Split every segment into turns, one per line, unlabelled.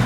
频。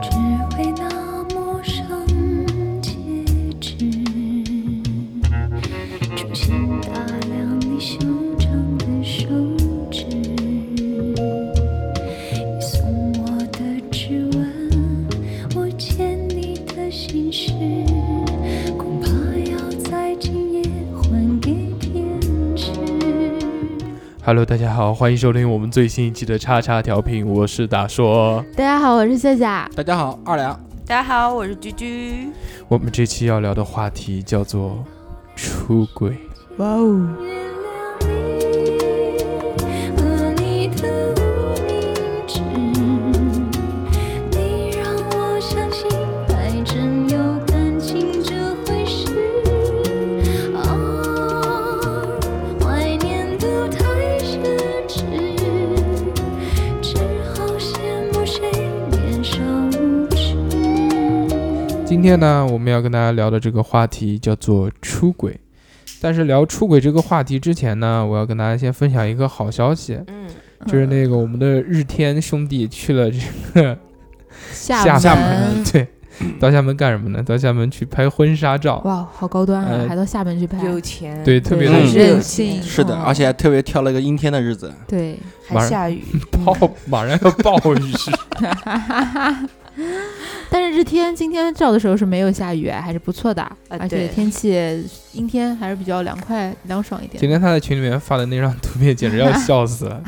只为那陌生戒指，重新打量你修长的手指，你送我的指纹，我欠你的心事，恐怕要在今夜还给天使。
Hello，大家好，欢迎收听我们最新一期的叉叉调频，我是大硕。
大家好，我是夏夏。
大家好，二两，
大家好，我是居居。
我们这期要聊的话题叫做出轨。
哇哦，
原谅你和你的无名指，你让我相信还真有感情这回事。啊，怀念都太奢侈，只好羡慕谁年少无知。
今天呢，我们要跟大家聊的这个话题叫做出轨。但是聊出轨这个话题之前呢，我要跟大家先分享一个好消息，
嗯，
就是那个我们的日天兄弟去了这个
厦
厦门，对，到厦门干什么呢？到厦门去拍婚纱照，
哇，好高端啊，
呃
还到厦门去拍，
有钱，
对，特别
嗯
的
很任性，
是的，
嗯
而且还特别挑了一个阴天的日子。
对，
晚
还
上
下 雨，
嗯
暴，马上要暴雨，
但是日天今天照的时候是没有下雨，还是不错的，而且
啊对
天气阴天，还是比较凉快凉爽一点
今。天他在群里面发的那张图片，简直要笑死了。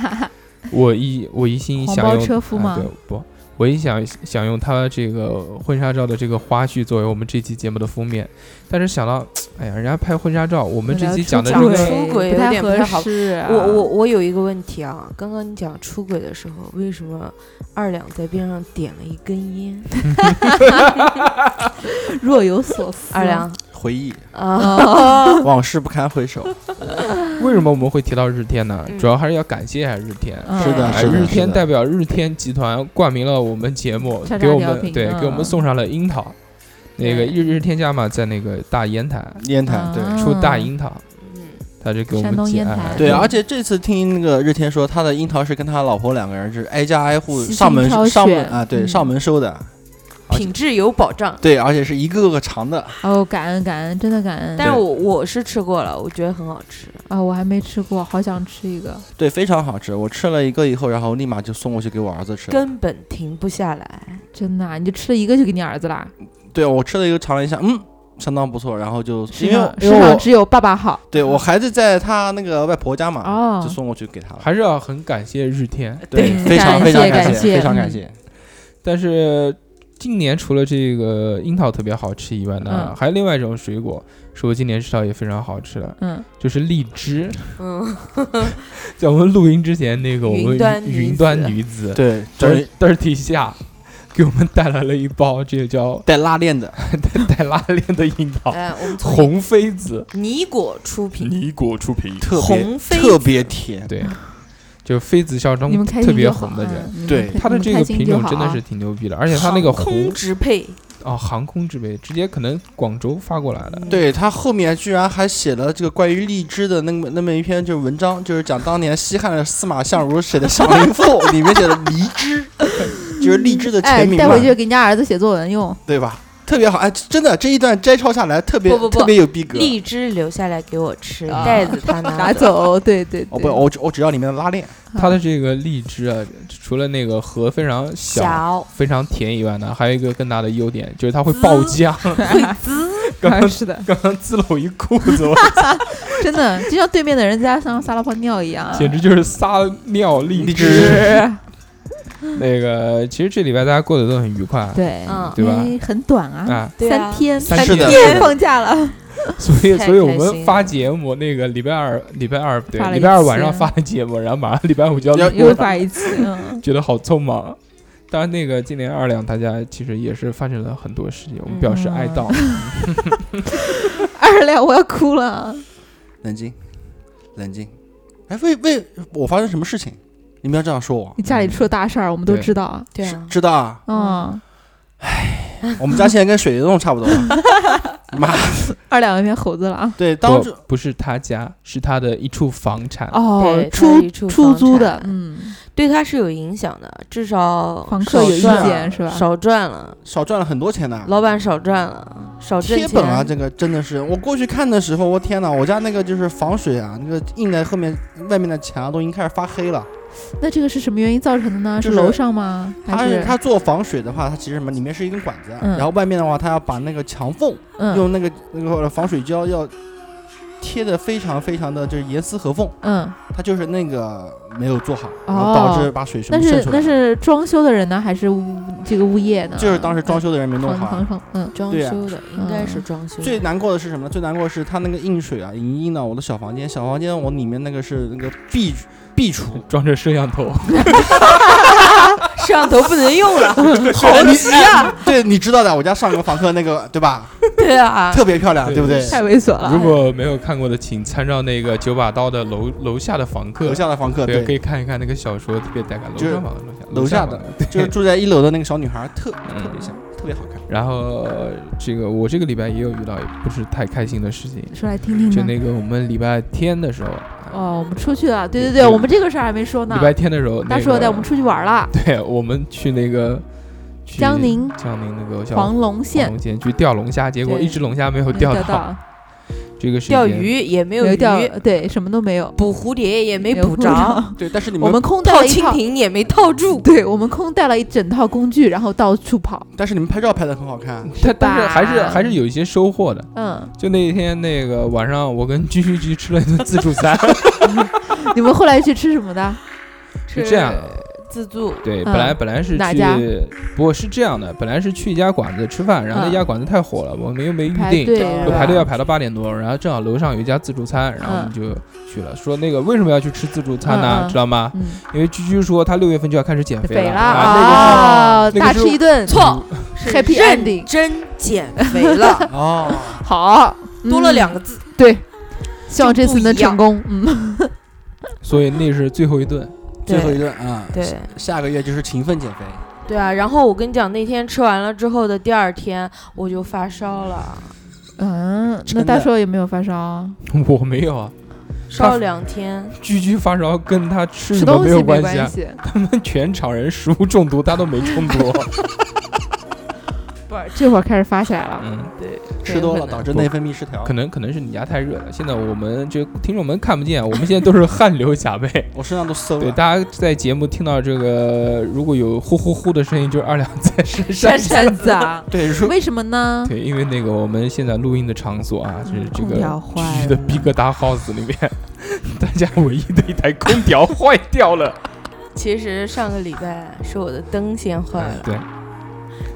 我一我一心
黄
想
包
用
车夫
啊
吗
对，不，我一想想用他这个婚纱照的这个花絮作为我们这期节目的封面，但是想到，哎呀，人家拍婚纱照，我们这期讲的这
讲
个
出轨出轨
不
有
太
点不
合
太好
适啊。
我我我有一个问题啊，刚刚你讲出轨的时候，为什么二两在边上点了一根 烟？
若有所思。嗯
二两
回忆
啊，
往事不堪回首，
为什么我们会提到日天呢？
嗯
主要还是要感谢一下日天。
嗯
是的
哎，
是的
日天
的
代表日天集团冠名了我们节目
叉，叉
给我
调
们
频
对
嗯
给我们送上了樱桃，那个日日天家嘛，在那个大烟台
烟台对。
出大樱桃，
嗯，
他就给我
山
们
东
解
烟
哎
台
对，啊而且这次听那个日天说，他的樱桃是跟他老婆两个人是挨家挨户
悉心
上门
挑选
上门啊，对，
嗯
上门收的，而且
品质有保障。
对，而且是一个个尝的，
哦，感恩感恩，真的感恩。
但是我我是吃过了，我觉得很好吃。
啊，我还没吃过，好想吃一个。
对，非常好吃。我吃了一个以后，然后立马就送过去给我儿子吃了。
根本停不下来，
真的啊、你就吃了一个就给你儿子啦？
对我吃了一个，尝了一下，嗯，相当不错。然后就
世
因为
上
因
世
为
上
我
只有爸爸好。
对我孩子在他那个外婆家
哦
嘛，就送过去给他了。
还是要很感谢日天。
对，非常
感
非常
谢感谢
谢，非常
嗯
感谢。
但是今年除了这个樱桃特别好吃以外呢，
嗯
还有另外一种水果是我今年吃到也非常好吃的，
嗯，
就是荔枝。
嗯，
在我们录音之前，那个我们
云端女子
云端女子
对，这是
Dir- Dirty 夏给我们带来了一包这个叫
带拉链的，
带拉链的樱桃，
呃
哎，我们从
红妃子
尼果出品，
梨果出品，
特别
红妃
特别甜，
对，就妃子效
你
中
们开
特
心
别
就好
红的人。
嗯你们
对
开
它的
你们
这
开
个
心
品
就
种
好
真的
啊
是挺牛逼的，而且它那个
航
红
空直配，
哦，航空制备直接可能广州发过来的，
对他后面居然还写了这个关于荔枝的那么那么一篇就是文章，就是讲当年西汉的司马相如写的《相邻赋》，里面写的荔枝，就是荔枝的
哎
全，名
带
嘛
回，去给人家儿子写作文用。
对吧？特别好，哎，真的这一段摘抄下来特别
不不不
特别有逼格。
荔枝留下来给我吃，
啊
袋子他
拿
拿走。
走，对对
哦
对。
不，我只我只要里面的拉链，
嗯
它的这个荔枝啊，除了那个核非常小、
小
非常甜以外呢，还有一个更大的优点就是它会爆浆，
会滋
刚刚
是的，
刚刚滋了我一裤 子，我
真的就像对面的人在像撒了泡尿一样。啊
简直就是撒尿
荔
荔
枝
枝。
是
那个，其实这礼拜大家过得都很愉快，
对，
嗯
对吧
因为很短啊，
啊，
对啊
三天，
三
是的
天放假 了，
所以
太
所以我
开心
们
了
发节目，那个礼拜二礼拜二对
发了
礼
一
拜二
期
晚上发的节目，然后马上礼拜五就
要
要
我
又发一次，嗯
觉得好匆忙。当然，那个今年二两，大家其实也是发生了很多事情，我们表示
嗯
哀悼。
二两我要哭了。啊
冷静，冷静。哎，为为我发生什么事情？你们要这样说我？
你家里出了大事儿，我们都
对
知道。
对啊，
知道啊，
嗯，
我们家现在跟水帘洞差不多了。妈，
二两有点猴子了啊。
对，
不
当时
不是他家，是他的一处房产。
哦
对，它
出
是一处
出
房
租
产
的，嗯，
对他是有影响的，至少
房客有意
少赚
见
了
是吧
少赚了，
少赚了很多钱呢。
老板少赚了，少挣
贴
钱。
本啊，这个真的是我过去看的时候，我天哪，我家那个就是防水啊，那个印在后面外面的墙啊都已经开始发黑了。
那这个是什么原因造成的呢？
就是是
楼上吗？
它
还是
它做防水的话，它其实什么里面是一根管子，
嗯
然后外面的话，它要把那个墙缝
嗯
用那个那个防水胶要贴的非常非常的就是严丝合缝，
嗯？
它就是那个没有做好，然后
哦
导致把水全
那
部渗
是
出来
那
了。
是装修的人呢，还是物这个物业呢？
就是当时装修的人没弄
房
好
房。房嗯
装
对啊
修的、应该是装修的。
最难过的是什么呢？最难过的是它那个印水啊，已经印到我的小房间。小房间我里面那个是那个壁壁橱，
装着摄像头，
摄像头不能 用了，啊
好你呀！对，你知道的，我家上一个房客那个对吧？
对啊，
特别漂亮，
对
对不对？
太猥琐
如
了。
果没有看过的，请参照那个九把刀的楼楼下的房客
楼，下的房客
对，可
对，
以看一看那个小说，特别带感。楼
就是
上房楼下
楼下
下
的
房
就是住在一楼的那个小女孩，特
嗯
特别像，特别好看。
然后这个我这个礼拜也有遇到不是太开心的事情，
说来听
就
听呢。
那个我们礼拜天的时候，啊
嗯哦，我们出去了，对对
对
对，我们这个事儿还没说呢
礼。拜天的时候，
大
那
硕
个
带我们出去玩了，
对，我们去那个去
江宁
江宁那个叫
黄龙县
龙县去钓龙虾，结果
对
一只龙虾没有
没
钓
钓到，
这个是
钓
一件，
鱼也没有
没
鱼，
钓，对，什么都没有，
捕蝴蝶也没
没有
捕着，
对，但是你
我
们
们空带
套
了一
蜻
套，
蜓也没套住。
对我们空带了一整套工具，然后到处跑。
但是你们拍照拍的很好看，
但但是
吧
还是还是有一些收获的。
嗯，
就那一天那个晚上，我跟居居居吃了一顿自助 餐，
你们后来去吃什么 的？
是这样的。
自助，
对，
嗯
本来本来是
哪
去
家，
不过是这样的，本来是去一家馆子吃饭，然后那
嗯
家馆子太火了，我们又没预
排
定，
队
对
是
就
吧
排队要排到八点多，然后正好楼上有一家自助餐，然后我们就去了。说那个为什么要去吃自助餐呢？
嗯嗯
知道吗？
嗯，
因为居居说他六月份就要开始减肥
肥
啊了
了
啊，
啊，
那个是
大吃一顿，
错
是 Happy
认
ending
真减肥 了，
哦，
嗯好，
多了
嗯
两个字，
对，希望这
不
次
一
能
样
成功。嗯，
那个所以那是最后一顿。
最后一
对
顿啊，
对
下个月就是勤奋减肥，
对啊。然后我跟你讲，那天吃完了之后的第二天我就发烧了，
嗯，那
真
大
的
硕有没有发烧啊？
我没有啊，
烧了两天，
居居发烧跟他
吃
吃什么
东
没
西
有
没
系啊，
系，
他们 全场人食物中毒，他都没中毒。
不是这会儿开始发起来了。
嗯，
对，
吃多
有
了
可能
导致内分泌失调
可。能可能是你家太热了。现在我们这听众们看不见，我们现在都是汗流浃背。
我身上都馊
对，
了，？
大家在节目听到这个，如果有呼呼呼的声音，就是二两在身 上。
扇子啊
对，
嗯
如
为什么呢？
对，因为那个我们现在录音的场所啊，
嗯
是这
空调
个
坏
区的逼格大 house 里面， 大家唯一的一台空调坏掉了。
其实上个礼拜是我的灯先 坏了，
对，
然
哎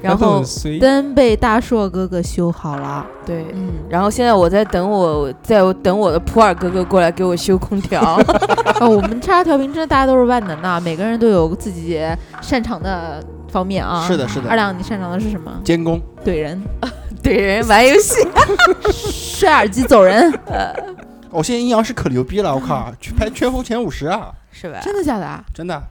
那都
后
很 随意
灯被大硕哥哥修好了。
对，
嗯，
然后现在我在等我，在我等我的普洱哥哥过来给我修空 调。
哦，我们叉叉调频真的大家都是万能的，啊每个人都有自己擅长的方面啊。
是。的，是
二
的，
两，你擅长的是什么？
监工，哦
怼人，
怼人玩游戏，
摔耳机走人，
我现在阴阳师可牛逼了，我靠，去排全服前五十啊，
是吧？
真的假的啊？
真的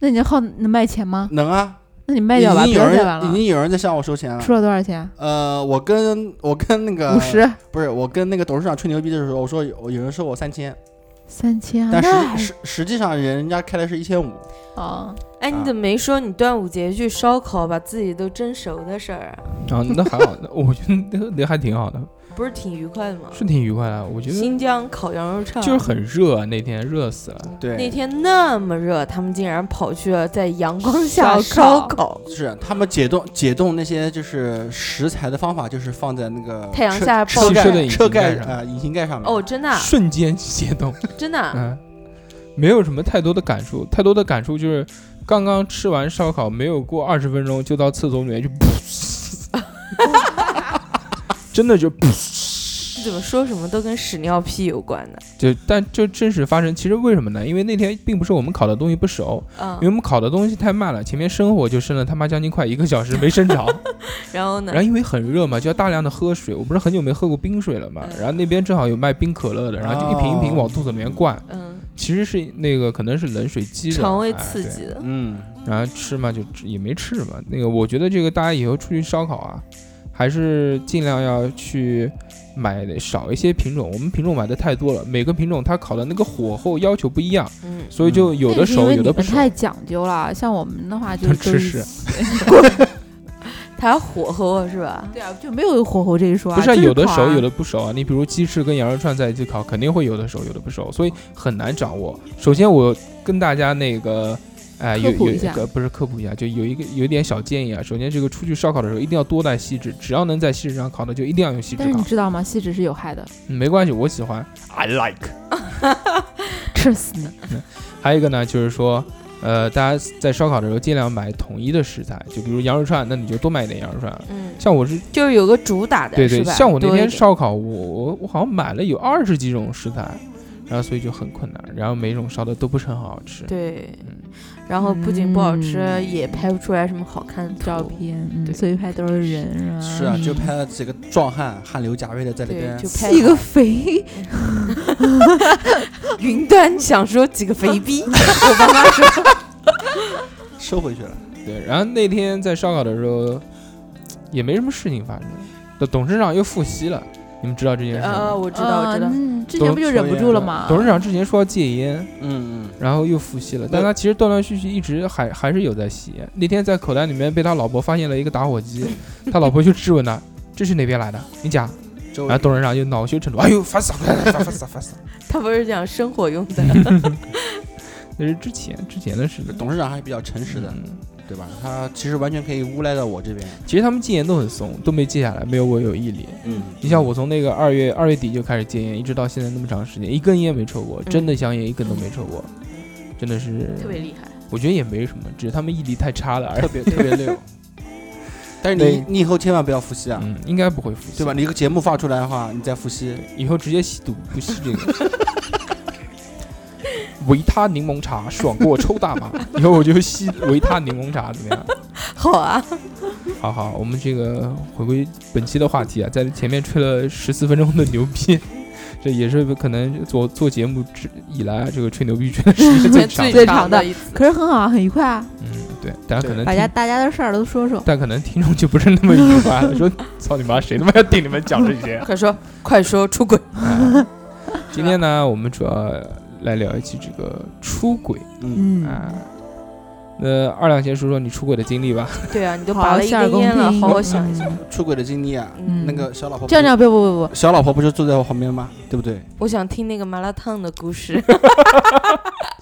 那你的号能卖钱吗？
能啊，
那你卖
已
掉吧，不
经有
要再玩
人已
了。
经有人在向我收钱了。
出了多少钱？啊
呃，我跟我跟那个
呃
五十、
不是，我跟那个董事长吹牛逼的时候，我说有有人收我三千，
三千啊，
但
那还
实实实际上人家开的是一千五，
哦，
哎，你怎么没说你端午节去烧烤把自己都蒸熟的事儿啊？
啊，那还好，那我觉得那那还挺好的。
不是挺愉快的吗？
是挺愉快的。我觉得
新啊疆烤羊肉串，
就是很热，啊那天热死了。
那
对，
天那么热，他们竟然跑去了在阳光下
烧
烧烤，
是他们解冻解冻那些就是食材的方法，就是放在那个
太阳
车
下
车
暴
晒
盖车盖
车的引擎盖上
啊引擎盖上面。
哦，真的啊
瞬间解冻，
真的啊，
嗯，没有什么太多的感触，太多的感触就是刚刚吃完烧烤，没有过二十分钟就到厕所里面就， 真的就
你怎么说什么都跟屎尿屁有关呢？
就，但就真实发生。其实为什么呢？因为那天并不是我们烤的东西不熟，
嗯
因为，我们烤的东西太慢了，前面生火就生了他妈将近快一个小时没 生着，
然后呢
然后？因为很热嘛，就要大量的喝水。我不是很久没喝过冰水了嘛，
嗯
然后那边正好有卖冰可乐的，然后就一瓶一瓶往肚子里面灌，
嗯，
其实是那个可能是冷水激的，
肠胃
哎
刺
对
激的，
嗯，
然后吃嘛就吃也没吃嘛。那个我觉得这个大家以后出去烧烤啊，还是尽量要去买的少一些品种，我们品种买的太多了，每个品种它烤的那个火候要求不一样，
嗯，
所以就有
那
的
是因
熟，
为
有
你
的
们
不熟。
太讲究了，像我们的话就是
吃屎，
它还火候是吧？
对啊，就没有火候这一说啊。
不是啊、
就
有的
烤啊
熟，有的不熟啊。你比如鸡翅跟羊肉串在一起烤，肯定会有的熟，有的不熟，所以很难掌握。首先，我跟大家那个，哎、有
科普
有
一
一
下
个不是科普一下，就有一个有一点小建议啊。首先，这个出去烧烤的时候一定要多带锡纸，只要能在锡纸上烤的，就一定要用锡纸
但是你
烤。
知道吗？锡纸是有害的，
嗯没关系，我喜欢。
啊
吃死呢。
还有一个呢，就是说，呃，大家在烧烤的时候尽量买统一的食材，就比如羊肉串，那你就多买一点羊肉串。
嗯，
像我是
就是有个主打的，
对
是
对，
吧？
像我那
多一
天
点，
烧烤，我我我好像买了有二十几种食材，然后所以就很困难，然后每种烧的都不是很好吃。
对
嗯，
然后不仅不好吃，
嗯
也拍不出来什么好看的图
照。片，嗯
对
所以拍都是人啊。
是啊，就
嗯
拍了几个壮汉，汗流浃背的在那
对，
边
就。拍
一个肥，
云端想说几个肥逼，我爸妈说
收回去了。
对，然后那天在烧烤的时候，也没什么事情发生。那董事长又复吸了，你们知道这件事
呃，
吗？
我知道，我知道
呃，嗯之前不就忍不住了吗？
董事长之前说要戒烟，
嗯
然后又复吸了，但
对
他其实断断续续一直还还是有在吸。那天在口袋里面被他老婆发现了一个打 火机，他老婆就质问他：“这是哪边来的？你讲。”
嗯，周
然啊后董事长就恼羞成怒：“哎呦，烦死了，烦死了，烦死了，烦死了！
他不是讲生活用的，
那是之前之前的事情。
董事长还比较诚实的，
嗯
对吧？他其实完全可以诬赖到我这边。
其实他们戒烟都很怂，都没戒下来，没有我有毅力。
嗯，
你像我从那个二月二月底就开始戒烟，一直到现在那么长时间，一根烟没抽过，真的
嗯
香烟一根都没抽过，真的是
特别厉害。
我觉得也没什么，只是他们毅力太差了而
特
已。
别特别溜。但是你
对
你以后千万不要复吸啊，
嗯，应该不会复吸
对吧？？你一个节目发出来的话，你再复吸，
以后直接吸毒，不吸这个。维他柠檬茶爽过抽大麻， 以后我就吸维他柠檬茶，怎么样？
好啊，
好好，我们这个回归本期的话题啊，在前面吹了十四分钟的牛逼， 这也是可能做做节目之以来啊，这个吹牛逼吹的时间嗯最长。
最
长
长的
一次。
可是很好啊，很愉快啊，
嗯，对，大家可能
把家
听，
大家的事儿都说说。
但可能听众就不是那么愉快了，说 操你妈，谁他妈要听你们讲这些？
快说，快说出轨！
哎 今天呢，我们主要来聊一期这个出轨。
嗯，
嗯，
啊。那二两先说说你出轨的经历吧。
对啊，你都
好
拔了一
洗耳
根
恭
烟了，
听
好好想一想。
出轨的经历啊，
嗯
那个小老婆不
这样这样，不不不不，
小老婆不是坐在我旁边吗？对不对？
我想听那个麻辣烫的故事。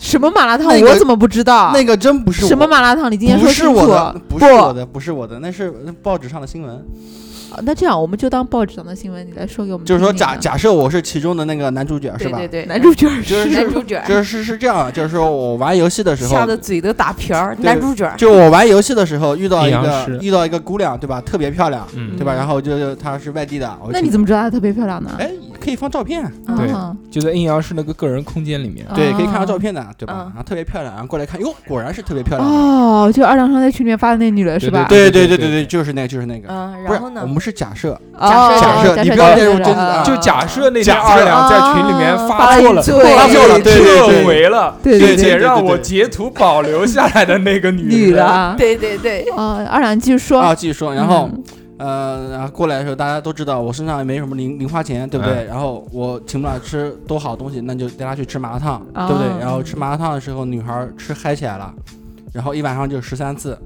什么麻辣烫
那个
我怎么不知道？
那个真不是我
什么麻辣烫？你今天
不
说
是
清楚
我的，啊不是我的，不是我的，那是报纸上的新闻。
啊那这样我们就当报纸上的新闻，你来说给我们
就
听
是
听
说
啊。
假假设我是其中的那个男主角 是
对
吧？
对对，
男主角
就是
男主角
就是是是这样，啊就是说我玩游戏的时候
吓，得嘴都打瓢儿。
对
男主角
就我玩游戏的时候遇到一
阴阳师
个遇到一个姑娘，对吧？特别漂亮，
嗯
对吧？
嗯
然后就是她是外地的，我
那
请
你怎么知道她特别漂亮呢？
哎可以放照片，
对
啊
就在阴阳师那个个人空间里面，
对，可以看到
啊
照片的，对吧？
嗯
然后特别漂亮，然后过来看，哟，果然是特别漂亮的。
哦，就二两上在群里面发的那女的是吧？
对
对
对对
对对
对对，就是那个，就是那个。
嗯，
不是
然后，呢
我？们是假设，
哦
假
设
假
你
设
不要
假
带入
设
真的
啊
就假设那天
假设
二两在群里面发错了，
啊
发错了，对对
撤
对，
回了，
对
并
对
且
对
对，
让我截图保留下来的那个女
女的
人，
啊。
对对对，
哦，二两继续说。
啊，继续说，然后
嗯
呃，然后过来的时候，大家都知道我身上也没什么零零花钱，对不对？然后我请不了吃多好东西，那就带她去吃麻辣烫，
啊
对不对？然后吃麻辣烫的时候，女孩吃嗨起来了，然后一晚上就十三次，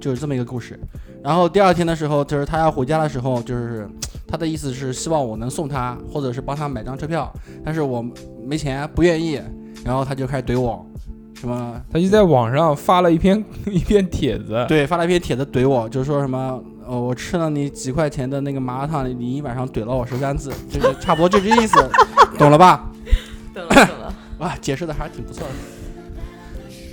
就是这么一个故事。然后第二天的时候，就是她要回家的时候，就是他的意思是希望我能送他，或者是帮他买张车票，但是我没钱，不愿意，然后他就开始怼我，什么
他就在网上发了一篇一篇帖 子，
对，发了一篇帖子怼我，就说什么呃，我吃了你几块钱的那个麻辣烫，你一晚上怼了我十三次，就是差不多就这 意思，懂了吧？
懂了懂了，
哇，解释的还是挺不错的。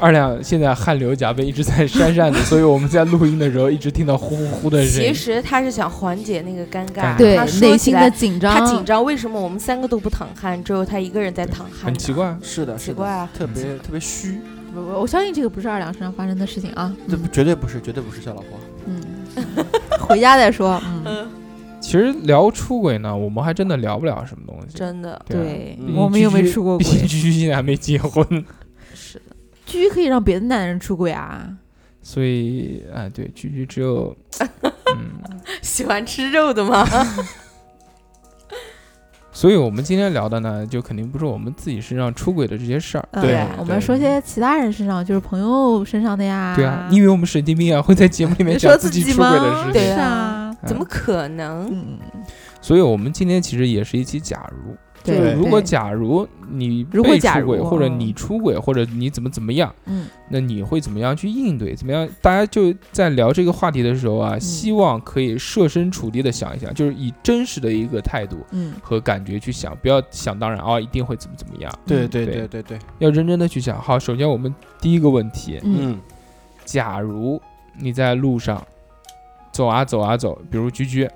二两现在汗流浃背，一直在扇扇子，所以我们在录音的时候一直听到呼呼呼的声
其
音。
实他是想缓解那个尴
尴
尬，
尬
对
他说
内
起
心
来
的紧张，
他紧张，为什么我们三个都不淌汗，只有他一个人在淌汗
很？奇怪，
是的，
奇
是
怪
的，
啊，
特别特别虚，
我我我相信这个不是二两身上发生的事情啊。
这不绝对不是，绝对不是小老婆。
嗯， 嗯回家再说。嗯，
其实聊出轨呢，我们还真的聊不了什么东西。
真的
对啊
对
嗯，
我们又没出过
毕
轨，
竟居居现在还没结婚，
是的，
居可以让别的男人出轨啊。
所以哎，对，居居只有，嗯，
喜欢吃肉的吗？
嗯
所以我们今天聊的呢，就肯定不是我们自己身上出轨的这些事儿。
嗯
对
我
对
们说些其他人身上，就是朋友身上的呀。
对啊，你啊以为我们神经病啊，会在节目里面
说
讲
自
己
己
出轨
吗？
的事情？
对
是
啊
啊，
嗯
怎么可能？
嗯，
所以我们今天其实也是一期假如，
对
就是
对
如果
对
假如你
如果
被
假
出
如
轨，或者
嗯
你出轨，或者你怎么怎么样，
嗯，
那你会怎么样去应对？怎么样？大家就在聊这个话题的时候啊，
嗯
希望可以设身处地的想一想，就是以真实的一个态度
嗯，
和感觉去想，不要想当然啊、一定会怎么怎么样，
对对
对
对对对，
要认真的去想。好，首先我们第一个问题，
嗯，
假如你在路上走啊走啊走，比如居居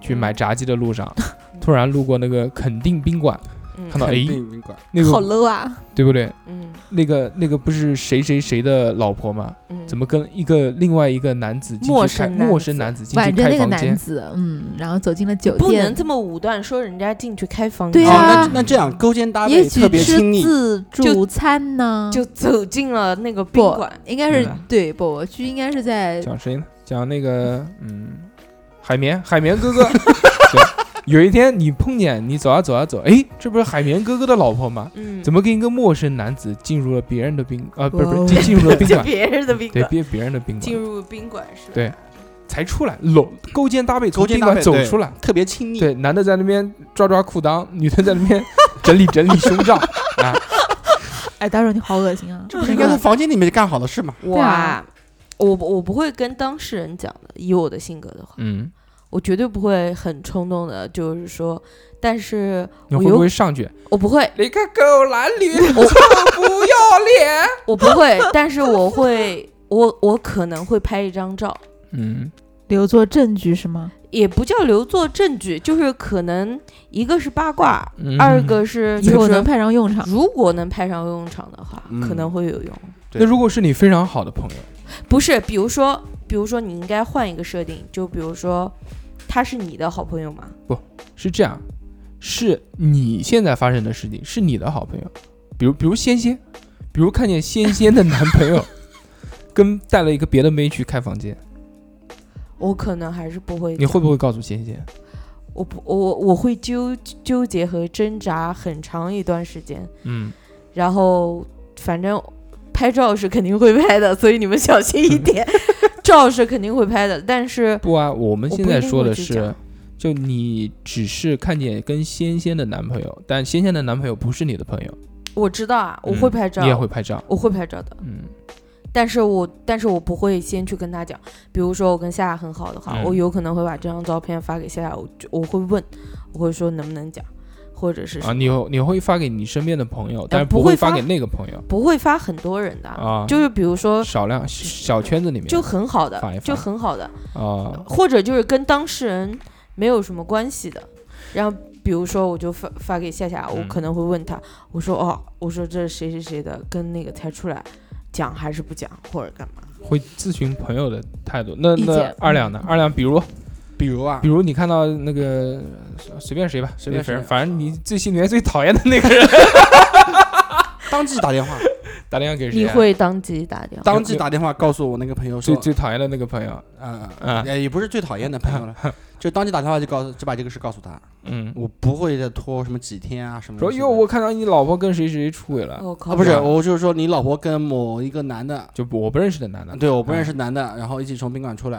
去买炸鸡的路上，
嗯
突然路过那个肯定宾馆，
嗯
看到
肯
哎
定宾馆
那
好
个
low 啊！
对不对？
嗯
那个那个不是谁谁谁的老婆吗？
嗯，
怎么跟一个另外一个男子进
陌
去开
生男
陌生
子
男子进
挽
去
着
开
那个
房
男
间？
子，嗯，然后走进了酒
不
店
能，这么武断说人家进去开房
对
间
哦，
啊
那那这样勾肩搭
也
背
许
特别亲
吃
密，
自助餐呢，
就走进了那个宾
不
馆，
应该是
嗯
对不？不居应该是在
讲谁呢？讲那个嗯，海绵海绵 哥哥。对，有一天你碰见你走啊走啊走，哎，这不是海绵哥哥的老婆吗？
嗯，
怎么跟一个陌生男子进入了别人的宾啊？不是不
哇
是
哦
进进入了宾
就
馆，
别人的宾
对，
馆
别别人的宾
进
馆
入宾馆是吧？
对才出来，搂勾肩搭背从
勾肩
宾
搭
馆
背
走
对
出来，
特别亲密。
对，男的在那边抓抓裤裆，女的在那边整理整理胸罩啊，
哎，大壮你好恶心啊！
这不是应该在房间里面干好的事吗？
对
哇
啊，
我不我不会跟当事人讲的，以我的性格的话，
嗯，
我绝对不会很冲动的，就是说，但是
你
我
会不
有
会上哦去？
我不会，
你个狗男女
我
不 要
我不 会，但是我会，我我可能会拍一张照，
脸！嗯，
留作证据是吗？
也不叫留作证据，就是可能一个是八卦，
嗯
二个是
以
就
后
是
能派上用场。
如果能派上用场的话，
嗯
可能会有用。
那如果是你非常好的朋友，
不是，比如说，比如说你应该换一个设定，就比如说他是你的好朋友嘛，
是这样，是你现在发生的事情，是你的好朋友，比如比如仙仙，比如看见仙仙的男朋友跟带了一个别的妹去开房间，
我可能还是不会
你会不会告诉仙仙？
我不，我我会纠纠结和挣扎很长一段时间，
嗯，
然后反正拍照是肯定会拍的， 所以你们小心一 点，照是肯定会拍的，但是
不啊，我们
我
现
不一
在
定
说
会
的
去
是
讲。
就你只是看见跟仙仙的男朋友，但仙仙的男朋友不是你的朋友，
我知道啊，我
嗯
会拍照，
你也会拍照，
我会拍照的，
嗯，
但是我但是我不会先去跟他讲，比如说我跟夏夏很好的话，
嗯
我有可能会把这张照片发给夏夏，我就我会问，我会说能不能讲，或者是什么
啊，你会你会发给你身边的朋友，但是
不
不
会
会发
发
给那个朋友
不会发很多人的，
啊，
就是比如说
少量小圈子里面
呃就很好的，
发一发
就很好的，
啊，
或者就是跟当事人没有什么关系的，然后比如说我就发发给夏夏，我
嗯
可能会问他，我说哦，我说这是谁谁谁的，跟那个才出来，讲还是不讲或者干嘛？
会咨询朋友的态度。那
意
那
见
二两呢？二两，比如
比如啊
比，如你看到那个呃随便谁吧，
随便
反
谁
正反正你最心里面最讨厌的那个人
当即打电话，
打电话给谁
你
啊？
会当即打电话？
当即打电话告诉我那个朋友
最
说，
最讨厌的那个朋友，
嗯
啊
嗯，也也不是最讨厌的朋友 了，就当即打电话就告诉，就把这个事告诉他，
嗯，
我不会再拖什么几天啊什么的。
说哟，我看到你老婆跟谁谁出轨了，
哦我靠、
啊不是，
啊
我就是说你老婆跟某一个男的，
就不我不认识的男的，嗯
对，我不认识男的，然后一起从宾馆出来，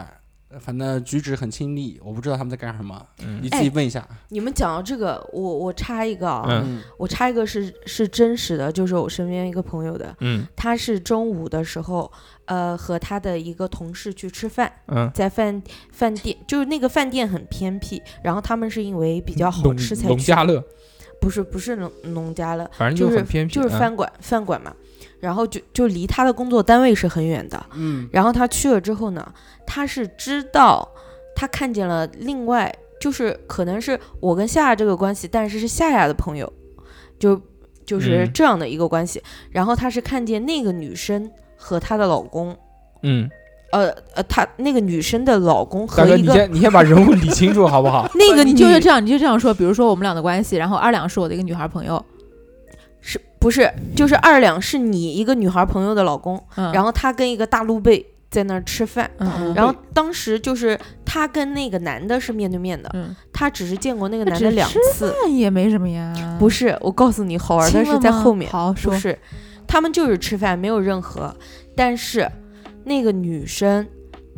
呃反正举止很亲昵，我不知道他们在干什么，你
嗯
哎
自己问一下。
你们讲到这个，我我插一个啊，
嗯
我插一个是是真实的，就是我身边一个朋友的，
嗯
他是中午的时候，呃，和他的一个同事去吃饭，
嗯，
在饭饭店，就是那个饭店很偏僻，然后他们是因为比较好
农
吃才
农
去
家乐，
不是不是农农家乐，
反正
就
很
是
偏僻，
就是
嗯
饭馆、饭馆嘛，然后就就离他的工作单位是很远的，
嗯
然后他去了之后呢，他是知道他看见了另外，就是可能是我跟夏夏这个关系，但是是夏夏的朋友，就就是
嗯
这样的一个关系。然后他是看见那个女生和她的老公，
嗯，
呃呃，她那个女生的老公
大
和
哥
一
你
个
先你先把人物理清楚好不 好？
那个
你
女
就是这样，你就这样说，比如说我们俩的关系，然后二两是我的一个女孩朋友，
是不是就是二两是你一个女孩朋友的老公，
嗯，
然后他跟一个大陆贝在那儿吃饭。
嗯嗯，
然后当时就是他跟那个男的是面对面的，
嗯，
他只是见过那个
那
男
只
的两
吃
次，
那也没什么呀，
不
是
是，我告诉你，好玩的是在后面，
好
不
说，
是，他们就是吃饭，没有任何，但是那个女生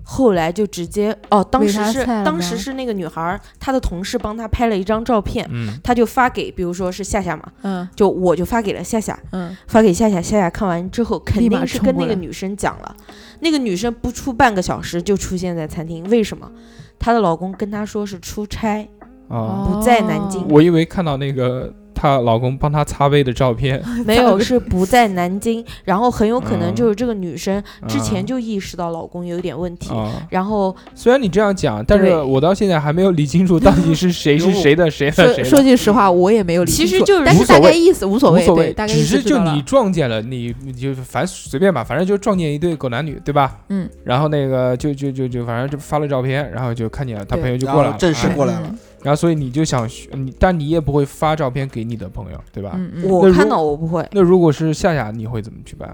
后来就直接哦，当
喂
时
她
是
菜了
当
吗
时是那个女孩儿，她的同事帮她拍了一张照片，
嗯
她就发给，比如说是夏夏嘛，
嗯
就我就发给了夏夏，
嗯，
发给夏夏，夏夏看完之后肯
立马
定是
冲
跟
过
那个
来
女生讲了，那个女生不出半个小时就出现在餐厅，为什么？她的老公跟她说是出差，
啊，
不在
哦
南京
我因为看到那个她老公帮她擦杯的 照片，
没有，是不在南 京，然后很有可能
嗯
就是这个女生之
啊
前就意识到老公有点问题，
啊，
然后
虽然你这样讲，但是
对
我到现在还没有理清楚到底 是谁是谁的谁的
说
谁
说
的。
句实话，我也没有理
其
清
实
楚，
就是
但
无
是
所
大概
谓
意思无所
无
谓，
所
对
谓
大，概
只
意思
是
知
就
道了
你撞见了，你你就反正随便吧，反正就撞见一对狗男女，对吧？
嗯。
然后那个就就就就反正就发了照片，然后就看见了，他
对
朋友就
然
过
后
来了，
正式
哎
过来了，
嗯
然后所以你就想学你，但你也不会发照片给你的朋友，对吧？
嗯嗯，
我
那如
看到我不会，
那如果是夏夏，你会怎么去办？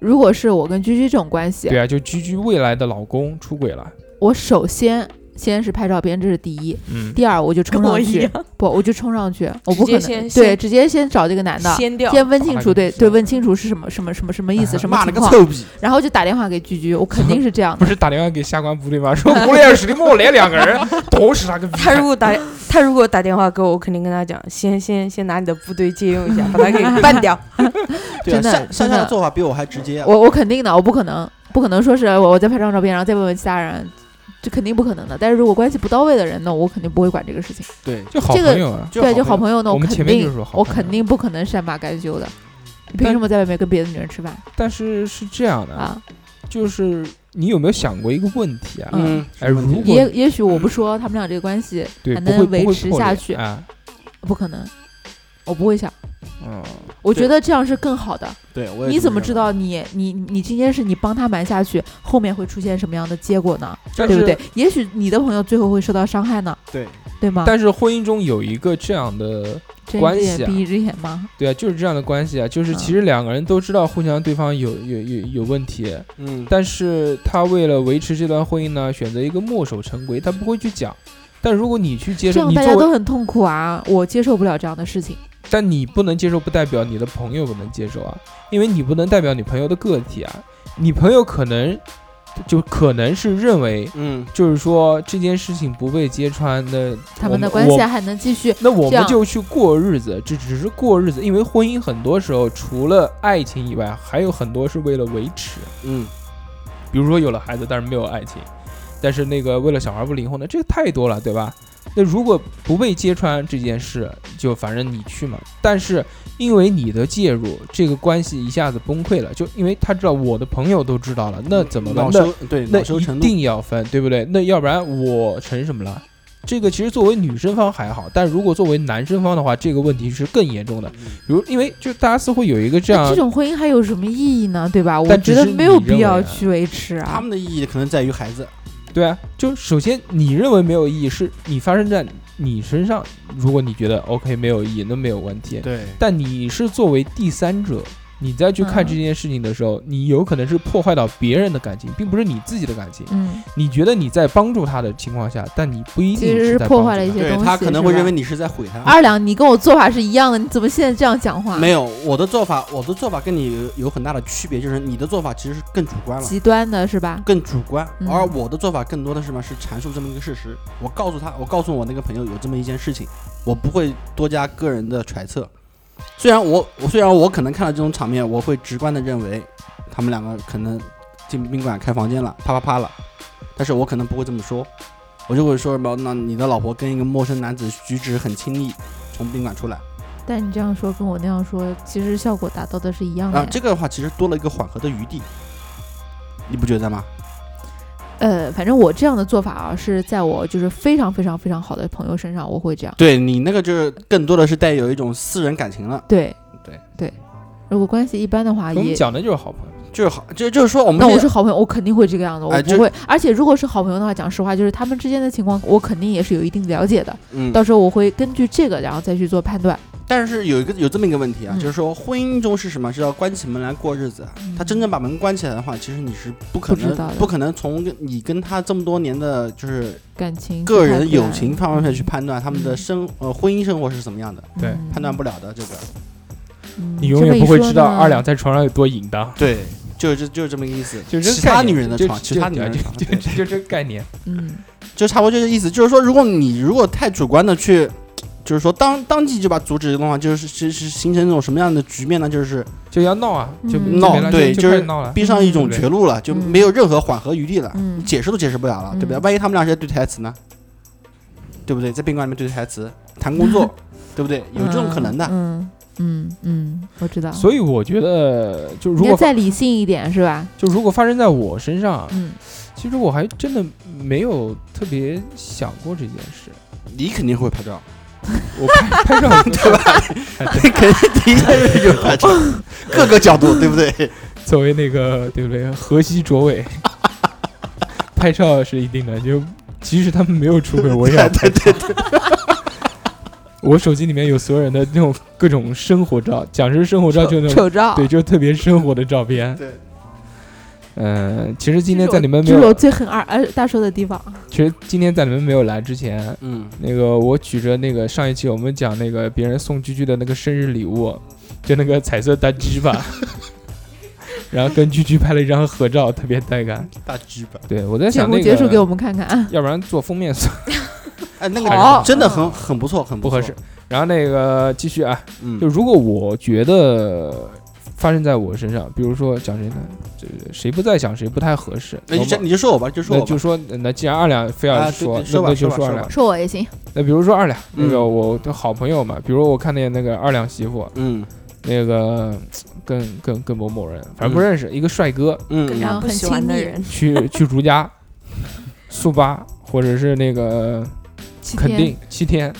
如果是我跟居居这种关系
对，啊，就居居未来的老公出轨了，
我首先先是拍照片，这是第一，
嗯，
第二我就冲
跟我
上
一
去，
样，
不，我就冲上去，我
直
不
接
可
先
能
先
对，直接先找这个男的，
掀掉。
先问
把
清
他
楚，
给哎
对
掀
对，
了
问清楚是什么什么什么什么意思，什么
骂了
情
个
况，
臭逼，
然后就打电话给居居，我肯定是这样
不
的。
是打电话给下官部队吗？说我也是，你们我来两个人，同时他个逼
他如果打他如果打电话给我，我肯定跟他讲，先先先拿你的部队借用 一下，把他给办掉。
对啊，
真的
夏夏
真
夏
的
的做法比我还直接啊。
我我肯定的，我不可能不可能说是我我再拍张照片，然后再问问其他人，这肯定不可能的。但是如果关系不到位的人呢，我肯定不会管这个事情。
对，
就好
这个
朋友啊，
对，就好
友。
朋友呢，
我们
肯
前面就
定
说好
我
朋
肯
友嗯
定不可能善罢甘休的。你凭
但
什么在外面跟别的女人吃饭
但是是这样的，
啊？
就是你有没有想过一个问题啊？
嗯，
哎，如果
也也许
嗯
我不说，他们俩这个关系
对
还
不会
能
不会
维持
破裂
下去，
啊，
不可能，我不会想，
嗯，
我
对
觉得这样是更好的。
对，我也
你
这
怎么
认
知
为？
道你你你今天是你帮他瞒下去，后面会出现什么样的结果呢？
但
对
是
不对？也许你的朋友最后会受到伤害呢，
对，
对吗？
但是婚姻中有一个这样的，
睁
关
一只
系
眼
啊
闭一只眼嘛。
对啊，就是这样的关系啊，就是
嗯
其实两个人都知道互相对方有有有有问题，
嗯，
但是他为了维持这段婚姻呢，选择一个墨守成规，他不会去讲。但如果你去接
这
受，
样
你
大
作
家
为
都很痛苦啊，我接受不了这样的事情。
但你不能接受，不代表你的朋友不能接受啊，因为你不能代表你朋友的个体啊，你朋友可能就可能是认为，
嗯，
就是说这件事情不被揭穿，那
他
我
们的关系啊
我
还能继续，
那我
这
们
样
就去过日子，这只是过日子，因为婚姻很多时候除了爱情以外，还有很多是为了维持，
嗯，
比如说有了孩子，但是没有爱情，但是那个为了小孩不离婚的，这个太多了，对吧？那如果不被揭穿这件事，就反正你去嘛。但是因为你的介入，这个关系一下子崩溃了，就因为他知道我的朋友都知道了，啊那怎么办？
恼
那
羞对
那
恼羞成
一
怒，
定要分，对不对？那要不然我成什么了？这个其实作为女生方还好，但如果作为男生方的话，这个问题是更严重的。比
嗯
如，因为就大家似乎有一个这
那
样
这，种婚姻还有什么意义呢？对吧？我
但只
觉得
是
没有
你认
必要
为啊
去维持
他
啊。
们的意义可能在于孩子，
对啊，就首先你认为没有意义，是你发生在你身上。如果你觉得 OK 没有意义，那没有问题。
对，
但你是作为第三者，你再去看
嗯
这件事情的时候，你有可能是破坏到别人的感情，并不是你自己的感情。
嗯，
你觉得你在帮助他的情况下，但你不一定
其实是
在
破
帮
坏
助
了一
他
些
对
东
他
西
可能
是
会认
吧
为你是在毁他。
二两，你跟我做法是一样的，你怎么现在这样讲话？
没有，我的做法，我的做法跟你有有很大的区别，就是你的做法其实是更主观了，
极端的是吧？
更主观，
嗯
而我的做法更多的是什么？是阐述这么一个事实。我告诉他，我告诉我那个朋友有这么一件事情，我不会多加个人的揣测。虽然我我虽然我可能看到这种场面，我会直观的认为他们两个可能进宾馆开房间了，啪啪啪了，但是我可能不会这么说，我就会说什么？那你的老婆跟一个陌生男子举止很亲密，从宾馆出来。
但你这样说跟我那样说，其实效果达到的是一样的
啊
呀。，
这个的话其实多了一个缓和的余地，你不觉得吗？
呃，反正我这样的做法啊，是在我就是非常非常非常好的朋友身上，我会这样。
对你那个就是更多的是带有一种私人感情了，
对
嗯对
对，如果关系一般的话
我们
啊也。
讲的就是好朋友。
就是好，就就是说我们
那我
这
是好朋友，我肯定会这个样子，我
哎
不
这
会。而且如果是好朋友的话，讲实话，就是他们之间的情况，我肯定也是有一定了解的。
嗯，
到时候我会根据这个，然后再去做判断。
但是有一个有这么一个问题啊，
嗯
就是说婚姻中是什么？是要关起门来过日子啊。他真正把门关起来的话，其实你是不可
不知
能
道的
不可能从你跟他这么多年的就是
感情、
个人友情方面去判断他们的
嗯
生呃婚姻生活是怎么样的，
对
嗯
判断不了的这个。
嗯
你永远不会知道
这
二。
么一说
两
呢
在床上有多淫荡，
对，就是这就是这么个意思。
就是这
其
个概
他
念
女人的
就
床，
就
其他女人的
就
床，
就
对
就就这个概念。
嗯，
就差不多这个意思。就是说，如果你如果太主观的去，就是说当当即就把阻止的话，就是是是形成一种什么样的局面呢？就是
就要闹啊，就
嗯
就
闹
没了
对
就
就是
开始闹了。
逼上一种
嗯
绝路了，就没有任何缓和余地了，
嗯
解释都解释不了了，对不对？
嗯
万一他们俩是在对台词呢？对不对？在宾馆里面对台词，谈工 作，对不对？有这种可能的。
嗯嗯嗯，我知道。
所以我觉得，就如
应该
果发
再理性一点是吧？
就如果发生在我身上，
嗯，
其实我还真的没有特别想过这件 事。
你肯定会拍照，
我拍拍照对吧？
你肯定第一件事就是拍照，各个角
嗯
度，对不对？
作为那个对不对？河西卓伟，拍照是一定的。就即使他们没有出轨，我也要拍照。 我手机里面有所有人的那种各种生活照，讲是生活照，就那种
丑照。
对，就是特别生活的照片。
对，
嗯，其实今天
这是
在
我
你们没
这是我
有，
最恨二呃大叔的地方。
其实今天在你们没有来之前，
嗯，
那个我举着那个上一期我们讲那个别人送居居的那个生日礼物，就那个彩色大 鸡巴，然后跟居居拍了一张合照，特别带感。
大鸡巴。
对我在
节
想
目
那个，
结束给我们看看啊。
要不然做封面算
哎，那
好
个真的很很不错，很
不
错
合适。。然后那个继续啊，
嗯，
就如果我觉得发生在我身上，比如说讲谁呢，就是谁不在想谁不太合适，
那就
那
这
么
哎你就说我吧，就说
那
我吧
就。说那既然二两非
啊
要
对
说，
对说
那
吧
那就
说吧
说二
说
两
吧。
说我也行，
那比如说二两，那个
嗯
我的好朋友嘛，比如我看见那个二两媳妇，
嗯
那个跟跟跟某某人，反正不认识，一个帅哥
嗯
跟
然
他
后
不
很
喜欢
亲
的
密
人，
去去如家、速八或者是那个
七
肯
天
定七天，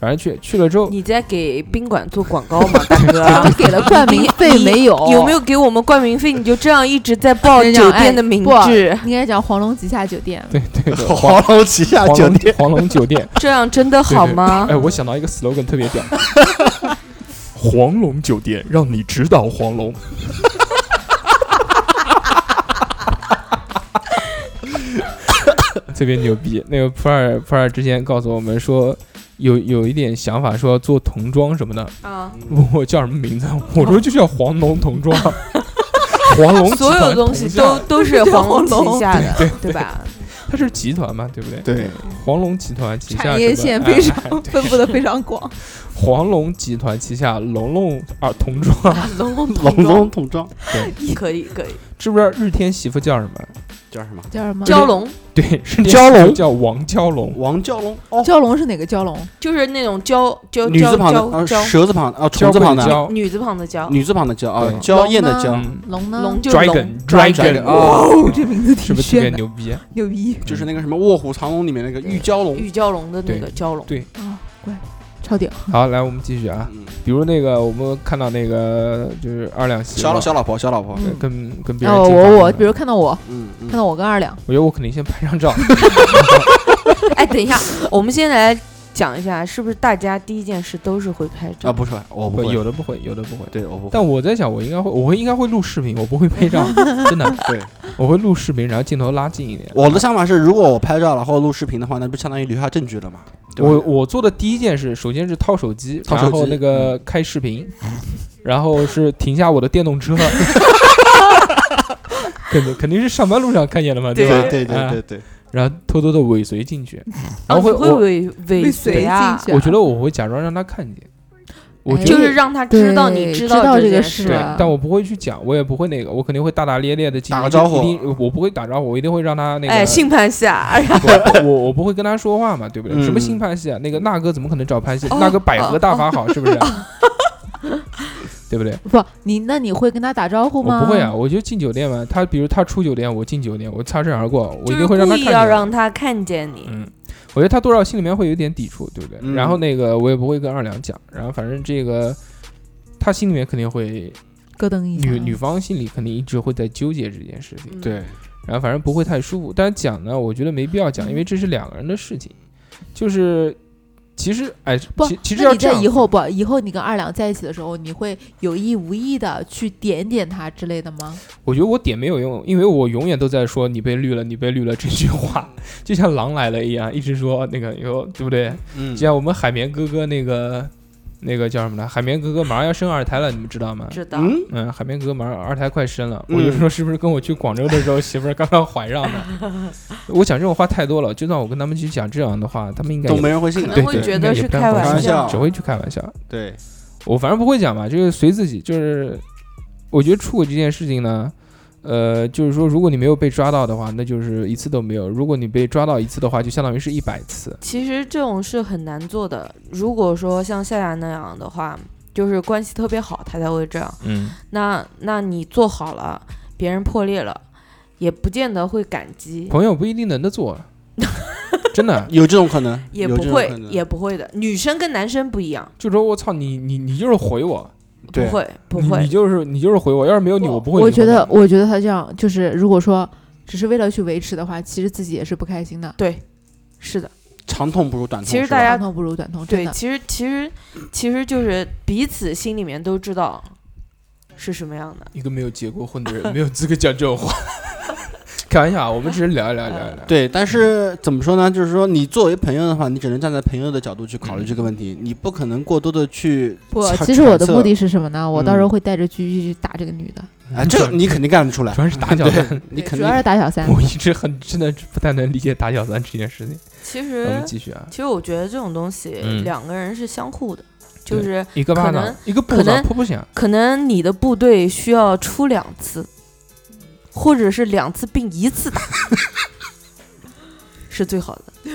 反正去去了之后，
你在给宾馆做广告 吗，大哥？
你给了冠 名费没有？
有没有给我们冠名费？你就这样一直在报
人家
酒
哎
店的名
不
字，
应该讲黄龙旗下酒店。
对对对，黄
黄龙旗下
黄
酒
龙
店，
黄龙 酒店，
这样真的好
啊
对对
吗？
哎，我想到一个 slogan 特别屌，黄龙酒店让你直捣黄龙。 特别牛逼！那个普洱普洱之前告诉我们说，有有一点想法说要做童装什么的，
啊，
问 我叫什么名字，我说就叫黄龙童装， 黄龙集
所有
团
东
童
西
装
都都是黄龙 旗下的，
对
对吧？
它是集团嘛，对不对？
对，
黄龙集团旗下
产业
什么
线
哎
非常
哎
分布的非常广，
黄龙集团旗下龙龙啊童 装，
龙龙
龙龙统装
可以可以，
知不知道日天媳妇叫什么？
叫什么？
叫什么？
嗯蛟龙
对，日天媳妇
蛟龙
叫王蛟龙，
王蛟龙哦，
蛟龙是哪个蛟龙？
就是那种蛟蛟
女字旁的，
蛟
呃，
蛟
蛇字旁的，啊，虫字
蛟
旁
鬼
的，
蛟，
女字旁的蛟，
女字旁的蛟啊
对，
娇艳的
龙
娇，
嗯
龙呢？
龙就是龙
，dragon。dragon，
Dragon，哦
这名字
是
挺
不是特别
炫的，
牛逼？
牛逼
就是那个什么《卧虎藏龙》里面那个玉蛟龙。
玉蛟龙的那
对
个蛟龙，
啊！乖，超屌。
好，来我们继续啊，
嗯，
比如那个我们看到那个就是二两媳妇
小老小老婆，小老
嗯
婆，
对跟跟别人
哦，
进房
我我
了
比如看到我，
嗯
看
嗯，
到我跟二两，
我觉得我肯定先拍张照，
哎，等一下，我们先来讲一下，是不是大家第一件事都是会拍照？
啊，不是，我不
不，
会，
有的不会，有的不会。
对，我不会。
但我在想，我应该会，我会应该会录视频，我不会拍照，真的，
对，
我会录视频，然后镜头拉近一点。
我的想法是，如果我拍照然后录视频的话，那不相当于留下证据了嘛？对吧
我我做的第一件事，首先是掏手机，
掏手
然后
机嗯
那个开视频，然后是停下我的电 动车，肯定肯定是上班路上看见了嘛，
对
吧？
对对对嗯
啊
对
嗯
对，
然后偷偷的尾随进去，
啊
然后
你
会
会
我
尾尾
被随
随
进
啊，
去啊，
我觉得我会假装让他看见，我
哎
觉
就
得
是让他知道你
对知道
道
这个
件
事
事。
对
啊，
但我不会去讲，我也不会那个，我肯定会大大咧咧的进
打个
行一
招呼
一定我不会打招呼，我一定会让他那个
哎，性攀下，然后
我我我不会跟他说话嘛，对不对？
嗯
什么新潘西啊？那个那哥怎么可能找潘西？
哦
那个百合大法好，是不 是？对不对？
不，你那你会跟他打招呼
我
吗？
不会啊，，我就进酒店嘛。他比如他出酒店，我进酒店，我擦身而过，我
就
一
是
定会让
故
他
意
看
要
见。
让他看见你。
嗯，我觉得他多少心里面会有点抵触，对不对？
嗯
然后那个我也不会跟二两讲，然后反正这个他心里面肯定会，
咯噔一下。
女女方心里肯定一直会在纠结这件事情。
嗯，
对，
然后反正不会太舒服。但是讲呢，我觉得没必要讲，因为这是两个人的事情。就是其实哎，
不
其，其实
那
要
你
这
在
样
以后不，以后你跟二两在一起的时候，你会有意无意的去点点他之类的吗？
我觉得我点没有用，因为我永远都在说你被绿了，你被绿了这句话， 就像狼来了一样，一直说那个有对不对？
嗯
就，像我们海绵哥哥那个那个叫什么来，海绵哥哥马上要生二胎了，你们知道吗？
知道。
嗯，
嗯，海绵哥哥马上二胎快生了，
嗯
我就说是不是跟我去广州的时候媳妇儿刚刚怀上的？ 我讲这种话太多了，就算我跟他们去讲这样的话，他们应该
都
也
没人会信
可
的
能
对
会
对
觉
应
得
该
是
也不太
开
会
玩
玩
笑
笑，
只会去开玩笑。
对，
我反正不会讲吧，就是随自己。就是我觉得出轨这件事情呢，呃，就是说，如果你没有被抓到的话，那就是一次都没有；如果你被抓到一次的话，就相当于是一百次。
其实这种是很难做的。如果说像夏夏那样的话，就是关系特别好，他才会这样。
嗯，
那那你做好了，别人破裂了，也不见得会感激，
朋友不一定能 得做，真的。
有这种可能，
也
有
不
这种
会
可，能
也不会的。女生跟男生不一样，
就说我操你你你就是回我，
不
对
会不
你
会
你。就是你就是回我，要是没有你我不会离婚的。
我觉得，我觉得他这样就是，如果说只是为了去维持的话，其实自己也是不开心的。
对，是的，
长痛不如短痛。
其实
是吧
大家
长痛不如短痛，真
对，
的。
其实其实其实就是彼此心里面都知道是什么样的。
一个没有结过婚的人没有资格讲这种话。 开玩笑啊，我们只是聊一聊
嗯
聊 一聊。
对，但是怎么说呢？就是说，你作为朋友的话，你只能站在朋友的角度去考虑这个问题，你不可能过多的去
不
揣。，
其实我
揣
的
测
目的是什么呢？我到时候
嗯
会带着狙击去打这个女的，
啊，这你肯定干得出来
主，要 是打小三，
你肯
主
定
要是打小三。
我一直很真的不太能理解打小三这件事情。
其
我
实
们继续啊，
其实我觉得这种东西、
嗯
两个人是相互的，就
对
是
一个巴
可
掌
能，
一个
可
巴掌
能
噗噗响。
可能你的部队需要出两次，或者是两次并一次 打，是最好的，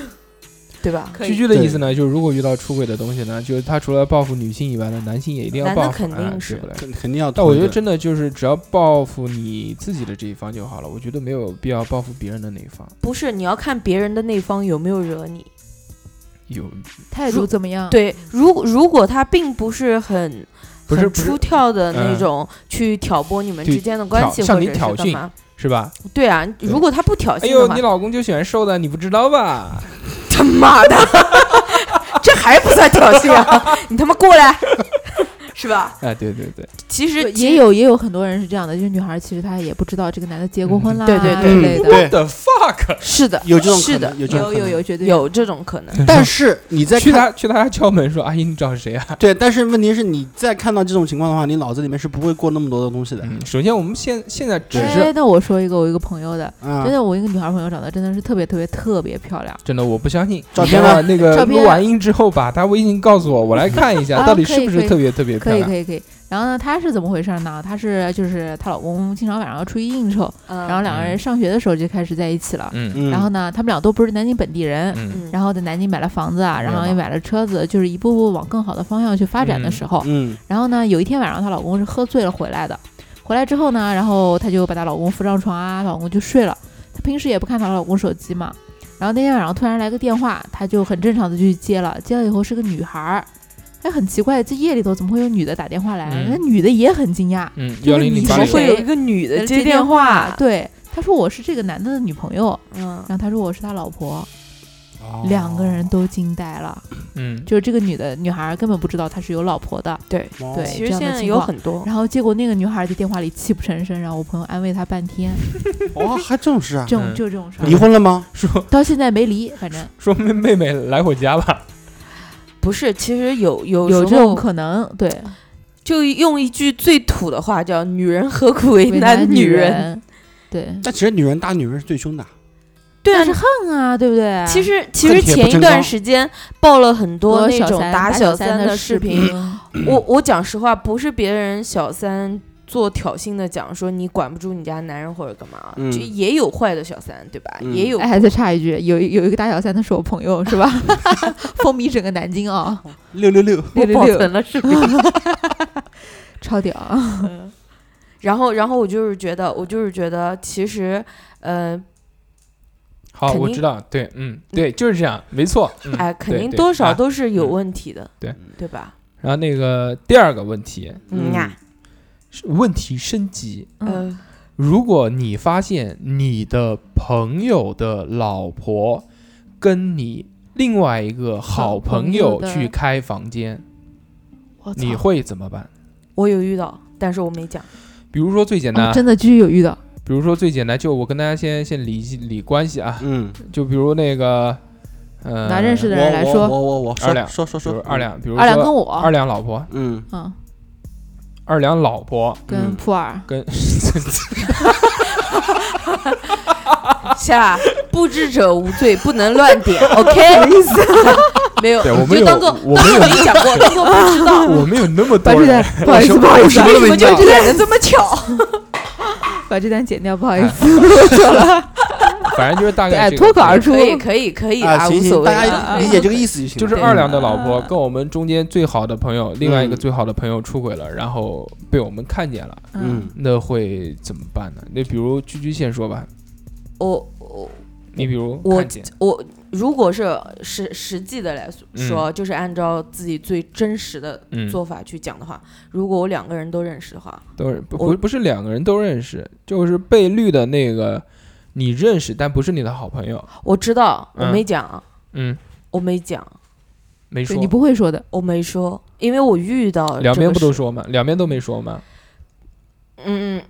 对吧？
可以
居居的意思呢，就是如果遇到出轨的东西呢，就是他除了报复女性以外呢，男性也一定要
男的
报复，
肯定
哎对
是
不对？
肯肯定要
但
同
我
意
觉
的。
得真的就是只要报复你自己的这一方就好了，我觉得没有必要报复别人的那一方。
不是，你要看别人的那方有没有惹你。
有
态度怎么样？，
对，如果如果他并不是很
不是
很
不是
出挑的那
嗯
种，去挑拨你们
对
之间的关系，
挑向
或
你
者是
挑
干
衅
嘛？
是吧？
对啊，如果他不挑
哎
衅的
呦，
话
你，老公就喜欢瘦的，你不知道吧？
他妈 的，这还不算挑衅啊！你他妈过来， 是吧？
哎，对对对，
其实其
也有也有很多人是这样的，就是女孩其实她也不知道这个男的结过
嗯
婚啦，
对对
之
对
类的。
对，
的 fuck，
是的，
有这种
是
可
的
能，，有这种
有
可能
有有，绝对有。
有这种可能。
但是你在
去
看
他去他家敲门说：“阿姨，你找谁啊
对，但是问题是你再看到这种情况的话，你脑子里面是不会过那么多的东西？”的。
嗯，首先我们现现在只
哎
是，
那我说一个我一个朋友的，
啊
真，的我一个女孩朋友长得真的是特别特别特别漂亮。
真的我不相信。
照片
啊，
呢
那个
照片
录完音之后，把他微信告诉我，我来看一下
啊
到底
可
是
以
不
可
是
以
特别特别漂
可以
亮。
可以可以。然后呢，她是怎么回事呢？她是就是她老公经常晚上要出去应酬，
然
然后两个人上学的时候就开始在一起了。
嗯
嗯
然后呢，他们俩都不是南京本地人，
嗯
然后在南京买了房子啊，然后也买了车子，就是一步步往更好的方向去发展的时候。
嗯
然后呢，有一天晚上她老公是喝醉了回来的，回来之后呢，然后她就把她老公扶上床啊，她老公就睡了。她平时也不看她老公手机嘛。然后那天晚上突然来个电话，她就很正常的就去接了，接了以后是个女孩儿，哎，很奇怪，这夜里头怎么会有女的打电话来？
嗯
那女的也很惊讶，
嗯，
就
幺
是
零
你
零
怎
八
么
是
零。
会有一个女的接
电
电话？
对，她说我是这个男的的女朋友，
嗯，
然后她说我是他老婆。
啊
两个人都惊呆了，
嗯，
就是这个女的女孩儿根本不知道他是有老婆的，
对，
哦
对
其
这
实
样
现
的
在
情
有
况
很多，
然后结果那个女孩儿在电话里泣不成声，然后我朋友安慰她半天，
哦，还这种事 啊？
这种
嗯
就这种事
离
儿，
婚了吗？
说
到现在没离，反正
说妹妹妹来我家吧，
不是，其实有有
有
时
这
候
种可能，对，
就用一句最土的话叫“女人何苦为
为
难
女
人
人，对，
但其实女人打女人是最凶的，”。
对啊
但是，恨啊，对不对？
其实其实
恨铁不
前一
成
段
钢
时间爆了很多
多
那
小
种
三
打
打
小
三
的视
视
频， 我我讲实话，不是别人小三做挑衅的讲说你管不住你家男人或者干嘛，
嗯
就也有坏的小三，对吧？
嗯
也有。
哎，再插一句，有一有一个打小三的是我朋友， 是吧？ 风靡整个南京啊、
六六六，
六
我
六
保
六
存了视频，
超屌啊！
然后，然后我就是觉得，我就是觉得，其实，呃，
嗯好，
肯定
我知道，对，嗯，对，就是这样，没错，嗯，
哎，肯
对
定
对
多少
啊
都是有
嗯
问题的，
对
对吧？
然后那个第二个问题，
嗯呀，
是问题升级。
嗯，
呃，
如果你发现你的朋友的老婆跟你另外一个好
好朋
朋
友
友
的
去开房间，
我操
你会怎么办？
我有遇到，但是我没 讲。
比如说最简单
哦，，真的居有遇到，
比如说最简单，就我跟大家先先理理关系啊，
嗯，
就比如那个，呃，
拿认识
我
的人来
我
说，
我我我
二两
说说
比
说
如
说
二，两，比如
二两
说
跟
二
我，
两老婆，
嗯，
嗯，
二两老婆
跟
嗯
普洱，
跟
下不知者无罪，不能乱点 ，OK？意思没有，
对我们
就
有
当做
我
当
们
做
有
没讲 过，当做不知道。
我们有那么
把
多
这段
人，
不好意思，不好意思，
你们就演的 这么巧，
把这段剪掉，不好意
哎
思，我错了，
反正就是大
对，
概
哎
这个
脱口而 出
可，以可以可以
啊，
无
行
所
行，
谓
大
啊。
家
啊
理解这个意思就行了。
就是
对
二两的老婆
啊
跟我们中间最好的朋友，另外一个
嗯
最好的朋友出轨了，然后被我们看见了，
嗯，
那会怎么办呢？那比如居居先说吧，
我我
你比如
我
看见，
我如果是实实际的来说
嗯
说，就是按照自己最真实的
嗯，
做法去讲的话，如果我两个人都认识的话，
都是不
我
不不是两个人都认识，就是被绿的那个你认识，但不是你的好朋友，
我知道我
嗯
没讲，
嗯，
我没讲，
没
对
说
你，不会说的，
我没说，因为我遇到这
两边
个
不都
事
说吗？两边都没说吗？
嗯，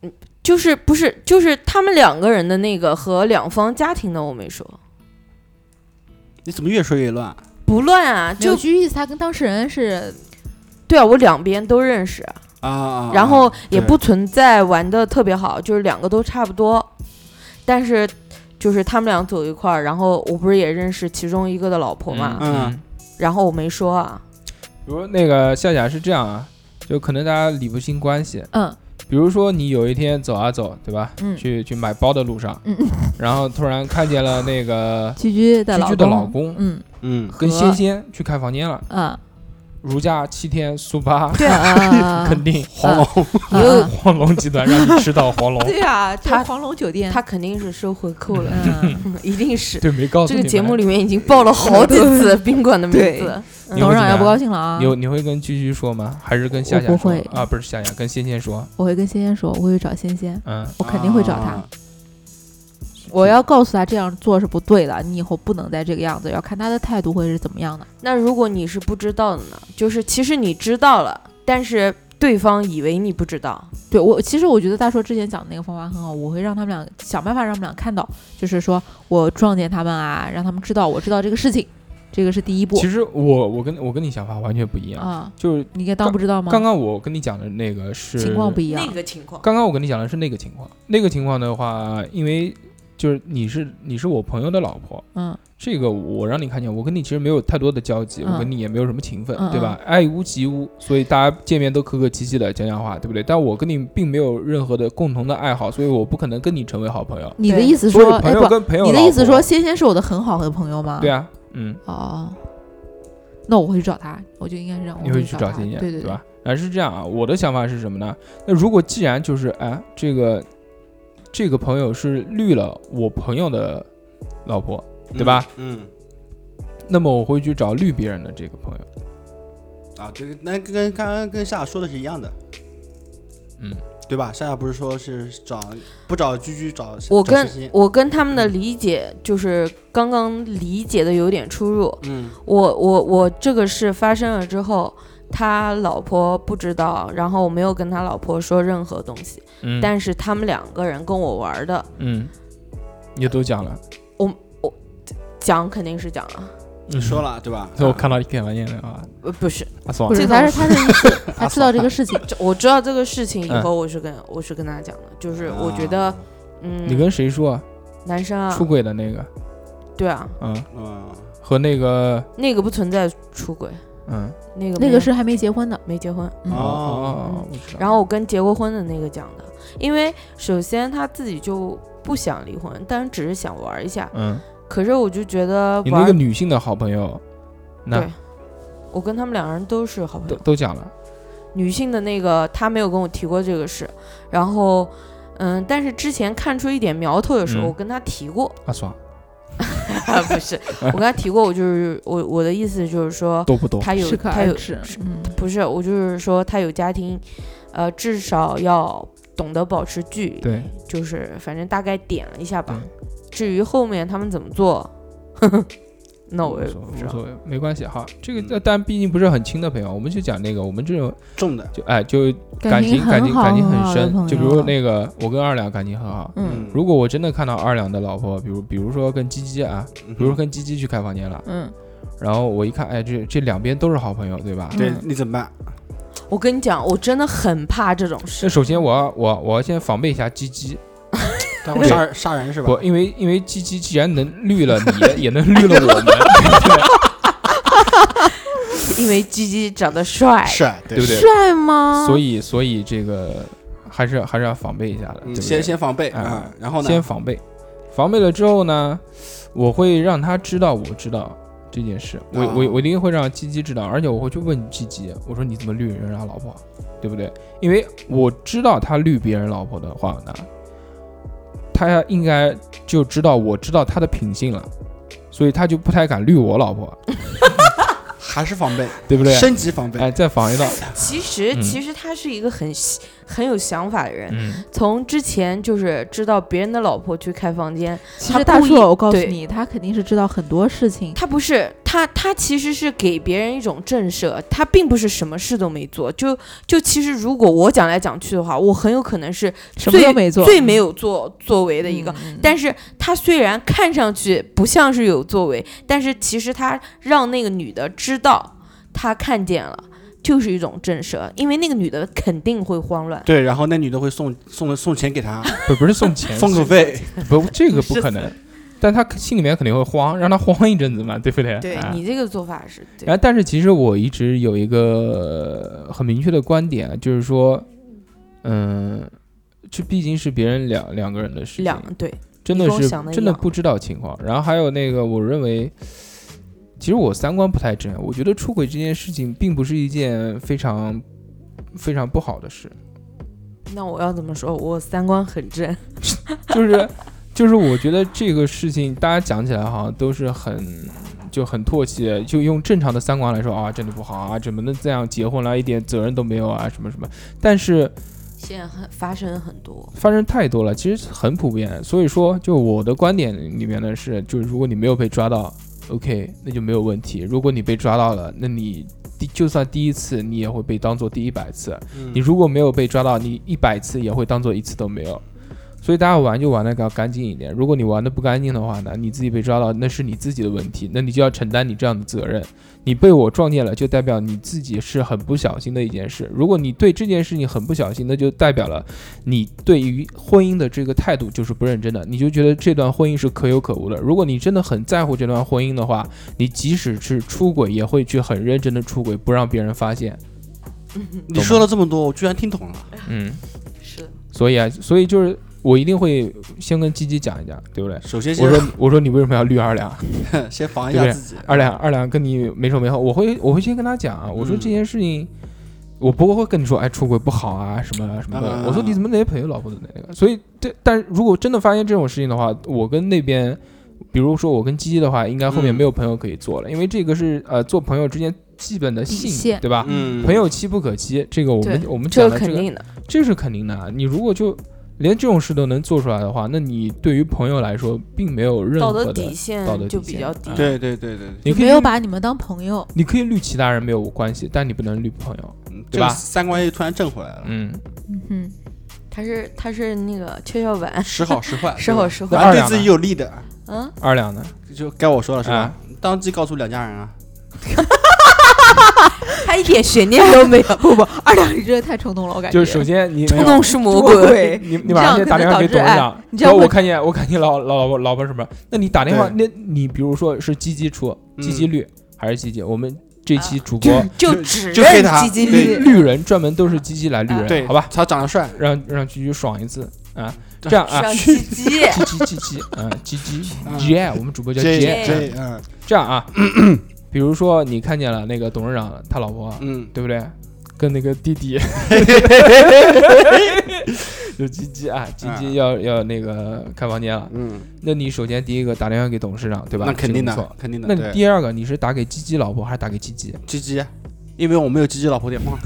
嗯，就是不是就是他们两个人的那个和两方家庭的我没说，
你怎么越说越乱？
不乱啊，就
就居意思他跟当事人是
对啊，我两边都认识，
啊啊！
然后
啊
也
对
不存在玩的特别好，就是两个都差不多，但是就是他们俩走一块儿，然后我不是也认识其中一个的老婆嘛，
嗯
嗯
然后我没说啊，
比如那个夏夏是这样啊，就可能大家理不清关系，
嗯
比如说你有一天走啊走，对吧？
嗯
去去买包的路上，
嗯嗯
然后突然看见了那个
居居的
居
老
居
公，
的老公
嗯
嗯，
跟
和
仙仙去开房间了，
啊，
如家七天速八，
对啊，
肯定
黄龙，
啊
有
啊
黄龙集团让你吃到 黄龙，
对啊，就
他
黄龙酒店，
他肯定是收回扣了，
嗯，
一定是。
对，没 告诉
这
你
个
们
节目里面已经报了好几次宾馆的名
对
字，
你会
董事
怎么
长要
样
不高兴了啊
你！会你会跟居居说吗？还是跟夏夏
我
说？
不会
啊，不是夏夏，跟仙仙说。
我会跟仙仙说，我会去找仙仙，
嗯，
我肯定会找他。
啊。
我要告诉他这样做是不对的，你以后不能再这个样子，要看他的态度会是怎么样的。
那如果你是不知道的呢？就是其实你知道了，但是对方以为你不知道。
对我，其实我觉得大硕之前讲的那个方法很好，我会让他们俩想办法让他们俩看到，就是说我撞见他们啊，让他们知道我知道这个事情，这个是第一步
其实我我跟我跟你想法完全不一样，
啊。
就是
你应该当不知道吗？
刚刚我跟你讲的那个是
情况不一样
那，个情况，
刚刚我跟你讲的是那个情况，那个情况的话，因为就是你是你是我朋友的老婆，
嗯
这个我让你看见，我跟你其实没有太多的交集，
嗯
我跟你也没有什么情分，
嗯嗯
对吧？爱屋及乌，所以大家见面都客客气气的讲讲话，对不对？但我跟你并没有任何的共同的爱好，所以我不可能跟你成为好朋友。
你的
对
意思
所以
说，
朋
哎
友
不，
跟朋友，
你的意思说，仙仙是我的很好的朋友吗？
对啊，嗯，
哦，那我会去找他，我就应该是让我
你会去
去
找
他
仙仙，
对对
吧？啊，是这样啊，我的想法是什么呢？那如果既然就是哎，这个这个朋友是绿了我朋友的老婆，对吧？
嗯，
那么我会去找绿别人的这个朋友，
嗯啊，这个那跟跟刚刚跟夏夏说的是一样的。
嗯，
对吧？夏夏不是说是找不找居居找
我
找
跟
西西
我跟他们的理解就是刚刚理解的有点出入。
嗯
我我我这个事发生了之后，他老婆不知道，然后我没有跟他老婆说任何东西，
嗯
但是他们两个人跟我玩的，
嗯，你都讲了，
讲肯定是讲了，
你
说，了对吧？
所以嗯我看到你点了眼了啊，
呃，不是，
啊，算
不
了，
这
是，他
种
是他是意识， 他知道这个事情，
这我知道这个事情以
嗯
后，我是跟、我是跟他讲的，就是我觉得，
啊
嗯，
你跟谁说啊？
男生啊
出，轨的那个，
对啊，
嗯，
嗯
和那个，
那个不存在出轨，
嗯，
那个
那
没
个
有
是还没结婚的，
没结婚，
嗯
哦，我知道。
然后我跟结过婚的那个讲的，因为首先他自己就不想离婚，但是只是想玩一下。
嗯，
可是我就觉得
你
玩
那
儿
个，女性的好朋友，那
对我跟他们两人都是好朋
都
友。
都讲了，
女性的那个她没有跟我提过这个事，然后嗯，但是之前看出一点苗头的时候，
嗯
我跟她提过，
啊，算了，
啊不是，我跟她提过，我就是我我的意思就是说，
多不多？
她有
适可
她
而
有
止
是。
嗯，
不是，我就是说她有家庭，呃，至少要懂得保持距离。
对，
就是反正大概点了一下吧。至于后面他们怎么做， 那我
嗯无
也
所
不知
无
道。
所谓，没关系哈。这个
嗯
呃但毕竟不是很亲的朋友，我们就讲那个，我们这种
重的，
就哎就
感
感情感情
好
感情很
好的朋
深，就比
友
如那个我跟二两感情很好。
嗯
如果我真的看到二两的老婆，比如比如说跟鸡鸡啊，
嗯哼
比如说跟鸡鸡去开房间了，
嗯，
然后我一看，哎，这这两边都是好朋友，对吧？
对
嗯
你怎么 办？
我跟你讲，我真的很怕这种
那
事。
首先我要我我要先防备一下 鸡鸡，
他会杀人杀人是吧
不？，因为因为鸡鸡既然能绿了你，也能绿了我们， 对
因为鸡鸡长得 帅，
帅对嗯
不对？
帅吗？
所以所以这个还是还是要防备一下的，对
嗯
不对
先先防备
哎
啊，然后呢？
先防备，防备了之后呢，我会让他知道我知道这件事，我、
啊
我我一定会让鸡鸡知道，而且我会去问鸡鸡，我说你怎么绿人家啊老婆，对不对？因为我知道他绿别人老婆的话呢，他应该就知道我知道他的品性了，所以他就不太敢绿我老婆，
还是防备，
对不对？
升级防备。
哎，再防一 道，
其实、
嗯
其实他是一个很细很有想法的人。
嗯，
从之前就是知道别人的老婆去开房间，
其
他
实大
故
硕，
意
我告诉
对
你，他肯定是知道很多事情，
他不是他，他其实是给别人一种震慑，他并不是什么事都没做。就就其实如果我讲来讲去的话，我很有可能是
什么
最
都没做，
最没有作作为的一个。
嗯，
但是他虽然看上去不像是有作为，但是其实他让那个女的知道他看见了，就是一种震慑，因为那个女的肯定会慌乱。
对，然后那女的会送送送钱给 他，
不哎不是送 钱，
封口费。
不这个不
是
可能，但他心里面肯定会慌，让他慌一阵子嘛，对不对？
对
哎
你这个做法是
然
对，
后，但是其实我一直有一个呃很明确的观点，就是说，嗯，这毕竟是别人两两个人的事情，
两对
真
你
的
跟我
是
想的一
真的
样
不知道情况。然后还有那个，我认为，其实我三观不太正，我觉得出轨这件事情并不是一件非常非常不好的事，
那我要怎么说？我三观很正，
就是就是我觉得这个事情大家讲起来好像都是很。就很唾弃，就用正常的三观来说啊，真的不好啊，怎么能这样结婚了，一点责任都没有啊，什么什么。但是
现在很发生很多。
发生太多了，其实很普遍。所以说，就我的观点里面呢是，就是如果你没有被抓到，OK，那就没有问题；如果你被抓到了，那你第就算第一次，你也会被当做第一百次。你如果没有被抓到，你一百次也会当做一次都没有。所以大家玩就玩的干干净一点。如果你玩的不干净的话呢，你自己被抓到，那是你自己的问题，那你就要承担你这样的责任。你被我撞见了，就代表你自己是很不小心的一件事。如果你对这件事情很不小心，那就代表了你对于婚姻的这个态度就是不认真的，你就觉得这段婚姻是可有可无的。如果你真的很在乎这段婚姻的话，你即使是出轨，也会去很认真的出轨，不让别人发现。
你说了这么多，我居然听懂了。
嗯。
是
所以啊，所以就是我一定会先跟鸡鸡讲一讲，对不对？
首先
我
先
说我说你为什么要绿二两？
先防一
对
下
不对
自己。
二两二两跟你没仇没恨，我会我会先跟他讲啊，我说
嗯
这件事情。我不会跟你说，哎，出轨不好啊，什么什么的。
啊
我说你怎么能朋友老婆的那个？所以，这但如果真的发现这种事情的话，我跟那边，比如说我跟鸡鸡的话，应该后面
嗯
没有朋友可以做了，因为这个是呃做朋友之间基本的
底线
性，对吧？
嗯
啊朋友妻不可欺，这个我们
对
我们
这
讲
个
的
肯
这个
定的，
这是肯定的啊。你如果就连这种事都能做出来的话，那你对于朋友来说并没有任
道
何
德
的
底线
道德
就
底
比
线啊
较低。
对对对对，
你可以
没有把你们当朋友，
你可以绿其他人没有关系，但你不能绿朋友。
嗯
对
这个
吧
三观又突然正回来了，
嗯，
嗯哼，
他是他是那个跷跷
啊
板，
时好时坏，
时好时
对吧
坏。
反
那二
正对
两
自己
呢
有利的，
嗯，
二两呢？
就该我说了是吧
啊？
当即告诉两家人啊，
他一点悬 念都没有，
不不，二两你真的太冲动了，我感觉。
就是首先你
冲动是魔
魔
鬼。
鬼
你你马上
这
就
样可
打电
能
话
导
给
致
董事
爱
长，
你这
说
样
我
会
看见我看见老老老婆老婆什么，那你打电话，那你比如说是积极出
嗯
积极率还是积极？我们这期主播
啊
就
就
只
就黑
认
他
积极
对
率，
绿人专门都是积极来绿
对，
人，好吧，
他长得帅，
让让居居爽一次啊，这样啊
上。积极。
唧唧唧唧，啊，唧唧
嗯
J，我们主播叫
J
J，
这
J，嗯
这样啊， 比如说你看见了那个董事长他老婆，
嗯，
对不对？跟那个 弟弟，就鸡鸡啊，鸡鸡要要那个开房间了。
嗯，
那你首先第一个打电话给董事长，对吧？
那肯定
这个不
的
错，
肯定的。
那你
对
第二个你是打给鸡鸡老婆还是打给鸡鸡？
鸡鸡，因为我没有鸡鸡老婆电
嗯
话。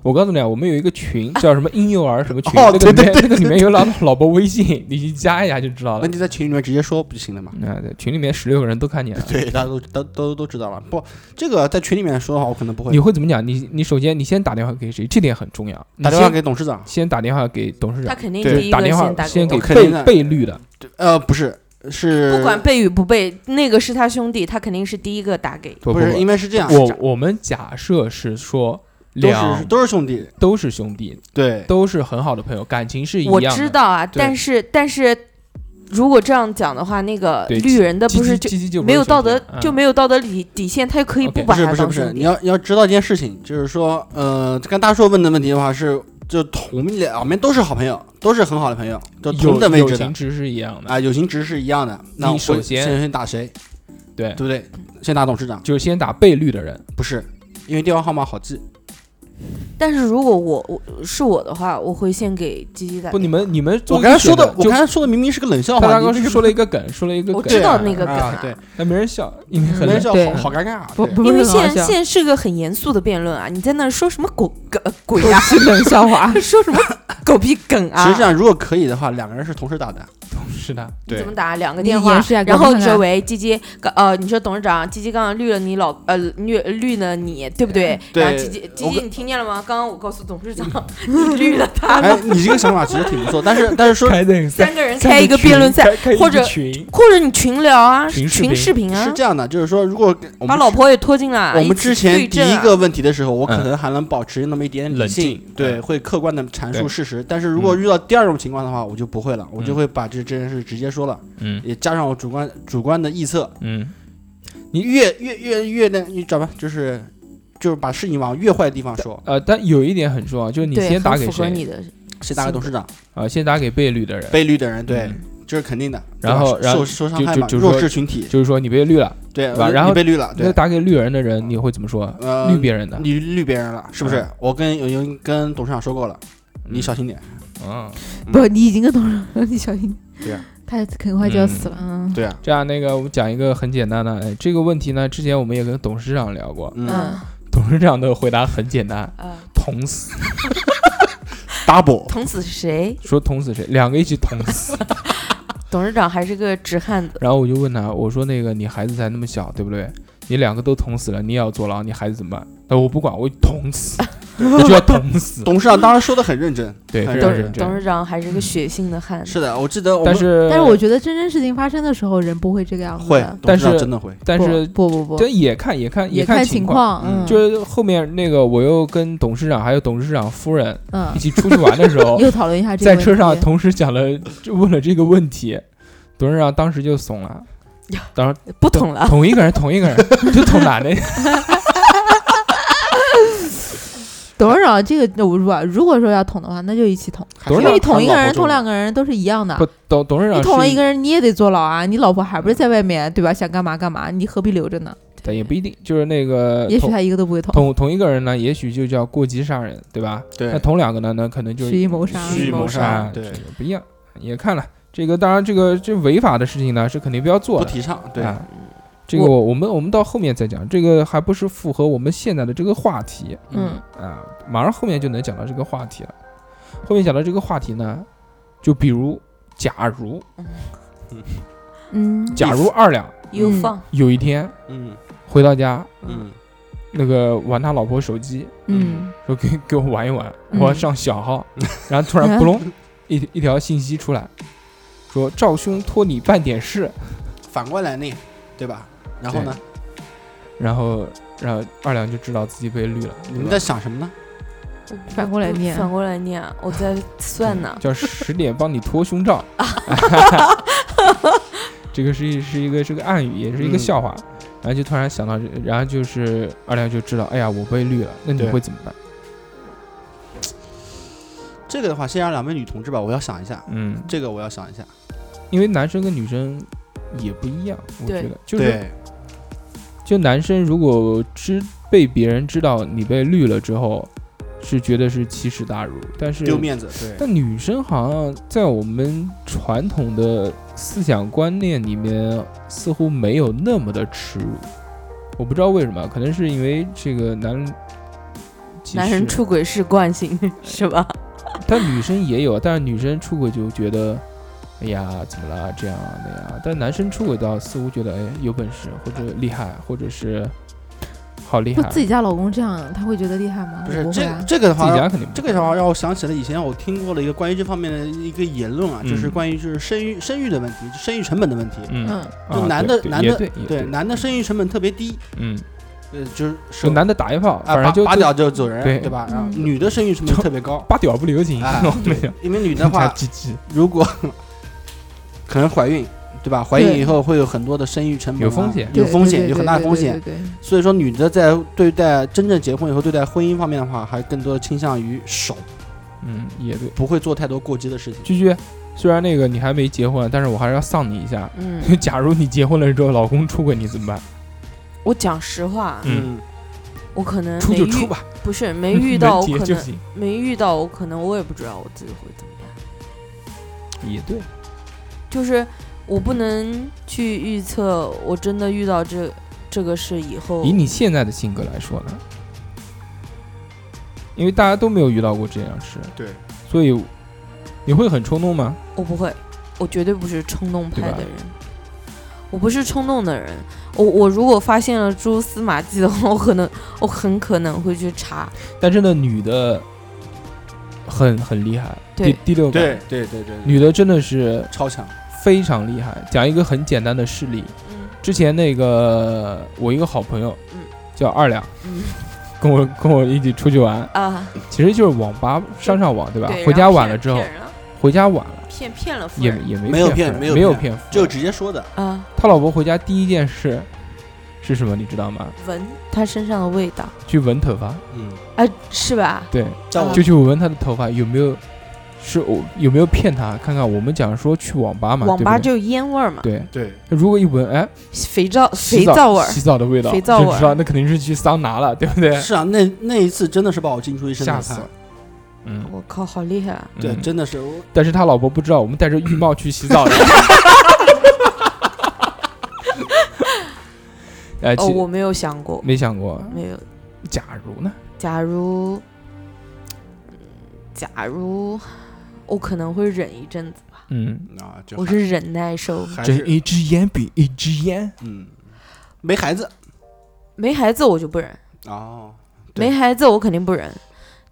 我告诉你啊，我们有一个群叫什么婴幼儿什么群，
哦
那个里
对对
面
对嗯
那个里面有老老婆微信，你去加一下就知道
那
了。
你在群里面直接说不就行了吗？
啊，对，群里面十六个人都看见了。
对，大家都都都都知道了。不，这个在群里面说的话，我可能不会
你。会怎么讲？你你首先你先打电话给谁？这点很重要。你
打电话
先
给董事长，
先打电话给董事
他
长，
肯定
对
第一
打
个
电话
打
先
给
给
我，
肯定
被
的
被绿的，
呃，不是，是
不管背与不背，那个是他兄弟，他肯定是第一个打给。
不
不
不
是，因为是这样，
我我们假设是说
都
两
是都是兄弟，
都是兄弟，
对，
都是很好的朋友，感情是一
我
样
知
的。
道啊，
对
但是但是，如果这样讲的话，那个
对
绿人的不是
鸡鸡鸡鸡就不
没有
是兄
道
弟
德
嗯
就没有道德底底线，他就可以不
OK，
把
不是
他
不是
当
不是，
兄
你
弟。
要你要知道一件事情，就是说，呃，刚大硕问的问题的话是，就同两边都是好朋友，都是很好的朋友，就同等位
嗯友友
置的
情值是一样的，
啊，友情值是一样的。那
你
我
首先哎
先先打谁，
对
对不对？先打董事长，
就是先打被绿的人，
不是，因为电话号码好记。
但是如果我我是我的话，我会先给鸡鸡打电话。
不，你们你们做
我刚才
医学
说的，我
就
刚才说的明明是个冷笑
大
话，
大
你
哥
这
是
个
说了一 个梗，说了一个
我
梗，
知道
对
那个梗
啊，对，
但没人笑，因为很
冷
冷
笑
对
好好尴尬啊。
不
对
不
因
是
为
很好
现
笑，
现在是个很严肃的辩论啊，你在那说什么狗梗鬼
狗
啊，，
屁冷笑话
说什么 狗屁梗啊？
实际上，如果可以的话，两个人是同时打的。
是的，
怎
对
么打两个
你
电话
演示一下，给
然
我
后
看
你
看
说喂，鸡鸡，刚呃，你说董事长，鸡鸡刚刚绿了你老呃绿绿了你，对不对？
对
然后鸡鸡鸡
我
鸡，你听见了吗？刚刚我告诉董事长， 你绿了他
哎
了。，
你这个想法其实挺不错，但 是但是说
开的
三个人开一个辩论赛，，
开
或者
群，
或者你群聊啊，
群
群
视频
视频
是
啊，
这样的，就是说，如果我
把
们
老婆也拖进来。
我们
一起
之前
对
第
阵
一
啊
个问题的时候，我可
嗯
能还能保持那么一点点
冷
理性
静，
对，
嗯
会客观的阐述
对
事实。但是如果遇到第二种情况的话，我就不会了，
嗯
我就会把这这件事直接说了，
嗯
也加上我主观主观的臆测。
嗯，
你越越越越那，你找吧，就是就是把事情往越坏的地方说，
呃，但有一点很重要，就是你
对
先打
很
给
符合你
谁
的
先打给董事长，
啊？先打给被绿的人，
被绿的人，对
嗯，
这是肯定的。
然
对吧
后然
受
后
受伤
就
害
就
嘛，
就
弱
说
势群体，
就是说你被绿了，
对
对吧然后
你被绿了，
那
对，
打给绿人的人，你会怎么说？
呃，
绿别人的，
你绿别人了，是不是
嗯？
我跟有有跟董事长说过了，你小心点。
嗯，
不，你已经跟董事长，你小心，
对呀，
他很快就要死了，嗯
对啊，
这样那个我们讲一个很简单的，哎，这个问题呢，之前我们也跟董事长聊过，
嗯
嗯
董事长的回答很简单，
啊，
捅死，
，double。
捅死谁？
说捅死谁，两个一起捅 死。
董事长还是个直汉子，
然后我就问他，我说那个你孩子才那么小，对不对？你两个都捅死了，你也要坐牢，你孩子怎么办？他说我不管，我 捅死，我就要捅死。
董事长当时说的很认真，
对，
董
非常
董
是
事
认
董
真。
事长还是个血性的汉子。
哎是的，我记得我们
但是，
但是我觉得真正事情发生的时候，人不会这个样子
会
的，，
董
但
事长
是
真的会，
但是
不不不不
这，也看也看
也
看
情
况。
况，
嗯
嗯，
就是后面那个，我又跟董事长还有董事长夫人
啊
嗯
一，起出去玩的时候，
又讨论一下这个
哦
问
在
题，
车上同时讲了，就问了这个问题，董事长当时就怂了，当时
不捅
啊嗯
了，
捅一个人，捅一个人， 就捅男 的。
董事长这个我说啊，如果说要捅的话，那就一起捅，
还是
董
因
事
要
为
看
你捅一
老
个
婆
人、捅
重
两个人都是一样的。
不，董董事长
你啊捅了
是
一个，人，你也得坐牢啊！你老婆还不是在外面，对吧？想干嘛干嘛，你何必留着呢？
但也不一定，就是那个
也许
捅
他一个都不会捅，
捅捅一个人呢，也许就叫过激杀人，对吧？
对
那捅两个呢，那可能就
蓄意谋杀，
蓄意谋杀，
杀，
对，
也不一样，也看了这个，当然这个这违法的事情呢，是肯定不要做
不
的，
提倡，对，
啊这个我我们我们到后面再讲，这个还不是符合我们现在的这个话题
嗯，
啊，马上后面就能讲到这个话题了。后面讲到这个话题呢，就比如假如
嗯，
假如二两
有
嗯
放，
有一天
嗯
回到家，
嗯
那个玩他老婆手机，
嗯
说给给我玩一玩，
嗯
我要上小号， 然后突然
啊
扑隆一一条信息出来，说赵兄托你办点事，
反过来念，对吧？然后呢？
然后然后二两就知道自己被绿了，
你
对
们
吧
在想什么呢？
反过来
我
念
反过来念，啊我在算呢。
嗯叫十点帮你脱 胸罩。这个是一是一个是个暗语，也是一个
嗯
笑话。然后就突然想到这，然后就是二亮就知道，哎呀，我被绿了，那你
对
会怎么办？
这个的话，先让两位女同志吧，我要想一下，
嗯，
这个我要想一下。
因为男生跟女生也不一样，我觉
对
得就是
对，
就男生如果知被别人知道你被绿了之后，是觉得是奇耻大辱，但是
丢面子，对，
但女生好像在我们传统的思想观念里面，似乎没有那么的耻辱。我不知道为什么，可能是因为这个男其
男人
实
出轨是惯性，是吧？
但女生也有，但是女生出轨就觉得，哎呀，怎么了这样啊那样啊。但男生出轨倒似乎觉得，哎，有本事或者厉害，或者是好厉
不
害。
自己家老公这样，他会觉得厉害吗？
不是
我会
这
啊
个这个的
自己
话，
家肯定不
这个的话让我想起了以前我听过的一个关于这方面的一个言论啊，
嗯
就是关于就是生育生育的问题，就生育成本的问题。
嗯，
嗯，
就
啊
男
对
的
对
男
也
的
对也
对，
对，
男的生育成本特别低，
嗯，
呃，就是
就
手
男的打一炮，
啊
反
拔
正就
拔
就
屌就走人，
对
对吧？
嗯
然后女的生育成本特别高，
八屌不留情，
哎
没有。
因为女的 话
鸡鸡
如果 可能怀孕，对吧？怀孕以后会有很多的生育成本啊，
有风险
有
对
风
对
险，
对
有很
对
大的
对
风
对
险。
对对
所以说，女的在对待真正结婚以后，对待婚姻方面的话，还更多的倾向于守，
嗯，也对。
不会做太多过激的事情。
居居，虽然那个你还没结婚，但是我还是要丧你一下。
嗯，
假如你结婚了之后，老公出轨，你怎么办？
我讲实话，
嗯，
我可能
出
没
就
遇
出吧，
不是 没遇到，我
能结
可
就
能
行。
没遇到，我可能我也不知道我自己会怎么办。
也对，
就是我不能去预测，我真的遇到这这个事以后
以，你现在的性格来说呢，因为大家都没有遇到过这样的事，
对，
所以你会很冲动吗？
我不会，我绝对不是冲动派
对吧
的人，我不是冲动的人。我我如果发现了蛛丝马迹的话，我可能我很可能会去查。
但真的女的很很厉害，
对
第第六感，
对对对，
女的真的是
超强。
非常厉害。讲一个很简单的事例，
嗯
之前那个我一个好朋友，
嗯
叫二两，
嗯
跟我跟我一起出去玩，
啊，
其实就是网吧上上网对吧？
对
回家
然后
晚
骗
了之后
骗，人了
回家晚了
骗骗了夫
也
人
也没
没有
骗
骗
夫人
没
没
有骗
骗夫人，
就直接说的，
啊，
他老婆回家第一件事是什么？你知道吗？
闻他身上的味道，
去闻头发，
嗯，
啊，是吧？
对，
在
嗯
我
就去闻他的头发有没有是我有没有骗他？看看我们讲说去网吧嘛，
网
对不
吧
对
就有烟味儿嘛，
对。
对
如果一闻，哎，
肥皂
洗
肥
澡
皂味儿，
洗澡的味道，
肥皂味
就
儿
知道那肯定是去桑拿了，对不对？
是啊，那那一次真的是把我惊出一身
吓
冷
死
汗
了。。嗯，
我靠，好厉害啊！
对，
嗯
真的是我
但是他老婆不知道，我们戴着浴帽去洗澡的。 哎，
哦，
其
我没有想过，
没想过，
没有。
假如呢？
假如，嗯假如我可能会忍一阵子，
嗯，
啊，就
我
还
是忍耐受。
还
睁
是
一只眼闭一只眼。
嗯，没孩子
没孩子我就不忍，
哦，对
没孩子我肯定不忍，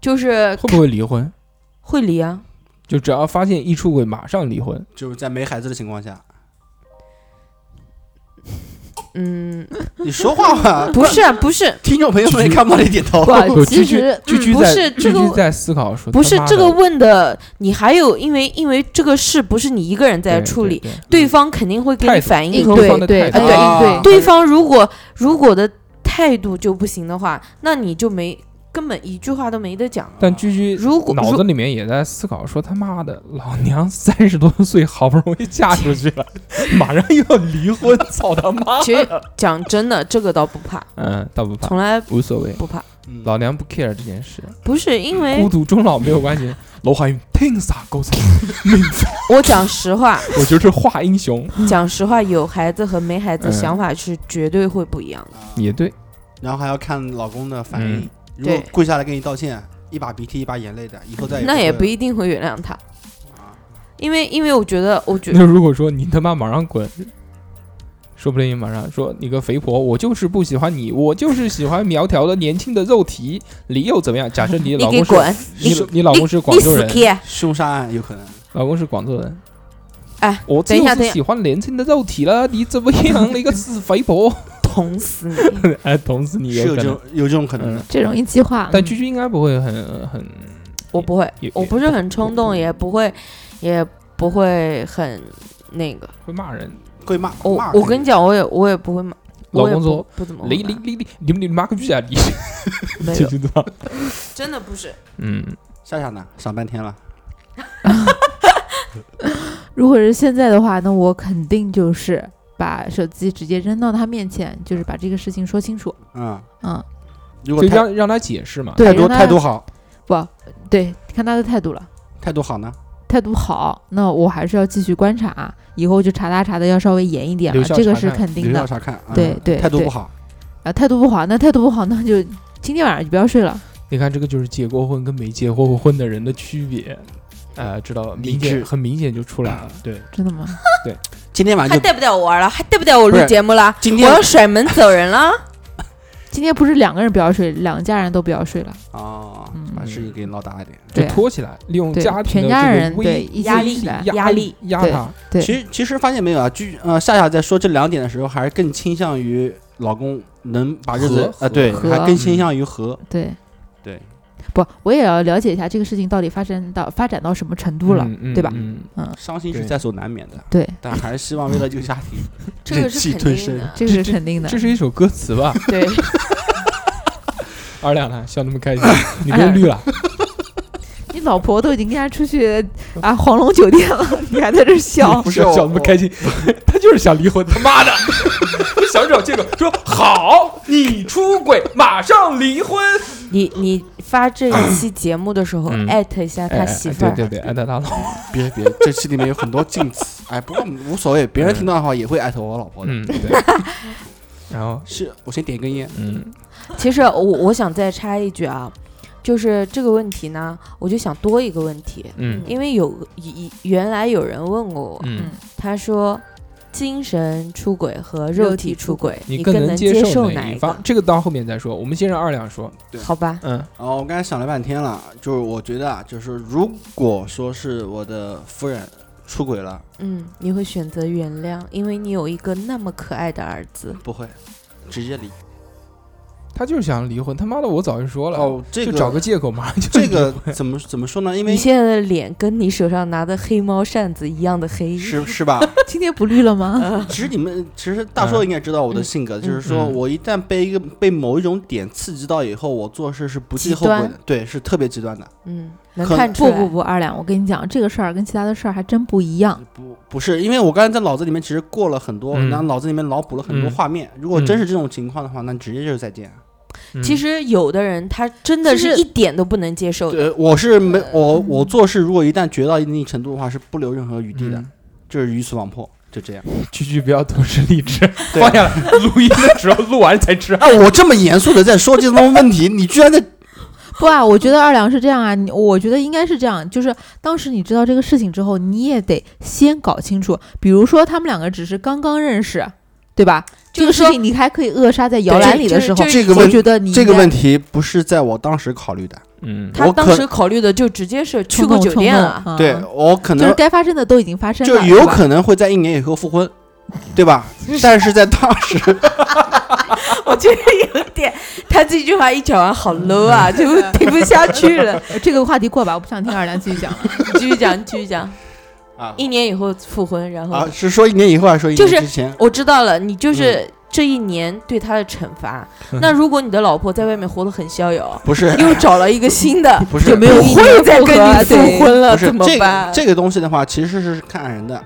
就是
会不会离婚？
会离啊。
就只要发现一出轨，马上离婚。
就是在没孩子的情况 下，
嗯，，
你说话吧
不是啊不是
听众朋友们也看不到你点头。
呃
不，
不
其
继续
实
居
嗯
居
不
在
是
居
这个
居在思考说，
不是
他妈
这
的
个问的，你还有因为因为这个事不是你一个人在
对
处理，
对对嗯
对方肯定会给
态
你
度
反应
应
和
对
回
方的
对
态
度
对
啊
对
对方如果如果的态度就不行的话，那你就没根本一句话都没得讲。啊
但居居
如果
脑
如
子里面也在思考说，他妈的，老娘三十多岁好不容易嫁出去了，马上又要离婚，操他妈！
其实讲真的，这个倒不怕，
嗯，倒不怕，
从来
无所谓，
不怕。
嗯
老娘不 care 这件事，
不是因为
孤独终老没有关系。楼海云听啥歌词？
我讲实话，
我就是画英雄，
讲实话，有孩子和没孩子
嗯
想法是绝对会不一样的。
也对，
啊然后还要看老公的反
嗯
应，如果
对
跪下来跟你道歉，一把鼻涕一把眼泪的，以后再
那也
会
不一定会原谅他，因为因为我觉得，我觉
那如果说你他妈马上滚，说不定马上说你个肥婆，我就是不喜欢你，我就是喜欢苗条的年轻的肉体，你又怎么样？假设你
你
老
给
公是
滚，
你
你
你老公是广
你
州
死
人，
开！
凶杀案有可能。
老公是广州人。
哎，
我
等一下
就是
等一下
喜欢年轻的肉体了，你怎么样？你个死肥婆！
捅死你！
哎，捅死你也
是有
有
这
可能
种。有这种可能的
嗯。
这容易激化。
但居居应该不会很很，
我不会
也，
我不是很冲动，也不会，也不会很那个。
会骂人。
会骂
我
骂
哦我
肯
跟
定
你讲，我也我也不会骂。
老
我也
公
不
说
不怎么会
你
骂
你你你你们你妈个逼啊！你
没
就
有，
知道。
真的不是。
嗯，
夏夏呢，想半天了，
如果是现在的话，那我肯定就是把手机直接扔到他面前，就是把这个事情说清楚。
嗯，
嗯，
如果
就
态
让让他解释嘛。
对，
态度
让他
态度好，
不对，看他的态度了。
态度好呢，
态度好，那我还是要继续观察，以后就查他查的要稍微严一点了，
留校
这个
查
是
看
肯定
留
的
校。查看，啊
对对
态度
对
不好，
啊，态度不好，那态度不好，那就今天晚上就不要睡了。
你看，这个就是结过婚跟没结过婚的人的区别。啊，知道
理
明显
智
很明显就出来了。对，
真的吗？
今天晚
还
上就
带不带我玩了？还带不带我
不
录
是
节目了？
今
我
天
要甩门走人了。
今天不是两个人不要睡，两家人都不要睡了。
哦
嗯，
把事情给闹大一点。
就
对啊
拖起来，利用
对
家庭
全
的
家
这
人
个威
对一起
压
威
力
来
压力
压
对
他。
对
其实其实发现没有啊，居呃夏夏在说这两点的时候，还是更倾向于老公能把日子
和
啊，对，
和嗯
还更倾向于和。
对
对，
不，我也要了解一下这个事情到底发生到发展到什么程度了。
嗯嗯
对吧
嗯
伤心是
对
在所难免的，
对，
但还是希望为了这个家庭，
这个
忍
是
气
肯
吞
定
声
的。
这个是肯定的
这。是一首歌词吧？
对，
二两呢，笑那么开心，你被绿了。
你老婆都已经跟他出去啊黄龙酒店了，你还在这儿笑？
不是
笑
我
那么开心， 他就是想离婚，他妈的， 就想找借口说好，你出轨，马上离婚。
你你发这一 期节目的时候
嗯，
艾特一下他
哎
媳妇儿。
对对对，艾特他老婆。
别别，这期里面有很多禁词，哎，不过无所谓，别人听到的话也会艾特我老婆的。
嗯，对。 然后，
是我先点一根烟，
嗯，
其实我我想再插一句啊，就是这个问题呢，我就想多一个问题，
嗯
因为有以原来有人问过我，
嗯，
他说精神出轨和肉体出轨，
你
更
更
能
能接
受
哪
一
方？？这个到后面再说。我们先让二两说。
好吧，
嗯
然哦后我刚才想了半天了，就是我觉得啊，就是如果说是我的夫人出轨了，
嗯，你会选择原谅，因为你有一个那么可爱的儿子。
不会直接离。
他就是想离婚，他妈的，我早就说了，
哦，这
就
个
找个借口，马上就
这个怎么怎么说呢？因
你
为
现在的脸跟你手上拿的黑猫扇子一样的黑，
是是吧？
今天不绿了吗？
其实你们，其实大硕应该知道我的性格，就是说
嗯
我一旦被一个被某一种点刺激到以后，我做事是不计后
极
果的
端，
对，是特别极端的。
嗯，能
可
看出
不
来。
不不，二两，我跟你讲，这个事儿跟其他的事儿还真不一样。
不不是，因为我刚才在脑子里面其实过了很多，
嗯
然后脑子里面脑补了很多
嗯
画面。如果真是这种情况的话，那直接就是再见。
嗯
其实有的人他真的
就是是
一点都不能接受的，
对，呃我是没我我做事，如果一旦觉到一定程度的话，是不留任何余地的，
嗯
就是鱼死网破，就这样。
句句不要同时励志，
对
放下来录音的时候录完才吃。
哎，我这么严肃的在说这种问题，你居然在
不啊，我觉得二两是这样啊，你我觉得应该是这样，就是当时你知道这个事情之后，你也得先搞清楚，比如说他们两个只是刚刚认识，对吧？这
就
个
是
事
说
情你还可以扼杀在摇篮里的时候
就，是
这个
我
问
觉得你
这个问
题
题不是在我当时考虑的，
嗯
他
我
当
可
时考虑的就直接是去过酒店了，
啊、
对我可
就
能
是该发生的都已经发生
就
了，
有
是吧
可能会在一年以后复婚，对吧？但是在当时，
我觉得有点，他这句话一讲完好 low 啊，就听不下去了。
这个话题过吧，我不想听二两继续讲了。
你继续讲，你继续讲。
啊
一年以后复婚，然后、
啊，是说一年以后还是说一
就
年之
是
前？嗯
我知道了，你就是、这一年对他的惩 罚。那如果你的老婆在外面活得很逍遥，
不是
又找了一个新的，
不是
有没有一
会
年
再
不
跟
和
你复
对
婚了，
不是
怎么
这个
办？
这个东西的话，其实是看人的，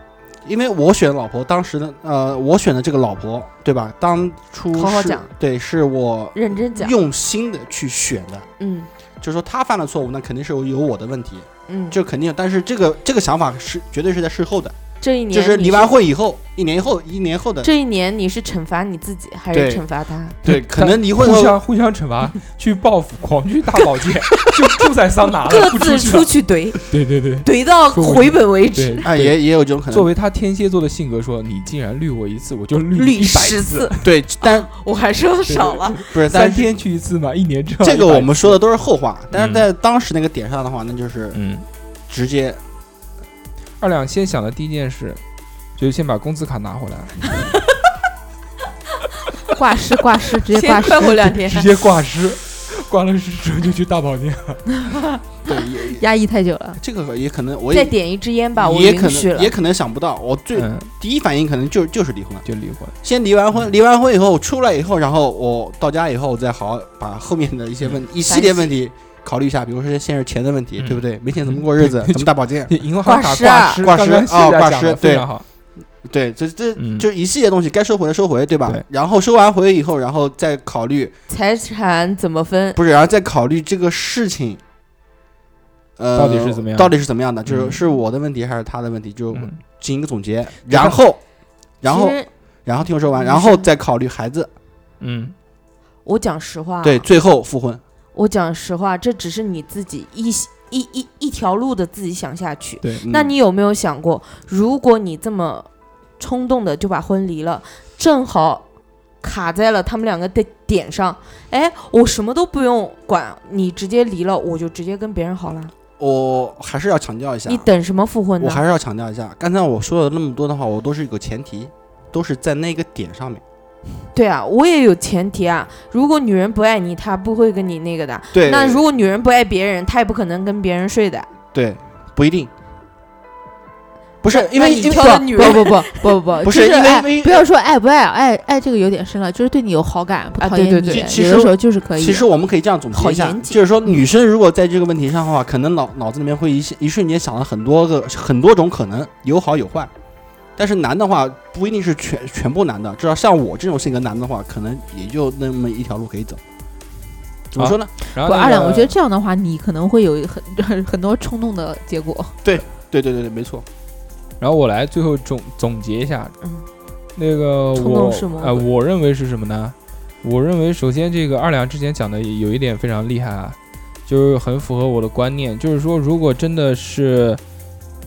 因为我选老婆，当时的呃，我选的这个老婆，对吧？当初
好好
是
讲
对，是我
认真讲，
用心的去选的，
嗯
就是说她犯了错误，那肯定是有有我的问题，
嗯，
这肯定。但是这个这个想法是绝对是在事后的，
这一年
就是
你
离完婚以后，一年以后，一年后的，
这一年你是惩罚你自己还是
对
惩罚他？
对，可能离婚
互
后，
相互相惩罚，去报复，狂去大保健，就住在桑拿
各
啊了，不出
自
去
出。
了
去怼，
对对对
怼到
出去
回本为止
对，，
哎，
对
也也有这种可
作
能。
为他天蝎座的性格说，你竟然绿我一次，我就 绿
捋
一百
十次，
对，但
我还说少了。
不是
三
但是
天去一次嘛，一年之后
这个
100
我们说的都是后话，但是
嗯
在当时那个点上的话，那就是
嗯，
直 接
二两先想的第一件事就是先把工资卡拿回来，
挂失挂失，直接挂
先
失。
快活 两天，
直接挂失，挂了失之后就去大保健。
对也。也
压抑太久了，
这个也可能，我
再
也
点一支烟吧，我
也可
允许
能
了
也。可能想不到，我最、
嗯，
第一反应可能就就是离婚了。
就离婚。
先离完婚，离完婚以后出来以后，然后我到家以后，我再好好把后面的一些问、一系列问题考虑一下，比如说先是钱的问题，
嗯
对不对？没钱怎么过日子？
嗯
怎么大保 健？
银行卡
挂失啊
失，
挂
刚
失
刚谢
哦
谢
挂
讲
失
得非
对
常好。
对，这这、
嗯
就是一系列东西，该收回的收回，对吧？
对
然后收完回以后，然后再考虑，
财产怎么分？
不是，然后再考虑这个事情。呃，
到底是怎么样
到底是怎么样的？就是
嗯
是我的问题还是他的问题？就
嗯
进行一个总结，然后，然后
其，实
然后听我说完，
嗯
然后再考虑孩子，
嗯，
我讲实话，啊
对，，最后复婚。
我讲实话，这只是你自己一一一一条路的自己想下去。
对，
那
嗯
你有没有想过，如果你这么冲动的就把婚离了，正好卡在了他们两个的点上，哎，我什么都不用管，你直接离了，我就直接跟别人好了，
我还是要强调一下
你，等什么复婚
我
呢？
还是要强调一下，刚才我说的那么多的话，我都是有个前提，都是在那个点上面。
对啊，我也有前提啊，如果女人不爱你，她不会跟你那个的。
对
那如果女人不爱别人，她也不可能跟别人睡的。
对不一定，不是因
那
为
你
因为
挑的女
不
人
不不不不不，
不
就是
因为
爱
因为
不要说爱不爱啊，爱爱这个有点深了，就是对你有好感，不
啊
讨
对
厌你，
对对
其
有的
实
时候就是可以。
其实我们可以这样总结一
好
下，
严谨
就是说女生如果在这个问题上的话，可能脑脑子里面会一一瞬间想了很多个很多种可能，有好有坏。但是男的话不一定是全全部男的，至少像我这种性格男的话，可能也就那么一条路可以走。怎么说呢？
然
不
后那
二两，
个
我觉得这样的话，你可能会有很很 很多冲动的结果。
对对对对，没错。
然后我来最后总总结一下，
嗯
那个
冲
我
动是魔
呃，
鬼
我认为是什么呢？我认为首先这个二两之前讲的也有一点非常厉害啊，就是很符合我的观念，就是说如果真的是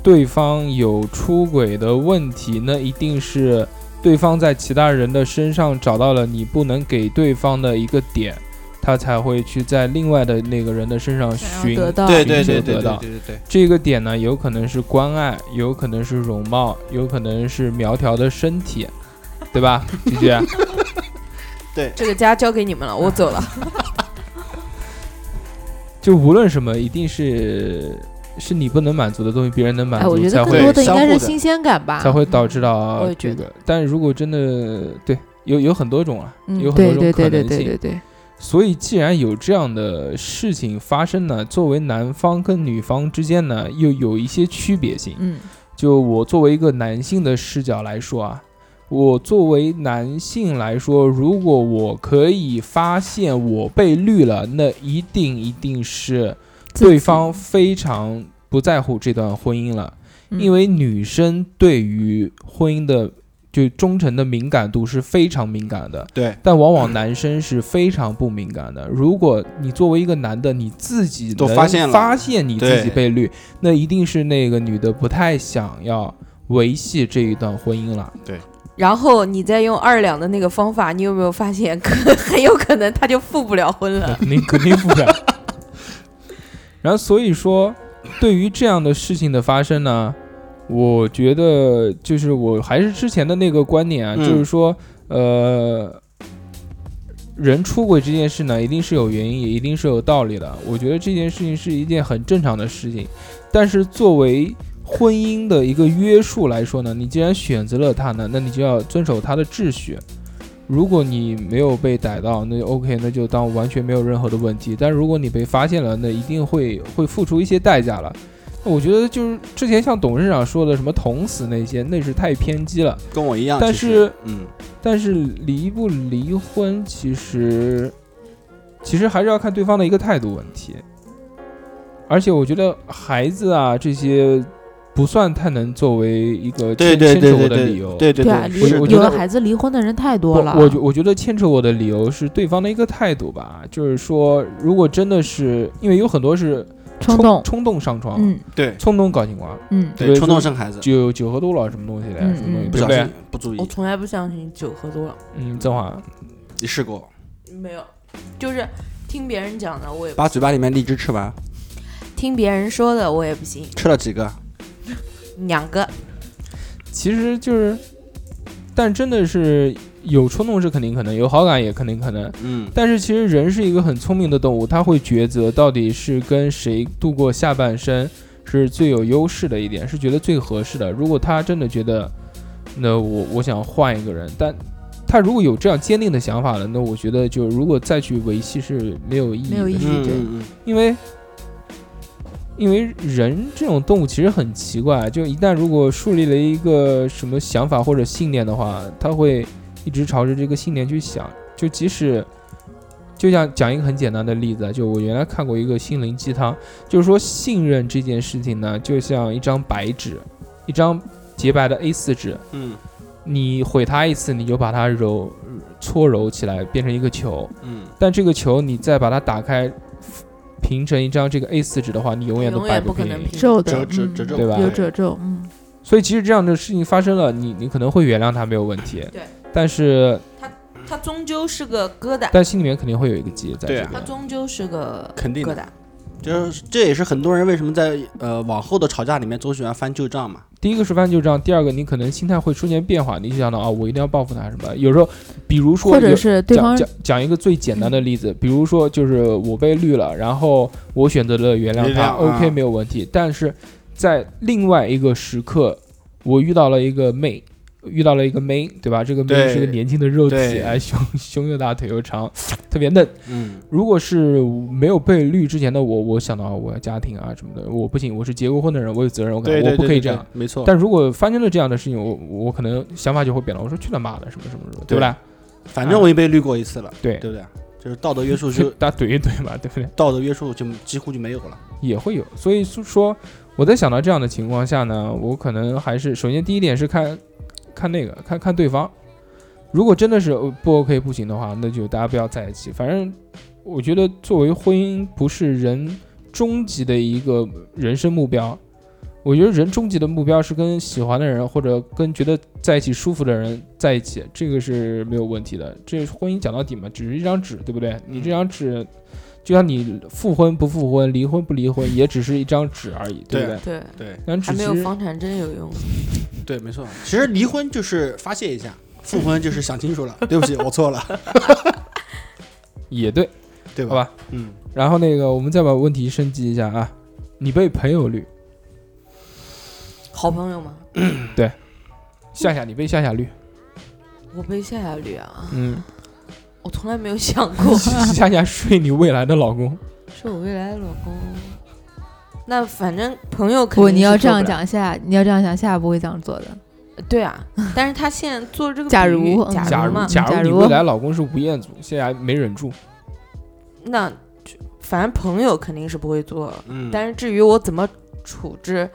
对方有出轨的问题，那一定是对方在其他人的身上找到了你不能给对方的一个点，他才会去在另外的那个人的身上
想
寻
啊要得到
对
对
对
对
对对
对
对
对对
对
对
对对。
这个点呢，有可能是关爱，有可能是容貌，有可能是苗条的身体， 对吧？菊菊，
这个家交给你们了，我走 了。
就无论什么，一定是是你不能满足的东西，别人能满
哎，
足，
我觉得
才
更多
会
的应
相
该
互的
是新鲜感吧。
才会导致到
我也
这
觉
个。但如果真的对，有有很多种啊，
嗯，
有很
对
多种
对
可
对对
能
对
性
对。对，
所以，既然有这样的事情发生呢，作为男方跟女方之间呢，又有一些区别性。
嗯，
就我作为一个男性的视角来说啊，我作为男性来说，如果我可以发现我被绿了，那一定一定是
自
对
己
方非常不在乎这段婚姻了，
嗯
因为女生对于婚姻的就忠诚的敏感度是非常敏感的。
对，
但往往男生是非常不敏感的。如果你作为一个男的，你自己
都
能
发现了
发现你自
对
己被绿，那一定是那个女的不太想要维系这一段婚姻了。
然后你再用二两的那个方法，你有没有发现，可 很有可能他就复不了婚了？
肯定肯定不敢。然后所以说，对于这样的事情的发生呢，我觉得就是我还是之前的那个观点啊，
嗯
就是说，呃，人出轨这件事呢，一定是有原因，也一定是有道理的。我觉得这件事情是一件很正常的事情，但是作为婚姻的一个约束来说呢，你既然选择了它呢，那你就要遵守它的秩序。如果你没有被逮到，那就 OK，那就当完全没有任何的问题。但如果你被发现了，那一定会会付出一些代价了。我觉得就是之前像董事长说的什么捅死那些，那是太偏激了。
跟我一样。
但
其
是
实，嗯，
但是离不离婚，其实其实还是要看对方的一个态度问题。而且我觉得孩子啊这些不算太能作为一个
对
牵
对
牵
对
扯我
对
的
对
理由。
对对
对啊，
我我
离
觉
有
得
了孩子离婚的人太
不
多了。
我觉我觉得牵扯我的理由是对方的一个态度吧，就是说，如果真的是因为有很多是
冲动，
冲动上床，
嗯
对
冲动搞情况，
嗯，
对
对，冲动生孩子，
酒酒喝多了什么东西的，
嗯
什么东西，
嗯
不
对
小
不对
心？不注
我
意，
从来不相信酒喝多了，
嗯，曾华，
你试过
嗯没有，就是听别人讲的，我也
把嘴巴里面荔枝吃完，
听别人说的，我也不信。
吃了几个？
两个，
其实就是，但真的是有冲动是肯定可能，有好感也肯定可能，
嗯，
但是其实人是一个很聪明的动物，他会抉择到底是跟谁度过下半生是最有优势的一点，是觉得最合适的。如果他真的觉得，那我我想换一个人，但他如果有这样坚定的想法了，那我觉得就如果再去维系是没有意义的，
没有意义
嗯
对
嗯嗯，
因为。因为人这种动物其实很奇怪，啊就一旦如果树立了一个什么想法或者信念的话，他会一直朝着这个信念去想。就即使，就像讲一个很简单的例子啊，就我原来看过一个心灵鸡汤，就是说信任这件事情呢，就像一张白纸，一张洁白的 A4 纸，
嗯
你毁它一次，你就把它揉搓揉起来，变成一个球。
嗯，
但这个球你再把它打开，平成一张这个 A4 纸的话，你永远都
永
摆
远不可
平。
能平。
皱
褶
的
褶
嗯
褶皱
对吧
有褶皱，嗯，
所以其实这样的事情发生了，你你可能会原谅他没有问题，
对，
但是
它终究是个疙瘩，
但心里面肯定会有一个结在这
对
边
啊。
它终究是个
肯定
疙
的
瘩。
就是这也是很多人为什么在呃往后的吵架里面总喜欢翻旧账嘛。
第一个是翻旧账，第二个你可能心态会出现变化，你就想到啊、我一定要报复他什么。有时候，比如说
或者
有
是对
讲
方嗯
讲讲一个最简单的例子，比如说就是我被绿了，然后我选择了原谅
原
他
谅
，OK
啊
没有问题。但是在另外一个时刻，我遇到了一个妹，遇到了一个妹，对吧？这个妹
对
是个年轻的肉体，
对
哎，胸胸又大腿又长，特别嫩。
嗯，
如果是没有被绿之前的我，我想到我要家庭啊什么的，我不行，我是结过婚的人，我有责任，我感
对对
我不可以这样。，
没错。
但如果发生了这样的事情，我我可能想法就会变了。我说去他妈的，什么什么什么，对不对？
反正我也被绿过一次了，
对
对不对？就是道德约束就
大家怼一怼嘛，对不对？
道德约束就几乎就没有了。
也会有。所以说说我在想到这样的情况下呢，我可能还是首先第一点是看看那个看看对方，如果真的是呃不 OK 不行的话，那就大家不要在一起。反正我觉得作为婚姻不是人终极的一个人生目标。我觉得人终极的目标是跟喜欢的人或者跟觉得在一起舒服的人在一起，这个是没有问题的。这婚姻讲到底嘛，只是一张纸，对不对？你这张纸，就像你复婚不复婚、离婚不离婚，也只是一张纸而已，对不
对
对？
对，
对
但
还
纸
没
其
有
实
房产证有用。
对，没错。其实离婚就是发泄一下，复婚就是想清 楚了，对不起，我错了，
也对，
对
好吧？
嗯，
然后那个，我们再把问题升级一下啊，你被朋友绿，
好朋友吗？
夏夏，你被夏夏绿，
我被夏夏绿啊，
嗯，
我从来没有想 过
夏夏睡你未来的老公，
是我未来的老公。那反正朋友肯定
不，
是
你要
做
这样
不了，
讲下，你要这样想下不会这样做的。
对啊。但是他现在做这个比喻，
假如嗯
假
假
如
如
嘛，
假
假
如你
如
未来老公是吴彦祖，夏夏没忍住，
那就反正朋友肯定是不会做。
嗯，
但是至于我怎么处置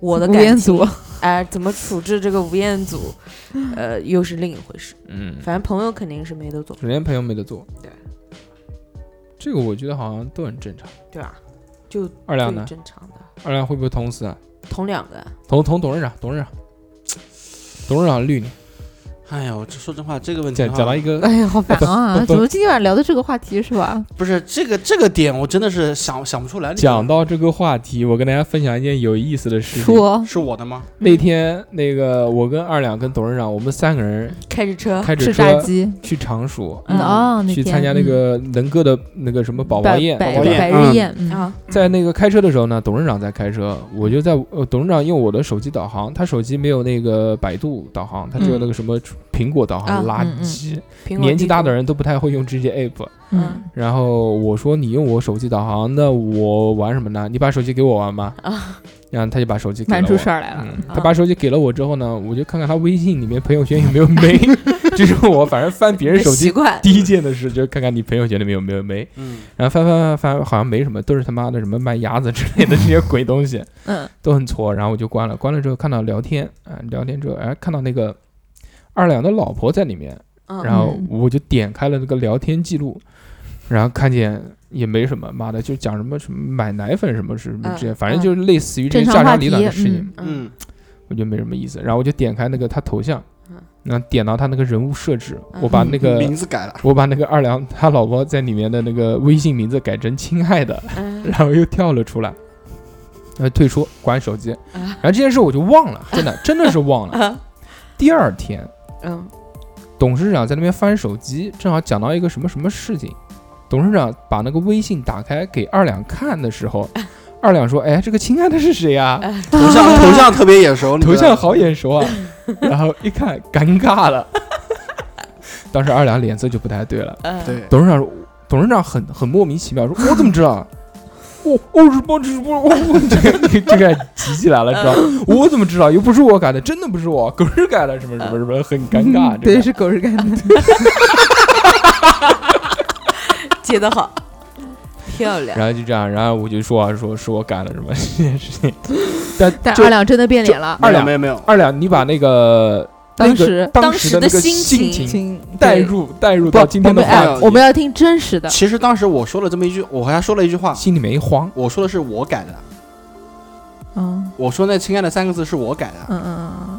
我的
吴
感
彦
情
祖，
哎，怎么处置这个吴彦 祖，呃，又是另一回事。
嗯，
反正朋友肯定是没得做，
首先朋友没得做，
对，
这个我觉得好像都很正常。
对
啊
吧？就最
二亮呢？
正常的，
二亮会不会捅死啊？
捅两个，
捅捅啊董事长，董事长，董事长啊绿你。
哎呀，我这说真话，这个问题
讲
的话
讲到一个，
哎呀，好烦
不
啊！
不
怎么今天晚上聊的这个话题是吧？
不是这个这个点，我真的是想想不出来。
讲到这个话题，我跟大家分享一件有意思的事情。
说
是我的吗？
那天那个我跟二两跟董事长，我们三个人
开着车，
开着
啊吃炸
车
鸡，
去常熟，
嗯哦，那
去
天
参加那个能哥的那个什么
嗯
宝宝
百
宴，
百
对吧
宴
百
嗯
日宴，嗯，
啊，
在那个开车的时候呢，董事长在开车，我就在呃，董事长用我的手机导航，他手机没有那个百度导航，他只有那个什么苹果导航
啊
垃
嗯嗯
圾，
苹果
年纪
地
大
图
的，人都不太会用这些 app。
嗯，
嗯
然后我说你用我手机导航，那我玩什么呢？你把手机给我玩吧。
啊，
然后他就把手机给
瞒
了
出
我
事。儿啊来了。
嗯，他把手机给了我之后呢，我就看看他微信里面朋友圈有没有没， 这是我反正翻别人手
哎习
机
惯
第一件的事，就是看看你朋友圈里面有没有没。
嗯，
然后翻翻翻翻，好像没什么，都是他妈的什么卖鸭子之类的这些鬼东西，
嗯，
都很挫。然后我就关了，关了之后看到聊天啊、聊天之后哎，看到那个二两的老婆在里面，
嗯
然后我就点开了那个聊天记录，
嗯
然后看见也没什么，妈的就讲什么什么买奶粉什么是什么这些，
嗯
反正就是类似于这
正
些
常
家
话
长
题
里短的事情，
嗯
嗯
我觉得没什么意思。然后我就点开那个他头像
嗯，
然后点到他那个人物设置，
嗯
我把那个
名字改了，
我把那个二良他老婆在里面的那个微信名字改成亲 爱的，
嗯
然后又跳了出来，然后退出关手机，
啊
然后这件事我就忘了，真的真的是忘了。
啊
第二天，
嗯
董事长在那边翻手机，正好讲到一个什么什么事情，董事长把那个微信打开给二两看的时候，二两说：“哎，这个亲爱的是谁呀、
哎
头像头像特别眼熟，你知道
头像
吗
好眼熟啊！”然后一看，尴尬了。 当时二两脸色就不太对了。
嗯
对，
董事长说，董事长很很莫名其妙，说：“我怎么知道啊？我我是哦帮直播，我 我这个这个急起来了，知道吗？我怎么知道？又不是我改的，真的不是我，狗日改的，什么什么什么，很尴尬。这
对，
个
是狗日干的。
接的好，漂亮，
然后就这样，然后我就说啊，说是我改了什么 这件事情，但
但
就
二两真的变脸了，
没
二
有
两
没有没有，
二两，你把那个
当
那个
时
当
当
时
时
的
的
那个
心
心
情
请
带
对
入带入
不
到今天的
我们哎
话
话题
我们要听真实的。
其实当时我说了这么一句，我和他说了一句话
题，，心里面一慌，
我说的是我改的，
嗯
我说那“亲爱的”三个字是我改的，
嗯嗯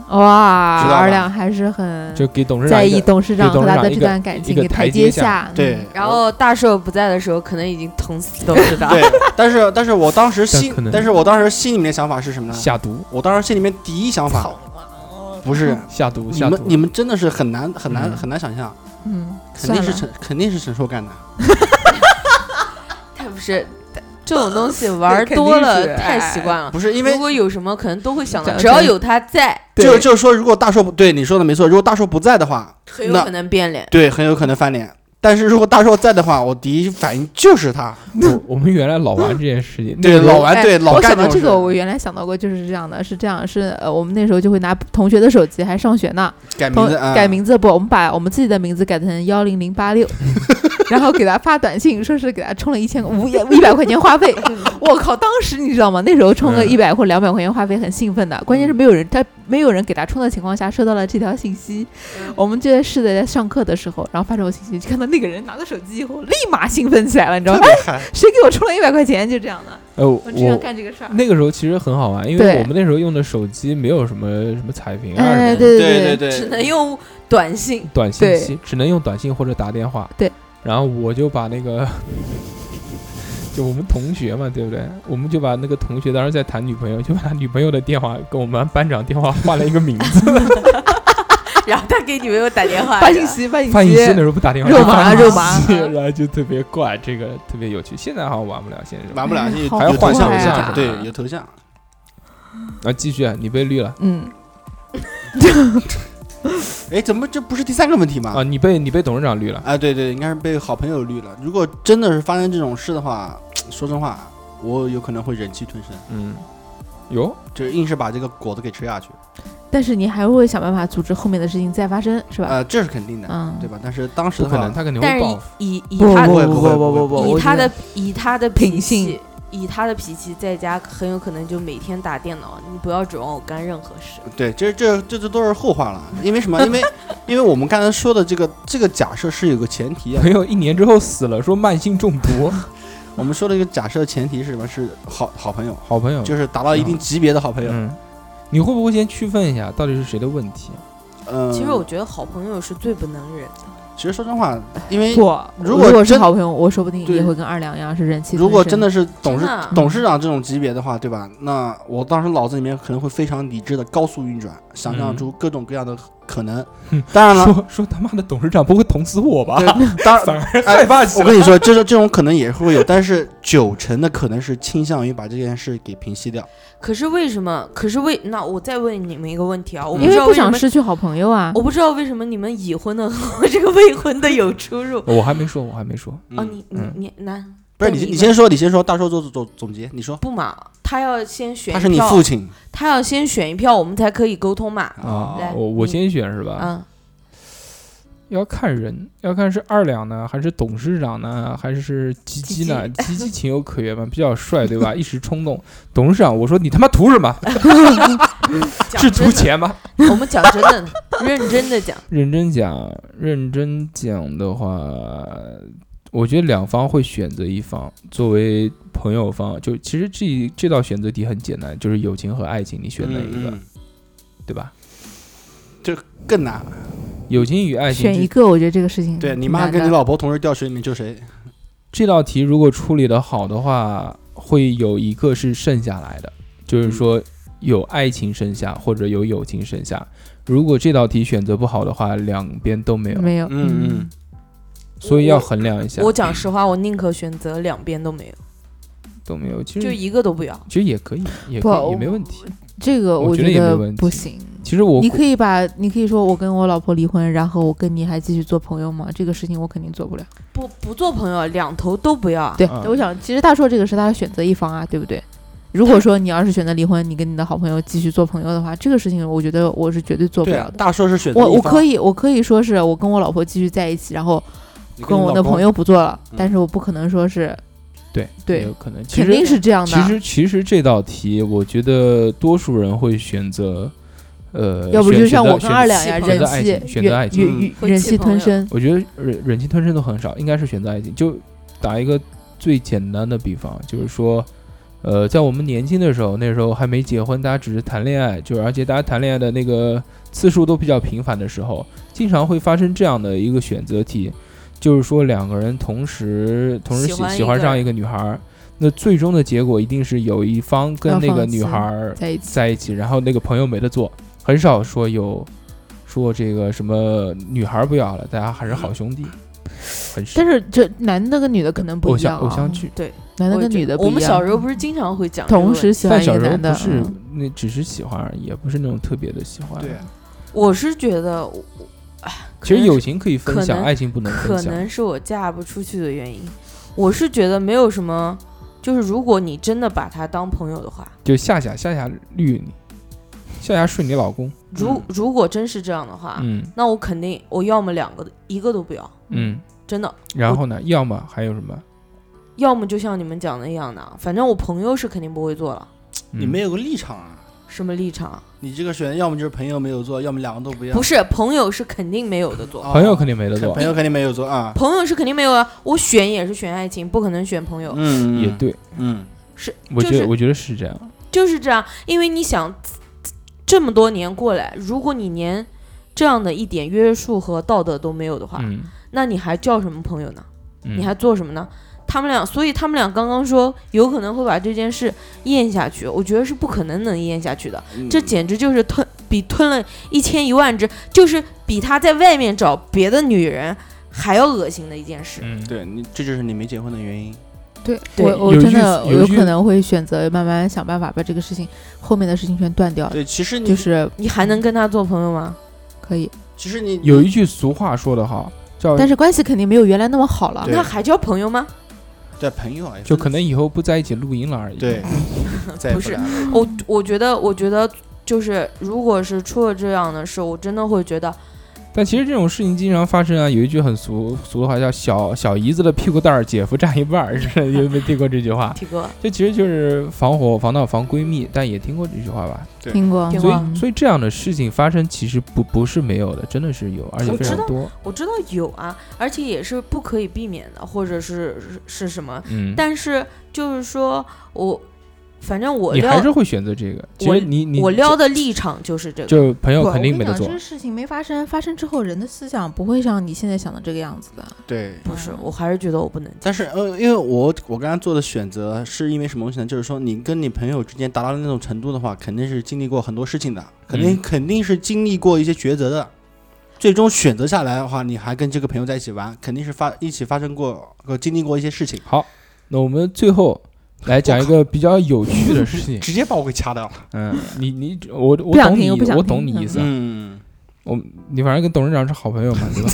嗯，哇
知道，吧
二两还是很
就给董事长
嗯在
一
意
个
董事长
给董
和
事长
他的
一
这
个
段感
一
情，
个
给
台
台
阶下
下。嗯
对，
然后大寿不在的时候，可能已经捅死董事长
对，但是但是我当时
但
心
可能，
但是我当时心里面的想法是什么呢？
下毒
我当时心里面第一想法不是
下毒
你
下
们
毒，
你们真的是很难很难
嗯
很难想象，
嗯，
肯定
算
是
了
陈肯定是陈硕干的，
他不是这种东 西玩多
肯定
了
是
太习惯了。
不是因
如
为
果有什么，可能都会想到，
讲
只要有他在，
就
对
就是说，如果大硕不对你说的没错，如果大硕不在的话，
很有
那
可能变脸。
对很有可能翻脸。但是如果大硕在的话，我第一反应就是他，
我我们原来老玩这件 事情，那
对
个时候
老玩对老
哎我
干
想到
种
这
事
个，我原来想到过就是这样的，是这样，是呃，我们那时候就会拿同学的手机，还上学呢，
改名
同
字啊，
改名字不，我们把我们自己的名字改成幺零零八六，然后给他发短信，说是给他充了一千五一 百块钱话费。我靠，当时你知道吗？那时候充个
嗯
一百或两百块钱话费很兴奋的，关键是没有人，他没有人给他充的情况下收到了这条信息。我们就在试着在上课的时候，然后发这种信息，就看到那个人拿到手机以后，立马兴奋起来了，你知道吗？哎，谁给我充了一百块钱？就这样的，
呃
我经常
我
干这个 事儿。
那个时候其实很好玩，因
对
为我们那时候用的手机没有什么什么彩屏啊什
哎，
么
对
对
对
对，
只能用短信。
短信
对
息，只能用短信或者打电话。
对，
然后我就把那个， 就我们同学嘛，对不对？我们就把那个同学当时在谈女朋友，就把他女朋友的电话跟我们班长电话换了一个 名字。
然后他给女朋友打 电话，
发信息，发信
发信息那
息，
时候不打电话，
肉 麻
就
肉麻
发信息然后就特别怪，这个特别有趣。现在好像玩不了，现在 是
玩不了，
哎
有
好
有头
怪
像
啊
有
这
像，
个
对，有头像。
啊，继续，你被绿了
嗯，
哎，怎么这不是第三个问题吗？
啊，你被你被董事长绿了。
啊，对对，应该是被好朋友绿了。如果真的是发生这种事的话，说真话，我有可能会忍气吞声，
嗯，哟，
就是硬是把这个果子给吃下去。
但是你还会想办法阻止后面的事情再发生，是吧？
呃，这是肯定的，
嗯，
对吧？但是当时
不
的
可
话
能，，他肯定
但
会报
是
复。
以以
不
他
不会
不
不会
不
不会
不，
以
我
他
觉得
的以他的
品
脾气
性，
以他的脾气，在家很有可能就每天打电脑。你不要指望我干任何事。
对，这这这这都是后话了。因为什么？因 为因为我们刚才说的这个这个假设是有个前提 啊
朋。友一年之后死了，说慢性中毒，
我们说的一个假设前提是什么？是好好朋友，
好朋友
就是达到一定级别的好朋友。
嗯，你会不会先区分一下到底是谁的问题？
嗯，
其实我觉得好朋友是最不能忍的。
其实说真话，因为
不，
如
如
果
果是
真
好朋友，我说不定也
对
会跟二两一样是人气。
如果真的，是董事
真的
董事长这种级别的话，对吧？那我当时脑子里面可能会非常理智的高速运转，想象
嗯
出各种各样的可能。当然 了，
说说他妈的董事长不会捅死我吧？
啊对当
反
然，
而
哎
害怕起
我
来。
跟你说，这这种可能也会有，但是九成的可能是倾向于把这件事给平息掉。
可是为什么？可是为那我再问你们一个问题啊，我不
因
知
为
道
不
为什
想
么，
失去好朋友啊。
我不知道为什么你们已婚的 和这个未婚的有出入。
我还没说，我还没说，
哦，
嗯
你你
嗯
你那
不是
那
你，
你
你
们
先说，你先说，大叔做做总总结，你说
不嘛？他要先选，
他是你父，亲
他要先选一票，我们才可以沟通嘛。
啊
来
我我
你
先选是吧？
嗯，
要看人，要看是二两呢，还是董事长呢，还是吉吉呢？吉吉情有可原嘛，比较帅对吧？一时冲动，董事长，我说你他妈图什么？
讲
是
真
图
的，
钱吗？
我们讲真的，认真的讲，
认真讲，认真讲的话，我觉得两方会选择一方作为朋友方，就其实这这道选择题很简单，就是友情和爱情，你选哪一个，
嗯
对吧？
嗯更难。
友情与爱情
选
之
一个，我觉得这个事情
对你
挺
妈
难
跟你
的
老婆同时掉水里面救谁？
这道题如果处理得好的话，会有一个是剩下来的，就是
嗯
说有爱情剩下或者有友情剩下。如果这道题选择不好的话，两边都没有，
没有，
嗯嗯，
所以要衡量一下。
我讲实话，我宁可选择两边都没有，
都没有，其
就
实
一个都不要。
其实也可以，也
不
可以
我
也没问题。
这个
我觉得
觉
也没
得
问
不
题
行。
其实我
你可以把，你可以说我跟我老婆离婚，然后我跟你还继续做朋友吗？这个事情我肯定做不了。
不不做朋友，两头都不要啊。
对，
嗯
我想其实大硕这个是他选择一方啊，对不对？如果说你要是选择离婚，你跟你的好朋友继续做朋友的话，这个事情我觉得我是绝对做不
对
了
啊，
的。
大硕是选择
我
一
我
方
可，以我可以说是我跟我老婆继续在一起，然后
你
跟
你
我
老
的
公
朋友不做了，
嗯
但是我不可能说是
对
对
也有可能，其
肯
实
定是这样
其
的，
实其实这道题，我觉得多数人会选择，呃，
要不
选
就像
选择
我跟
选
二两呀，
选
忍
择
爱
气
情选择爱
忍
情
忍
嗯
忍气吞声，
我觉得忍忍气吞声都很少，应该是选择爱情。就打一个最简单的比方，就是说，呃，在我们年轻的时候，那时候还没结婚，大家只是谈恋爱，就是而且大家谈恋爱的那个次数都比较频繁的时候，经常会发生这样的一个选择题，就是说两个人同时同时
喜
喜
欢一
喜欢
个
上
人
一个女孩儿，那最终的结果一定是有一方跟
要
那个
放
女
弃
孩儿
在一起。
在一起，然后那个朋友没得做，很少说有说这个什么女孩不要了，大家还是好兄弟，很少
但。是这男的跟女的可能不
偶
一样、
像
啊，
偶像剧，
男的
我
跟
觉
女的不一
我
样。
们小时候不是经常会讲这个问
同
题，
时喜欢
但
一个
小时候
男的，
不是
嗯
那只是喜欢而已，也不是那种特别的喜欢。
对啊，
我是觉得我，我哎，可
其实
能
友
是
情可以分
可
享，
能
爱情不能分
可
享。
能是我嫁不出去的原因。我是觉得没有什么，就是如果你真的把他当朋友的话，
就夏夏，夏夏绿你，夏夏睡你老公。
如、
嗯
如果真是这样的话，
嗯
那我肯定我要么两个一个都不要，
嗯，
真的，
然后呢，要么还有什么？
要么就像你们讲的一样的，啊反正我朋友是肯定不会做了，
你
嗯
没有个立场啊。
什么立场？
你这个选，要么就是朋友没有做，要么两个都不要。
不是朋友是肯定没有的做。
哦
朋友肯定没得
肯
做
朋，友肯定没有做啊。
朋友是肯定没有啊，我选也是选爱情，不可能选朋友，
嗯
也，对。
嗯，
是
我
就
觉
是
得我觉得是这样。
就是这样，因为你想，这么多年过来，如果你连这样的一点约束和道德都没有的话，
嗯，
那你还叫什么朋友呢？
你
你还做什么呢？他们俩，所以他们俩刚刚说有可能会把这件事咽下去，我觉得是不可能能咽下去的，
嗯
这简直就是吞比吞了一千一万只，就是比他在外面找别的女人还要恶心的一件事。
嗯，
对你，这就是你没结婚的原因。
对
对
我，我
有一
真
句
的
有一
有
句
可能会选择慢慢想办法把这个事情后面的事情全断掉，
对，其实你
啊就是
你还能跟他做朋友吗？
可以，
其实你
有一句俗话说得好，叫
但是关系肯定没有原来那么好了
对。
那还叫朋友吗？
对朋友啊，
就可能以后不在一起录音了而已。
对，再也
是
来了
我我觉得，我觉得就是，如果是出了这样的事，我真的会觉得，
但其实这种事情经常发生啊，有一句很俗俗的话叫“小小姨子的屁股蛋儿，姐夫占一半儿”，是有没有听过这句 话？
体哥，
这其实就是防火、防盗、防闺蜜，但也听过这句话吧？
对
听过，
听
所
哇
以，所以这样的事情发生其实不不是没有的，真的是有，而且
我
非
知
常
道
多。
我知道有啊，而且也是不可以避免的，或者是是是什么？
嗯，
但是就是说我，反正我
你还
撩
是会选择这个。其
我
实你你
我撩的立场就是这个，
就朋友
不
肯定没得
这
做
个，事情没发生，发生之后人的思想不会像你现在想的这个样子的。
对。
不是，我还是觉得我不能。
但是呃，因为我我刚刚做的选择是因为什么东西呢？就是说你跟你朋友之间达到那种程度的话，肯定是经历过很多事情的，肯定、
嗯
肯定是经历过一些抉择的。最终选择下来的话，你还跟这个朋友在一起玩，肯定是发一起发生过、呃经历过一些事情。
好，那我们最后来讲一个比较有趣的事 情。
直接把我给掐掉了。
嗯，你你我我
不想
懂
听
你，
又不想
我懂你
听
意思啊。
嗯，
我你反正跟董事长是好朋友嘛，对吧？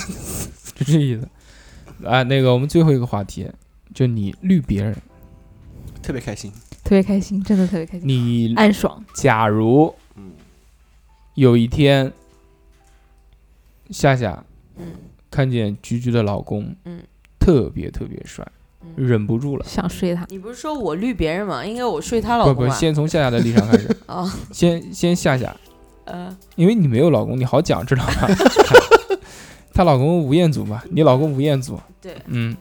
就这意思。啊，那个我们最后一个话题，就你绿别人，
特别开心。
特别开心，真的特别开心，
你
暗爽。
假如
嗯
有一天，夏夏
嗯
看见菊菊的老公，
嗯，
特别特别帅，
嗯
忍不住了。
想睡他，
你不是说我绿别人吗？应该我睡她老
不
公啊
不，
吧？
先从夏夏的立场开 始，
啊，
先先夏夏，
呃，
因为你没有老公，你好讲，知道吧？她老公吴彦祖嘛，你老公吴彦祖，
对，
嗯，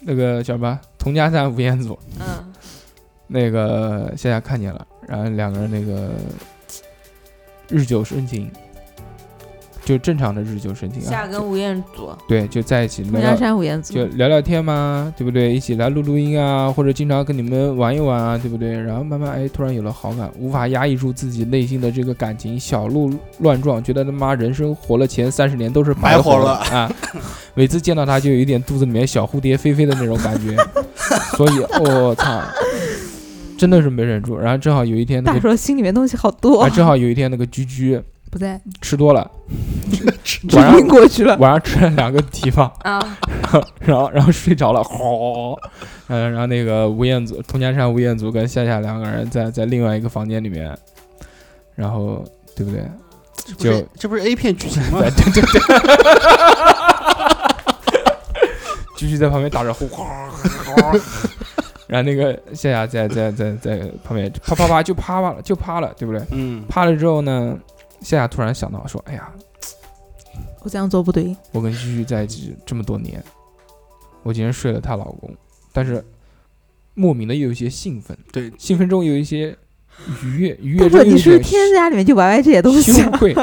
那个叫什么佟佳三吴彦祖，
嗯
那个夏夏看见了，然后两个人那个日久生情，就正常的日久生情
夏
啊，
跟吴彦祖，
对，就在一起聊
孟加
聊，
山吴彦祖
就聊聊天嘛，对不对？一起来录录音啊，或者经常跟你们玩一玩啊，对不对？然后慢慢哎，突然有了好感，无法压抑住自己内心的这个感情，小鹿乱撞，觉得他妈人生活了前三十年都是白
白活
了
了
啊！每次见到他就有一点肚子里面小蝴蝶飞飞的那种感觉，所以我、操，真的是没忍住。然后正好有一天那
大
个，
叔心里面东西好多
啊，，正好有一天那个居居
不在，
吃多了，
只
晚
晕
上
过去了。
晚上吃了两个蹄膀。
啊，
然后然后睡着了，吼，嗯，然后那个吴彦祖、佟佳山、吴彦祖跟夏夏两个人在在另外一个房间里面，然后对不对？
这不是
就
这不是 A 片剧情吗？
居居在旁边打着呼，哗 然后那个夏夏在在在在旁边啪啪啪就啪啪了就趴了，对不对？
嗯，
趴了之后呢，夏夏突然想到说，哎呀，
我这样做不对，
我跟居居在一起这么多年，我竟然睡了她老公，但是莫名的又有一些兴奋，
对，
兴奋中有一些愉悦，愉
不
悦中
不，
有
你
一
是不是
些
天家里面就玩玩这些东西
羞
啊，
愧，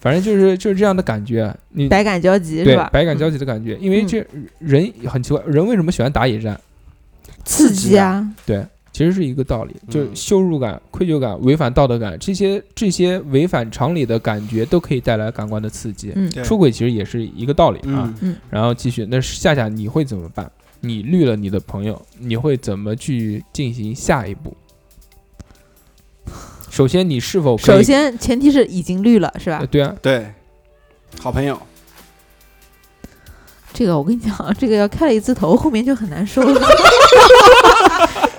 反正就是就是这样的感觉，啊你
百感交集
对
是吧？嗯
百感交集的感觉，因为这人很奇怪，人为什么喜欢打野战？
刺激啊！
其实是一个道理，就是
嗯
羞辱感、愧疚感、违反道德感，这些这些违反常理的感觉都可以带来感官的刺激。
嗯，
对
出轨其实也是一个道理啊。
嗯，
然后继续，那夏夏你会怎么办？你绿了你的朋友，你会怎么去进行下一步？首先，你是否可以
首先前提是已经绿了是吧
呃？对啊，
对，好朋友，
这个我跟你讲，啊这个要开了一次头，后面就很难受 了。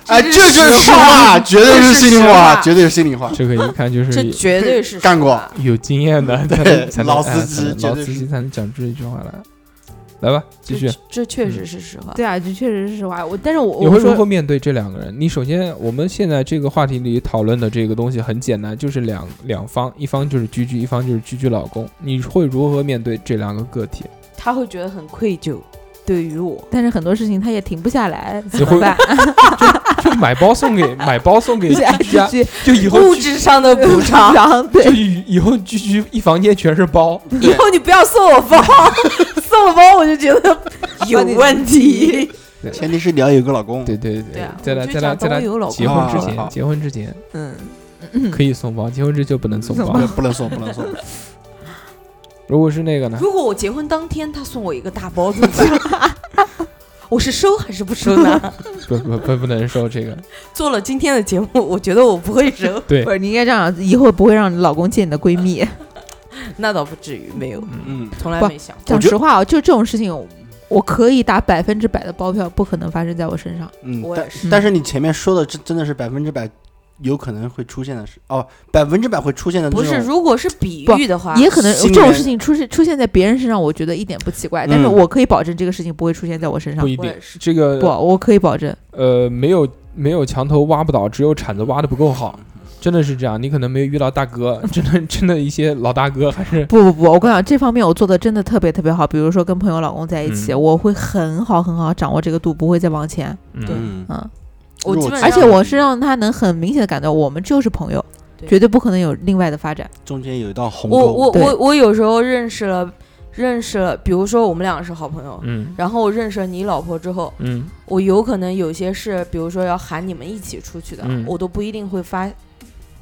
哎，这就是实话，绝对是心里话，绝对是心里话。
这个一看就是
这绝对是
干过
实话
有经验的
嗯
才
对
能才能
老
哎
司机
才能老
绝对
司
是
机才能讲出这句话来。来吧，继续
这。这确实是实话。
对啊，就确实是实话。我但是我
你
我
会
说
如何面对这两个人？你首先，我们现在这个话题里讨论的这个东西很简单，就是两两方，一方就是居居，一方就是居居老公。你会如何面对这两个个 体？
他会觉得很愧疚，对于我，
但是很多事情他也停不下来，
你
怎
会
么办？
就买包 送给买包送 给居
对 啊
居啊，
去
就以后
物
居
质上的补 偿。
对
就，以以后居居一房间全是包，
以后你不要送我包， 送我包我就觉得有问题。
前提是你要有个老公。
对对
对啊
在他
我就
在他
讲
在他
东有老公
结婚之
啊
前，结婚之前
嗯，
可以送包，结婚之后不能送
送
包
不。能不能送，不 能送。
如果是那个呢？
如果我结婚当天他送我一个大包怎么办？ 我是收还是不收 呢？
不不不不能收这个，
做了今天的节目，我觉得我不会收，
对
不，是你应该这样，以后不会让你老公见你的闺蜜。
那倒不至于，没有，
嗯，
从来
不
没想过。
讲
觉得
实话啊，就这种事情，我可以打百分之百的包票，不可能发生在我身上。
嗯
我，也
但
是
但是你前面说的真真的是百分之百有可能会出现的事哦，百分之百会出现的这
不是，
种
如果是比
不
喻的话，
也可能
心
这种
愿
事情出现出现在别人身上，我觉得一点不奇怪，但是
嗯
我可以保证这个事情不会出现在我身上
不。一
我
定
也。是
这
不，
个
我可以保证。
呃，没有没有墙头挖不倒，只有铲子挖的不够
嗯
好，真的是这样。你可能没有遇到大 哥，真的真的一些老大哥还是
不不不，我跟你讲，这方面我做的真的特别特别好。比如说跟朋友、老公在一起，
嗯
我会很好很好掌握这个度，不会再往前。
对
嗯，
嗯，
嗯，
我基本
如果
上
而且我是让他能很明显的感到我们就是朋友，
对
绝对不可能有另外的发展。
中间有一道鸿沟。
我我
对
我我有时候认识了认识了，比如说我们俩是好朋友，
嗯
然后我认识了你老婆之后，
嗯
我有可能有些事，比如说要喊你们一起出去的，
嗯
我都不一定会发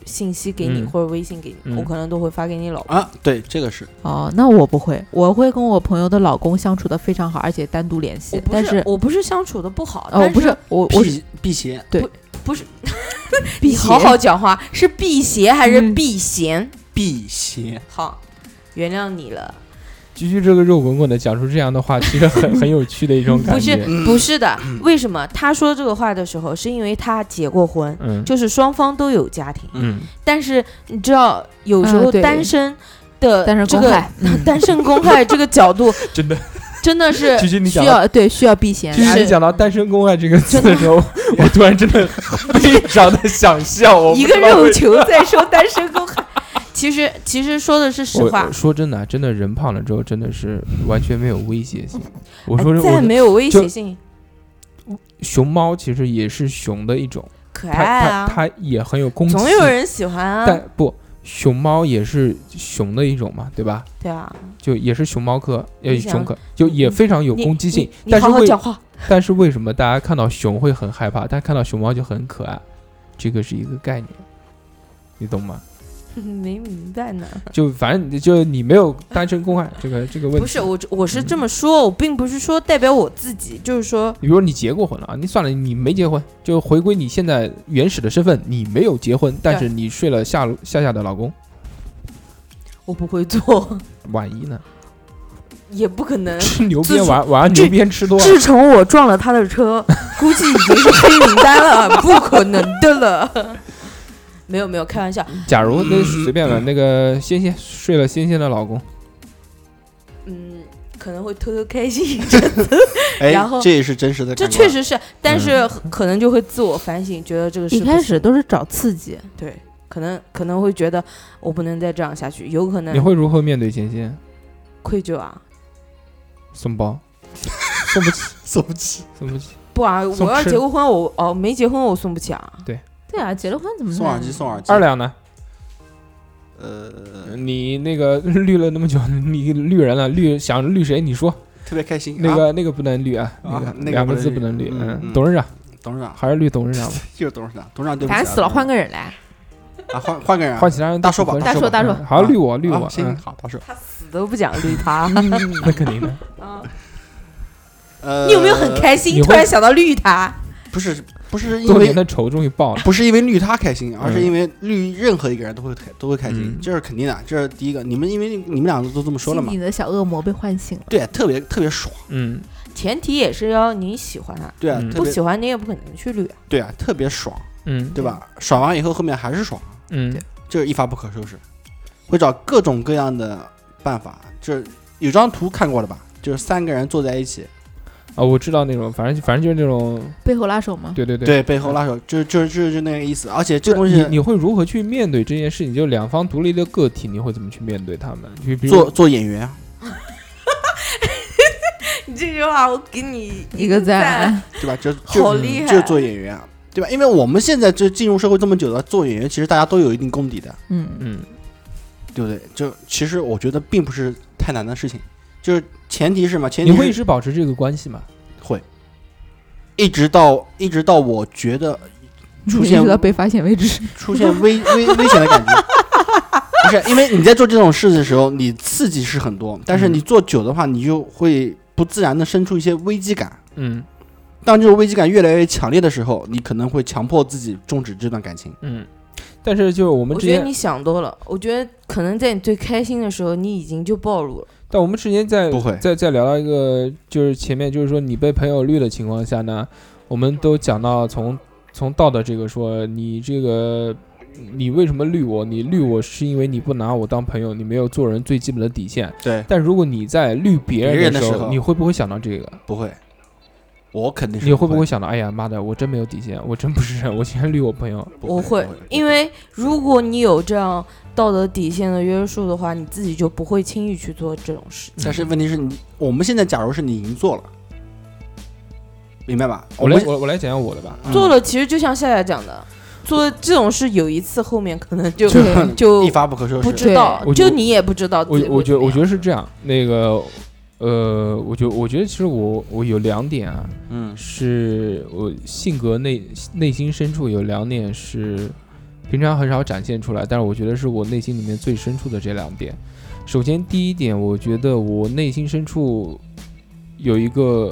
信息给你、
嗯
或者微信给你，
嗯
我可能都会发给你老婆。
啊，对，这个是
哦，那我不会，我会跟我朋友的老公相处的非常好，而且单独联
我
系。
不
但
是
是，
我不是相处的不好，
哦，我
但
不是我，我是
辟辟邪，
不是
辟
你好
邪
好讲话，是辟邪还是
嗯
避嫌？
辟 邪，
好，原谅你了。
居居这个肉滚滚的讲出这样的话，其 实很很有趣的一种感
不是
觉。
不是的，
嗯
为什么他说这个话的时候，是因为他结过婚，
嗯
就是双方都有家庭，
嗯，
但是你知道，有时
嗯
候
对
单身的
单身
这
公
个
害，嗯
单身公害这个角度
真 的。
真的是
居居你
需
讲到，
要对需要避嫌啊
居。居
是
你讲到“单身公害”这个词的时候，我突然真的非常的想笑。 我不
一个
知道
肉
为
球在说单身公害。其实其实说的是实话
我，说真的啊，真的人胖了之后，真的是完全没有威胁性。我说
哎
是，
再
我
没有威
就
胁性，
熊猫其实也是熊的一种，
可
它
爱
它
啊，
它也很有攻击性，
总有人喜欢啊，
但不，熊猫也是熊的一种嘛，对吧？
对啊，
就也是熊猫科，呃，
你想
熊科就也非常有
你
攻击性
你，你
但是
好好
为
讲话，
但是为什么大家看到熊会很害怕，但看到熊猫就很可爱？这个是一个概念，你懂吗？
没明白呢。
就反正你就你没有单身公害这个这个问题。
不是我，我是这么说，我并不是说代表我自己，就是说，
比如说你结过婚了啊，你算了，你没结婚，就回归你现在原始的身份，你没有结婚，但是你睡了夏夏夏的老公，
我不会做，
万一呢？
也不可能。
吃 牛
嗯自
鞭
主
晚晚上
这
牛鞭吃多 了，
自从我撞了他的 车，估计已经是黑名单 了，不可能的了。 没有没有，开玩笑，
假如那随便吧，那个仙仙睡了仙仙的老公，
嗯，可能会偷偷开心，
哎
然后，
这也是真实的感
这
官，
确实是，但是
嗯
可能就会自我反省，觉得这个是
一
不
开
行
始都是找刺激，
对，可能可能会觉得我不能再这样下去，有可
你
能
会如何面对仙仙？
愧疚啊，
送 包，送不起，
送不起，
送不起。
不啊，
送
我要
吃
结过婚，我哦没结婚我送不起啊，
对啊，结了婚怎么
送耳机，送耳机，
二两呢？
呃，
你那个绿了那么久， 你绿人了，绿想绿谁？你说
特别开心，
那
啊
个那个不能绿啊，
啊
那
那个
两
不
个
能
字
绿
不能绿。
嗯
嗯，
嗯
董事长
董事长
还是绿董事长吧，
就是董事长，董事长对不起啊，
烦死了，换
个
个人来。
啊，换换个人啊，
换其他人
大硕吧
合适
大硕大硕
嗯好
啊
绿我绿
啊
我，
行
嗯，
好，到时候
他死都不想绿 他。
那肯定的。
啊
呃，
你有没有很？开
你
心？
会
突然想到绿他，
不是不是因
多
为
年的仇终于报了。
不是因为绿他开心，而是
嗯
因为绿任何一个人都会开都会开心，
嗯
这是肯定的，这是第一个。你们因为你们俩都这么说了嘛
心，底的小恶魔被唤醒了。
对，特别特别爽，
嗯，
前提也是要你喜欢他，
对啊，
嗯
特
不
别
喜欢你也不可能去绿啊。
对啊，特别爽，
嗯
对吧？爽完以后后面还是爽，
嗯
对，
这是一发不可收拾，会找各种各样的办法。这有张图看过了吧？就是三个人坐在一起，
啊，我知道那种，反正反正就是那种，
背后拉手吗？
对对对。
啊对，背后拉手，就就就就那个意思。而且这
不
东
是
西
你你会如何去面对这件事情？就两方独立的个体，你会怎么去面对他们？就比如
做做演员啊，
你这句话我给你
一个啊赞，，
对吧？这就
好厉害
就是做演员啊，对吧？因为我们现在这进入社会这么久了，做演员其实大家都有一定功底的，
嗯，
嗯，
对不对？就其实我觉得并不是太难的事情，就是前提是什么？前
你
提
会一
是
直保持这个关系吗？
会一直到一直到我觉得出现
一直到被发现为止。
出现危 危危险的感觉。不是，因为你在做这种事的时候，你刺激是很多，但是
嗯
你做久的话，你就会不自然的生出一些危机感。
嗯
当这种危机感越来越强烈的时候，你可能会强迫自己终止这段感情。
嗯。但是就是我们
我
之
觉得
前，
你想多了。我觉得可能在你最开心的时候，你已经就暴露了。
但我们之前在
不会
在在聊到一个，就是前面就是说你被朋友绿的情况下呢，我们都讲到从从道德这个说，你这个你为什么绿我？你绿我是因为你不拿我当朋友，你没有做人最基本的底线。
对，
但如果你在绿别
别
人
人
的
的
时
时候
你会不会想到这个？
不会，我肯定是
你会
不
不会想到，哎呀妈的，我真没有底线，我真不是人，我竟然绿我朋友？
不
我
会
会，，因为如果你有这样道德底线的约束的话，你自己就不会轻易去做这种事。
但是问题是你，我们现在假如是你已经做了，明白吧？
我来
们
我我来讲讲我的吧。
嗯
做了，其实就像夏夏讲的，做这种事有一次，后面可能就
对
就
嗯一发不可收
不
拾。
知道
对，
就你也不 知道自
我
己会
我觉得我觉
怎么样
得是这样，那个呃，我觉我觉得其实我我有两点啊，
嗯
是我性格内内心深处有两点是平常很少展现出来，但是我觉得是我内心里面最深处的这两点。首先，第一点，我觉得我内心深处有一个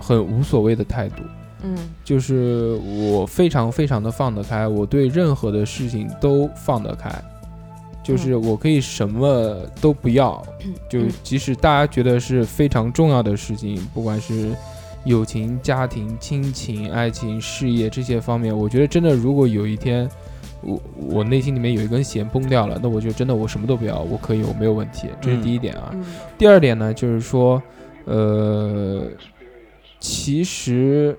很无所谓的态度，
嗯
就是我非常非常的放得开，我对任何的事情都放得开，就是我可以什么都不要，就
嗯
即使大家觉得是非常重要的事情，不管是友情、家庭、亲情、爱情、事业这些方面，我觉得真的，如果有一天我我内心里面有一根弦崩掉了，那我就真的我什么都不要，我可以，我没有问题，这是
嗯
第一点啊。
嗯
第二点呢，就是说，呃，其实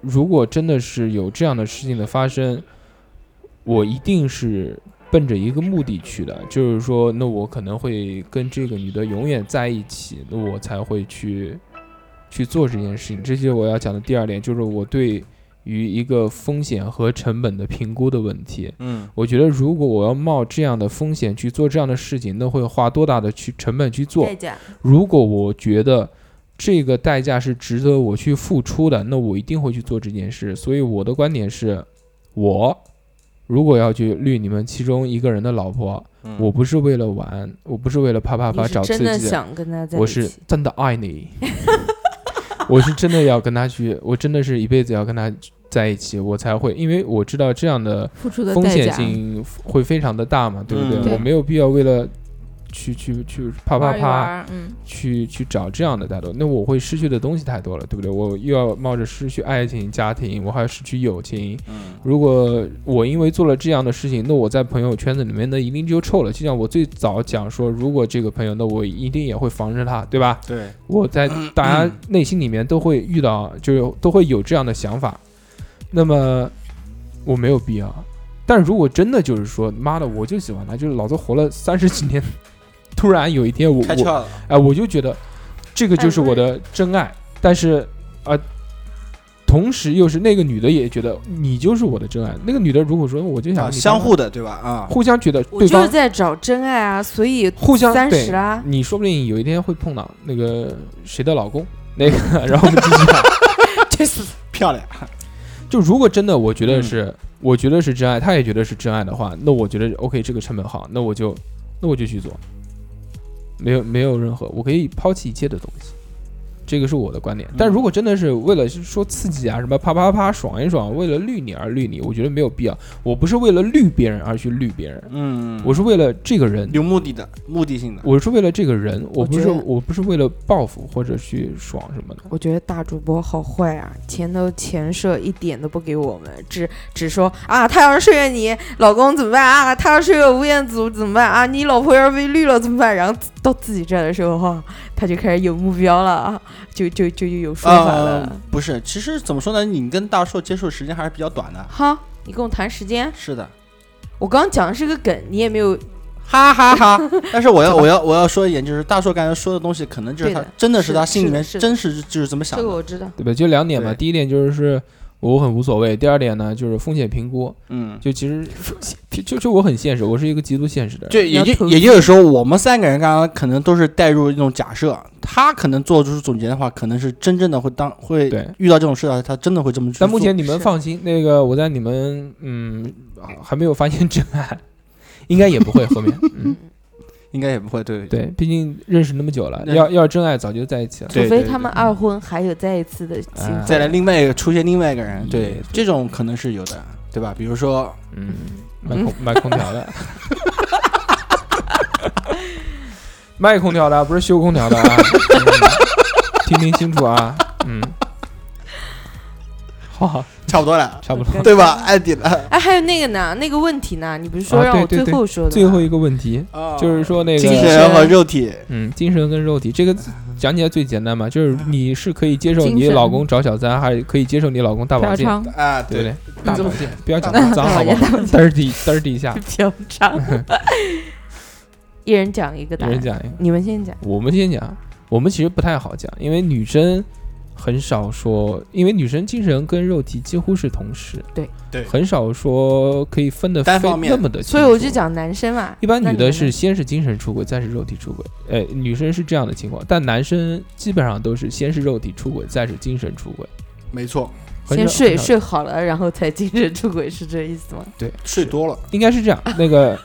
如果真的是有这样的事情的发生，我一定是奔着一个目的去的，就是说，那我可能会跟这个女的永远在一起，那我才会去去做这件事情。这就是我要讲的第二点，就是我对于一个风险和成本的评估的问题。
嗯
我觉得，如果我要冒这样的风险去做这样的事情，那会花多大的去成本去做
代？价，
如果我觉得这个代价是值得我去付出的，那我一定会去做这件事。所以我的观点是，我如果要去绿你们其中一个人的老婆，
嗯
我不是为了玩，我不是为了啪啪
你
啪
是
找刺
真的
激，
想跟他在一起，
我是真的爱你， 我是真的要跟他去，我真的是一辈子要跟他在一起，我才会，因为我知道这样的。
付出的
风
代
险
价，
性会非常的大嘛，对不对？
嗯对
我没有必要为了去去去啪啪
玩一
啪
玩，嗯，
去去找这样的态度，那我会失去的东西太多了，对不对？我又要冒着失去爱情、家庭，我还要失去友情。
嗯
如果我因为做了这样的事情，那我在朋友圈子里面那一定就臭了。就像我最早讲说，如果这个朋友，那我一定也会防着他，对吧？
对，
我在大家内心里面都会遇到，就是都会有这样的想法。那么我没有必要，但如果真的就是说，妈的，我就喜欢他，就是老子活了三十几年，突然有一天我
开
我
窍了，
哎，我就觉得这个就是我的真爱，但是啊、同时又是那个女的也觉得你就是我的真爱。那个女的如果说我就想
啊
你
相
当
互的对吧？啊，
互相觉得
我
对
就是
方
在找真爱啊，所以
互相
三
对嗯
十啊啦，
你说不定有一天会碰到那个谁的老公，那个， 然后我们继续看。
就是
漂亮，
就如果真的我觉得是，我觉得是真爱，他也觉得是真爱的话，那我觉得 OK，这个成本好，那我就那我就去做，没有没有任何，我可以抛弃一切的东西。这个是我的观点，但如果真的是为了是说刺激啊，什么啪啪啪爽一爽，为了绿你而绿你，我觉得没有必要。我不是为了绿别人而去绿别人，
嗯，
我是为了这个人，
有目的的，目的性的，
我是为了这个人，我不
我
是
觉得
我不是为了报复或者去爽什么的。
我觉得大主播好坏啊，前头前设一点都不给我们，只只说啊，他要是睡了你老公怎么办啊？他要睡了吴彦祖怎么办啊？你老婆要是被绿了怎么办？啊然后到自己这儿的时候哈、他就开始有目标了啊，就就就就有说法
呃
嗯
了。，
不是，其实怎么说呢？你跟大硕接触时间还是比较短的。
哈，你跟我谈时间，
是的，
我刚讲的是个梗，你也没有
哈哈哈但是我要我要我要说一点，就是大硕刚才说的东西，可能就是
对
他
的
真的是
是
他心里面
是的是的
真实就是怎么想
这个
的。
我知道，
对吧？就两点嘛，
对
第一点就是我很无所谓，第二点呢就是风险评估，
嗯，
就其实就就是我很现实，我是一个极度现实的人。
就也
要
就
投资
也就是说，我们三个人刚刚可能都是带入一种假设，他可能做出总结的话，可能是真正的会当会
对
遇到这种事啊，他真的会这么去做。
但目前你们
是
放心，那个我在你们嗯啊还没有发现真爱，应该也不会后 面。嗯，
应该也不会对
对，毕竟认识那么久了，
那
要要真爱早就在一起了。
对
除非他们二婚还有在一次的机
哎
会。
再来另外一个出现另外一个人，
也
对这种可能是有的，对吧？比如说
嗯，卖 空卖空调的，卖空调的不是修空调的啊，嗯听听清楚啊，嗯，好，
差不多了，
差不多。
对吧？艾迪了，
哎，还有那个呢，那个问题呢，你不是
啊
说让
对
我
对
最
对
后说的吗？
最后一个问题 就是说那
精
个，
神和肉体，
嗯，精神跟肉体这个讲起来最简单嘛，就是你是可以接受
精
你
神
老公找小三，还是可以接受你老公大保
嫖
健，
娼，
啊，
对不
对
对？大
这
保
么
健，不要讲那 么脏好不好
大保健
？dirty dirty 一下，
平常，一人讲一个
一
答
人
案。
讲一个。
你们先讲，
我们先讲，我们其实不太好讲，因为女生很少说，因为女生精神跟肉体几乎是同时，
对
很少说可以分的非
单方面
那么的清楚。
所以我就讲男生嘛。
一般
那
女
你们
的
呢
是先是精神出轨，再是肉体出轨。呃，女生是这样的情况，但男生基本上都是先是肉体出轨，再是精神出轨。
没错，
很
先
少
睡
很少
睡好了，然后才精神出轨，是这意思吗？
睡多了，
应该是这样。那个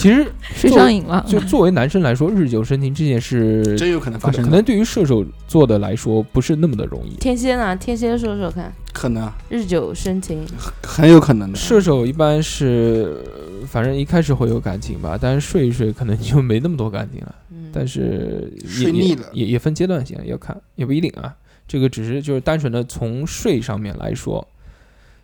其实
睡上瘾了，
就作为男生来说，日久生情这件事
真有可能发
可能
生
可
的，
能对于射手座的来说不是那么的容易。
天蝎呢？天蝎说说看，
可能
日久生情，
很有可能的。
射手一般是，呃反正一开始会有感情吧，但是睡一睡可能就没那么多感情了。
嗯，
但是也
睡腻了
也也也分阶段性要看，也不一定啊。这个只是就是单纯的从睡上面来说，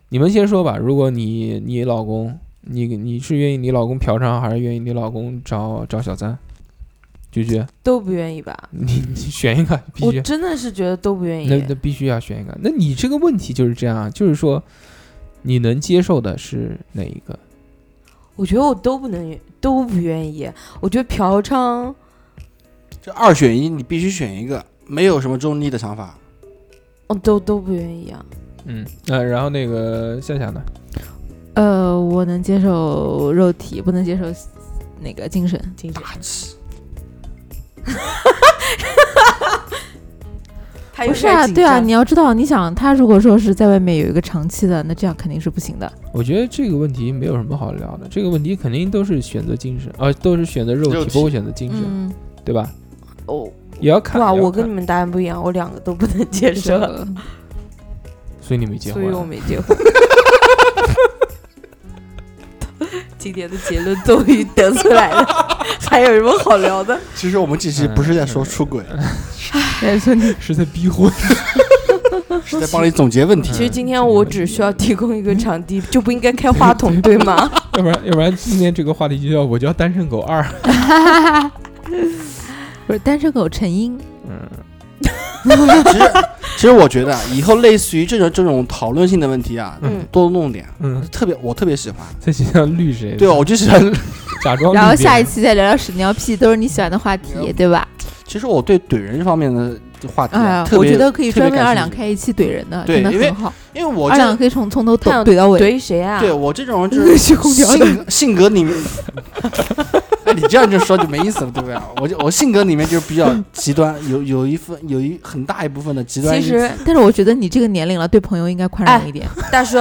你们先说吧。如果你你老公，你你是愿意你老公嫖娼，还是愿意你老公找找小三？菊菊，
都不愿意吧？
你你选一个，必
我
须。
真的是觉得都不愿
那
意
那。必须要选一个。那你这个问题就是这样啊，就是说你能接受的是哪一个？
我觉得我都不能都不愿意。我觉得嫖娼，
这二选一，你必须选一个，没有什么中立的想法。
我哦都都不愿意啊。
嗯，那、然后那个夏夏呢？
呃，我能接受肉体，不能接受那个精神。
精神， 还有
不是啊，
点
对啊，
紧张
你要知道，你想他如果说是在外面有一个长期的，那这样肯定是不行的。
我觉得这个问题没有什么好聊的，这个问题肯定都是选择精神，呃，都是选择肉体，
肉体
不会选择精神，
嗯，
对吧？
哦，
也要看。
哇，
也要
我跟
看
你们答案不一样，我两个都不能接
是
受，
的
所以你没结
所
婚
以我
啊。
没结婚。今天的结论终于得出来了，还有什么好聊的？
其实我们这期
嗯
不是在说出轨，
但是你
是在逼婚，
是在帮你总结问题。
其实今天我只需要提供一个场地，就不应该开话筒，对吗？
要不然要不然今天这个话题就叫我叫单身狗二。
不是单身狗成 因，
嗯，
其实，其实我觉得啊以后类似于这种这种讨论性的问题啊，
嗯，
多弄点，
嗯，
特别我特别喜欢。
在学校绿谁？
对，我就喜欢。
假装。
然后下一，期再聊聊屎尿屁，都是你喜欢的话
嗯
题，对吧？
其实我对怼人方面的话题
哎
啊，
呀，
特
我
别
觉得可以
特别
专门
感
二
兴
两
趣
开一期怼人的，
对
真的
因为
很好。
因为我
二
这
两可以从从头
看
怼怼到尾，
怼谁啊？
对我这种就是
去 空调里。
性性格里面， 哎，你这样就说就没意思了，对不对？我就我性格里面就比较极端，有有一分有一很大一部分的极端
其
因素。
实
但是我觉得你这个年龄了，对朋友应该宽容一点。
大叔，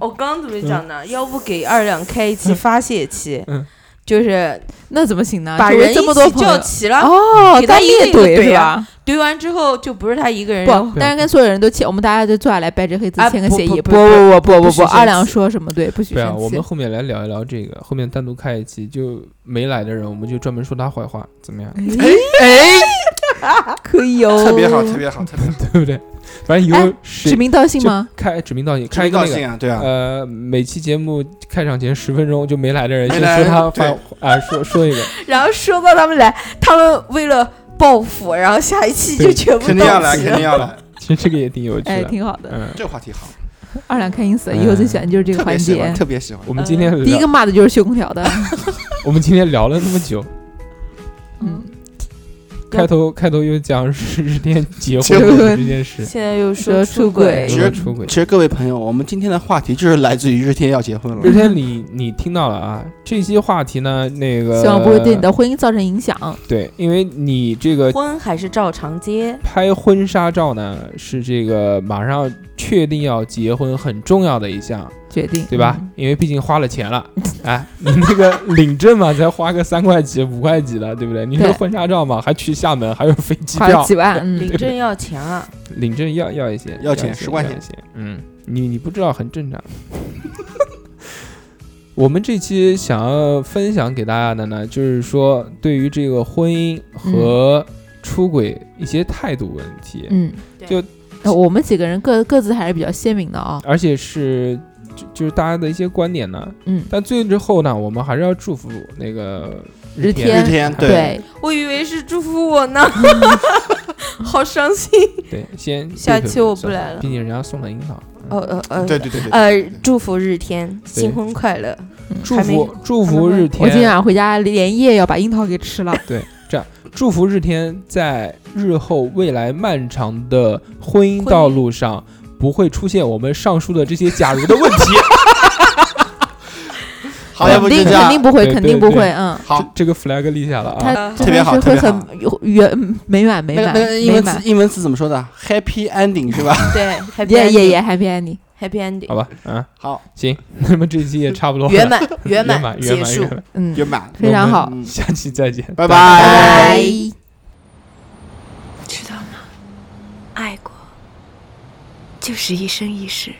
我刚怎么讲呢？要不给二两开一期发泄期
嗯，
就是
那怎么行呢？
把
周围
人
啊这
一
么多
起
朋
叫
友，
齐了，
哦，
给他
单
一
列
个一个
是
怼
吧？
怼完之后就不是他一个人。
不，但是跟所有人都签，我们大家就坐下来掰着黑字
啊
签个
不
协
不
议。
不
不不
不
不
许生
二两
气
说什么对，不许
对啊，
生
我
气
们。 后面来聊一聊这个，后面单独开一期，就没来的人，我们就专门说他坏话，怎么样？
可以哦，
特别好，特别好，特别好，
对不对？反正以后
哎
谁
指名道姓吗？
开指名道姓，开
开
一个
高
那个
兴啊，对啊，
呃，每期节目开场前十分钟就没来的人，
没
先
来
说他
对
发啊，说说一个，
然后说到他们来，他们为了报复，然后下一期就
对
全部
肯定要
到
来，
齐
肯定
了。
要来，
其实这个也挺有趣
哎，
的。
挺好的。
嗯，
这个话题好，
二两看 ins，以后最喜欢就是这个
特别
环
喜欢，
节。
特别喜欢。
我们今天
呃第一个
聊
骂的就是修空调的，
我们今天聊了那么 久，
嗯，
开头开头又讲日日天结
结
婚
婚
这件事，
现在又
说
说
出轨
轨，
其
说
实
出轨
其。实各位朋友，我们今天的话题就是来自于日天要结婚
日
了，
天你，你听到了啊？这些话题呢，那个
希望不会对你的婚姻造成影响。
对，因为你这个
婚还是照常结。
拍婚纱照呢，是这个马上确定要结婚很重要的一项，
决定嗯
对吧？？因为毕竟花了钱了，哎，你那个领证嘛，才花个三块几、五块几的，对不对？你说
对
婚纱照嘛，还去厦门，还有飞机
花了
票，
几万，嗯，
领证要钱啊！
领证要要一些，
要钱
一些
10块
要
钱
一些嗯，你你不知道很正常。 我们这期想要分享给大家的呢，就是说对于这个婚姻和出轨一些态度问题，
嗯，
对
就
呃我们几个人各各自还是比较鲜明的啊。
而且是就就是大家的一些观点呢。
嗯，
但最之后呢，我们还是要祝福那个
日
天
天
哎
日天
对
对，
我以为是祝福我 呢，好伤心。
对，先
下
对
期我不
对
来了
毕竟人家送了樱桃。
哦哦哦，
对对对对
呃
对，
祝福日天新婚快乐。
祝
还没
福祝
还没
福日天，
我今啊晚回家连夜要把樱桃给吃了。
祝福日天在日后未来漫长的婚姻道路上，不会出现我们上述的这些假如的问题。
好，要不
肯
就
定
这
肯定
样。
不会，
对
肯定
对
不会，
对
嗯，
好，
这个 flag 立下了啊。
他
特
真
别
的
好
是
特别
会很圆美满美
那个
满
那个英
美
文词
满，
英文词怎么说的？Happy ending 是吧？
对，happy
也也
ending
也 happy ending。
happy ending，
好吧，啊，
好，
行，那么这一期也差不多了，
圆满圆
圆
满
满
结
圆满
束
圆，满，
嗯，
圆满，
非常好，
嗯
下期再见，
拜
拜
拜。
知道吗？爱过就是一生一世。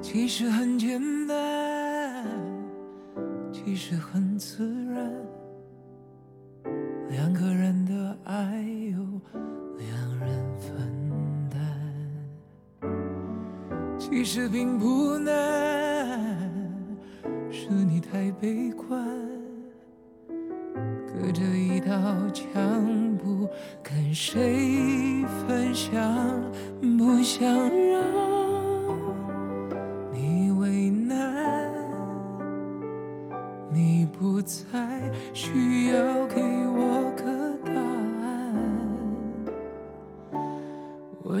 其实很简单，其实很自然。两个人的爱由两人分担，其实并不难，是你太悲观，隔着一道墙不跟谁分享，不想让。你为难，你不再需要给我个答案。我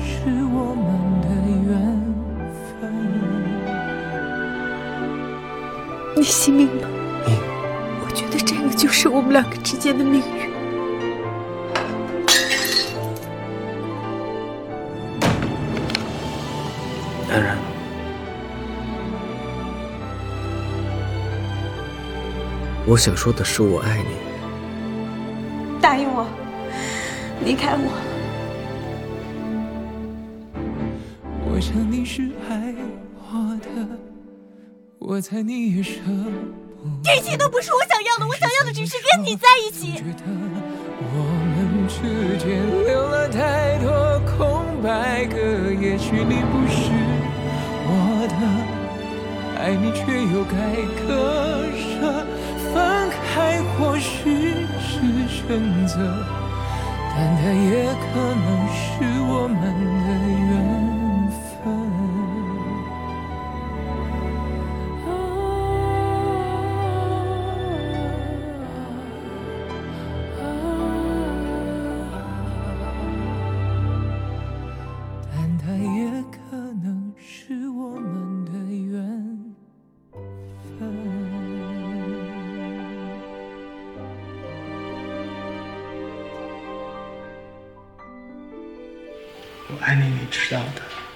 是我们的缘分。
你惜命了。我觉得这个就是我们两个之间的命运。
当然，我想说的是，我爱你。
答应我，离开我。
我想你是爱我的，我猜你也舍不得。这一切都不是我想要的，我想要的只是跟你在一起。觉得我们之间留了太多空白格，也许你不是我的，爱你却又该割舍，分开或许是选择。但它也可能是我们的缘分。但它也可能是我们的缘分。
我爱你，你知道的。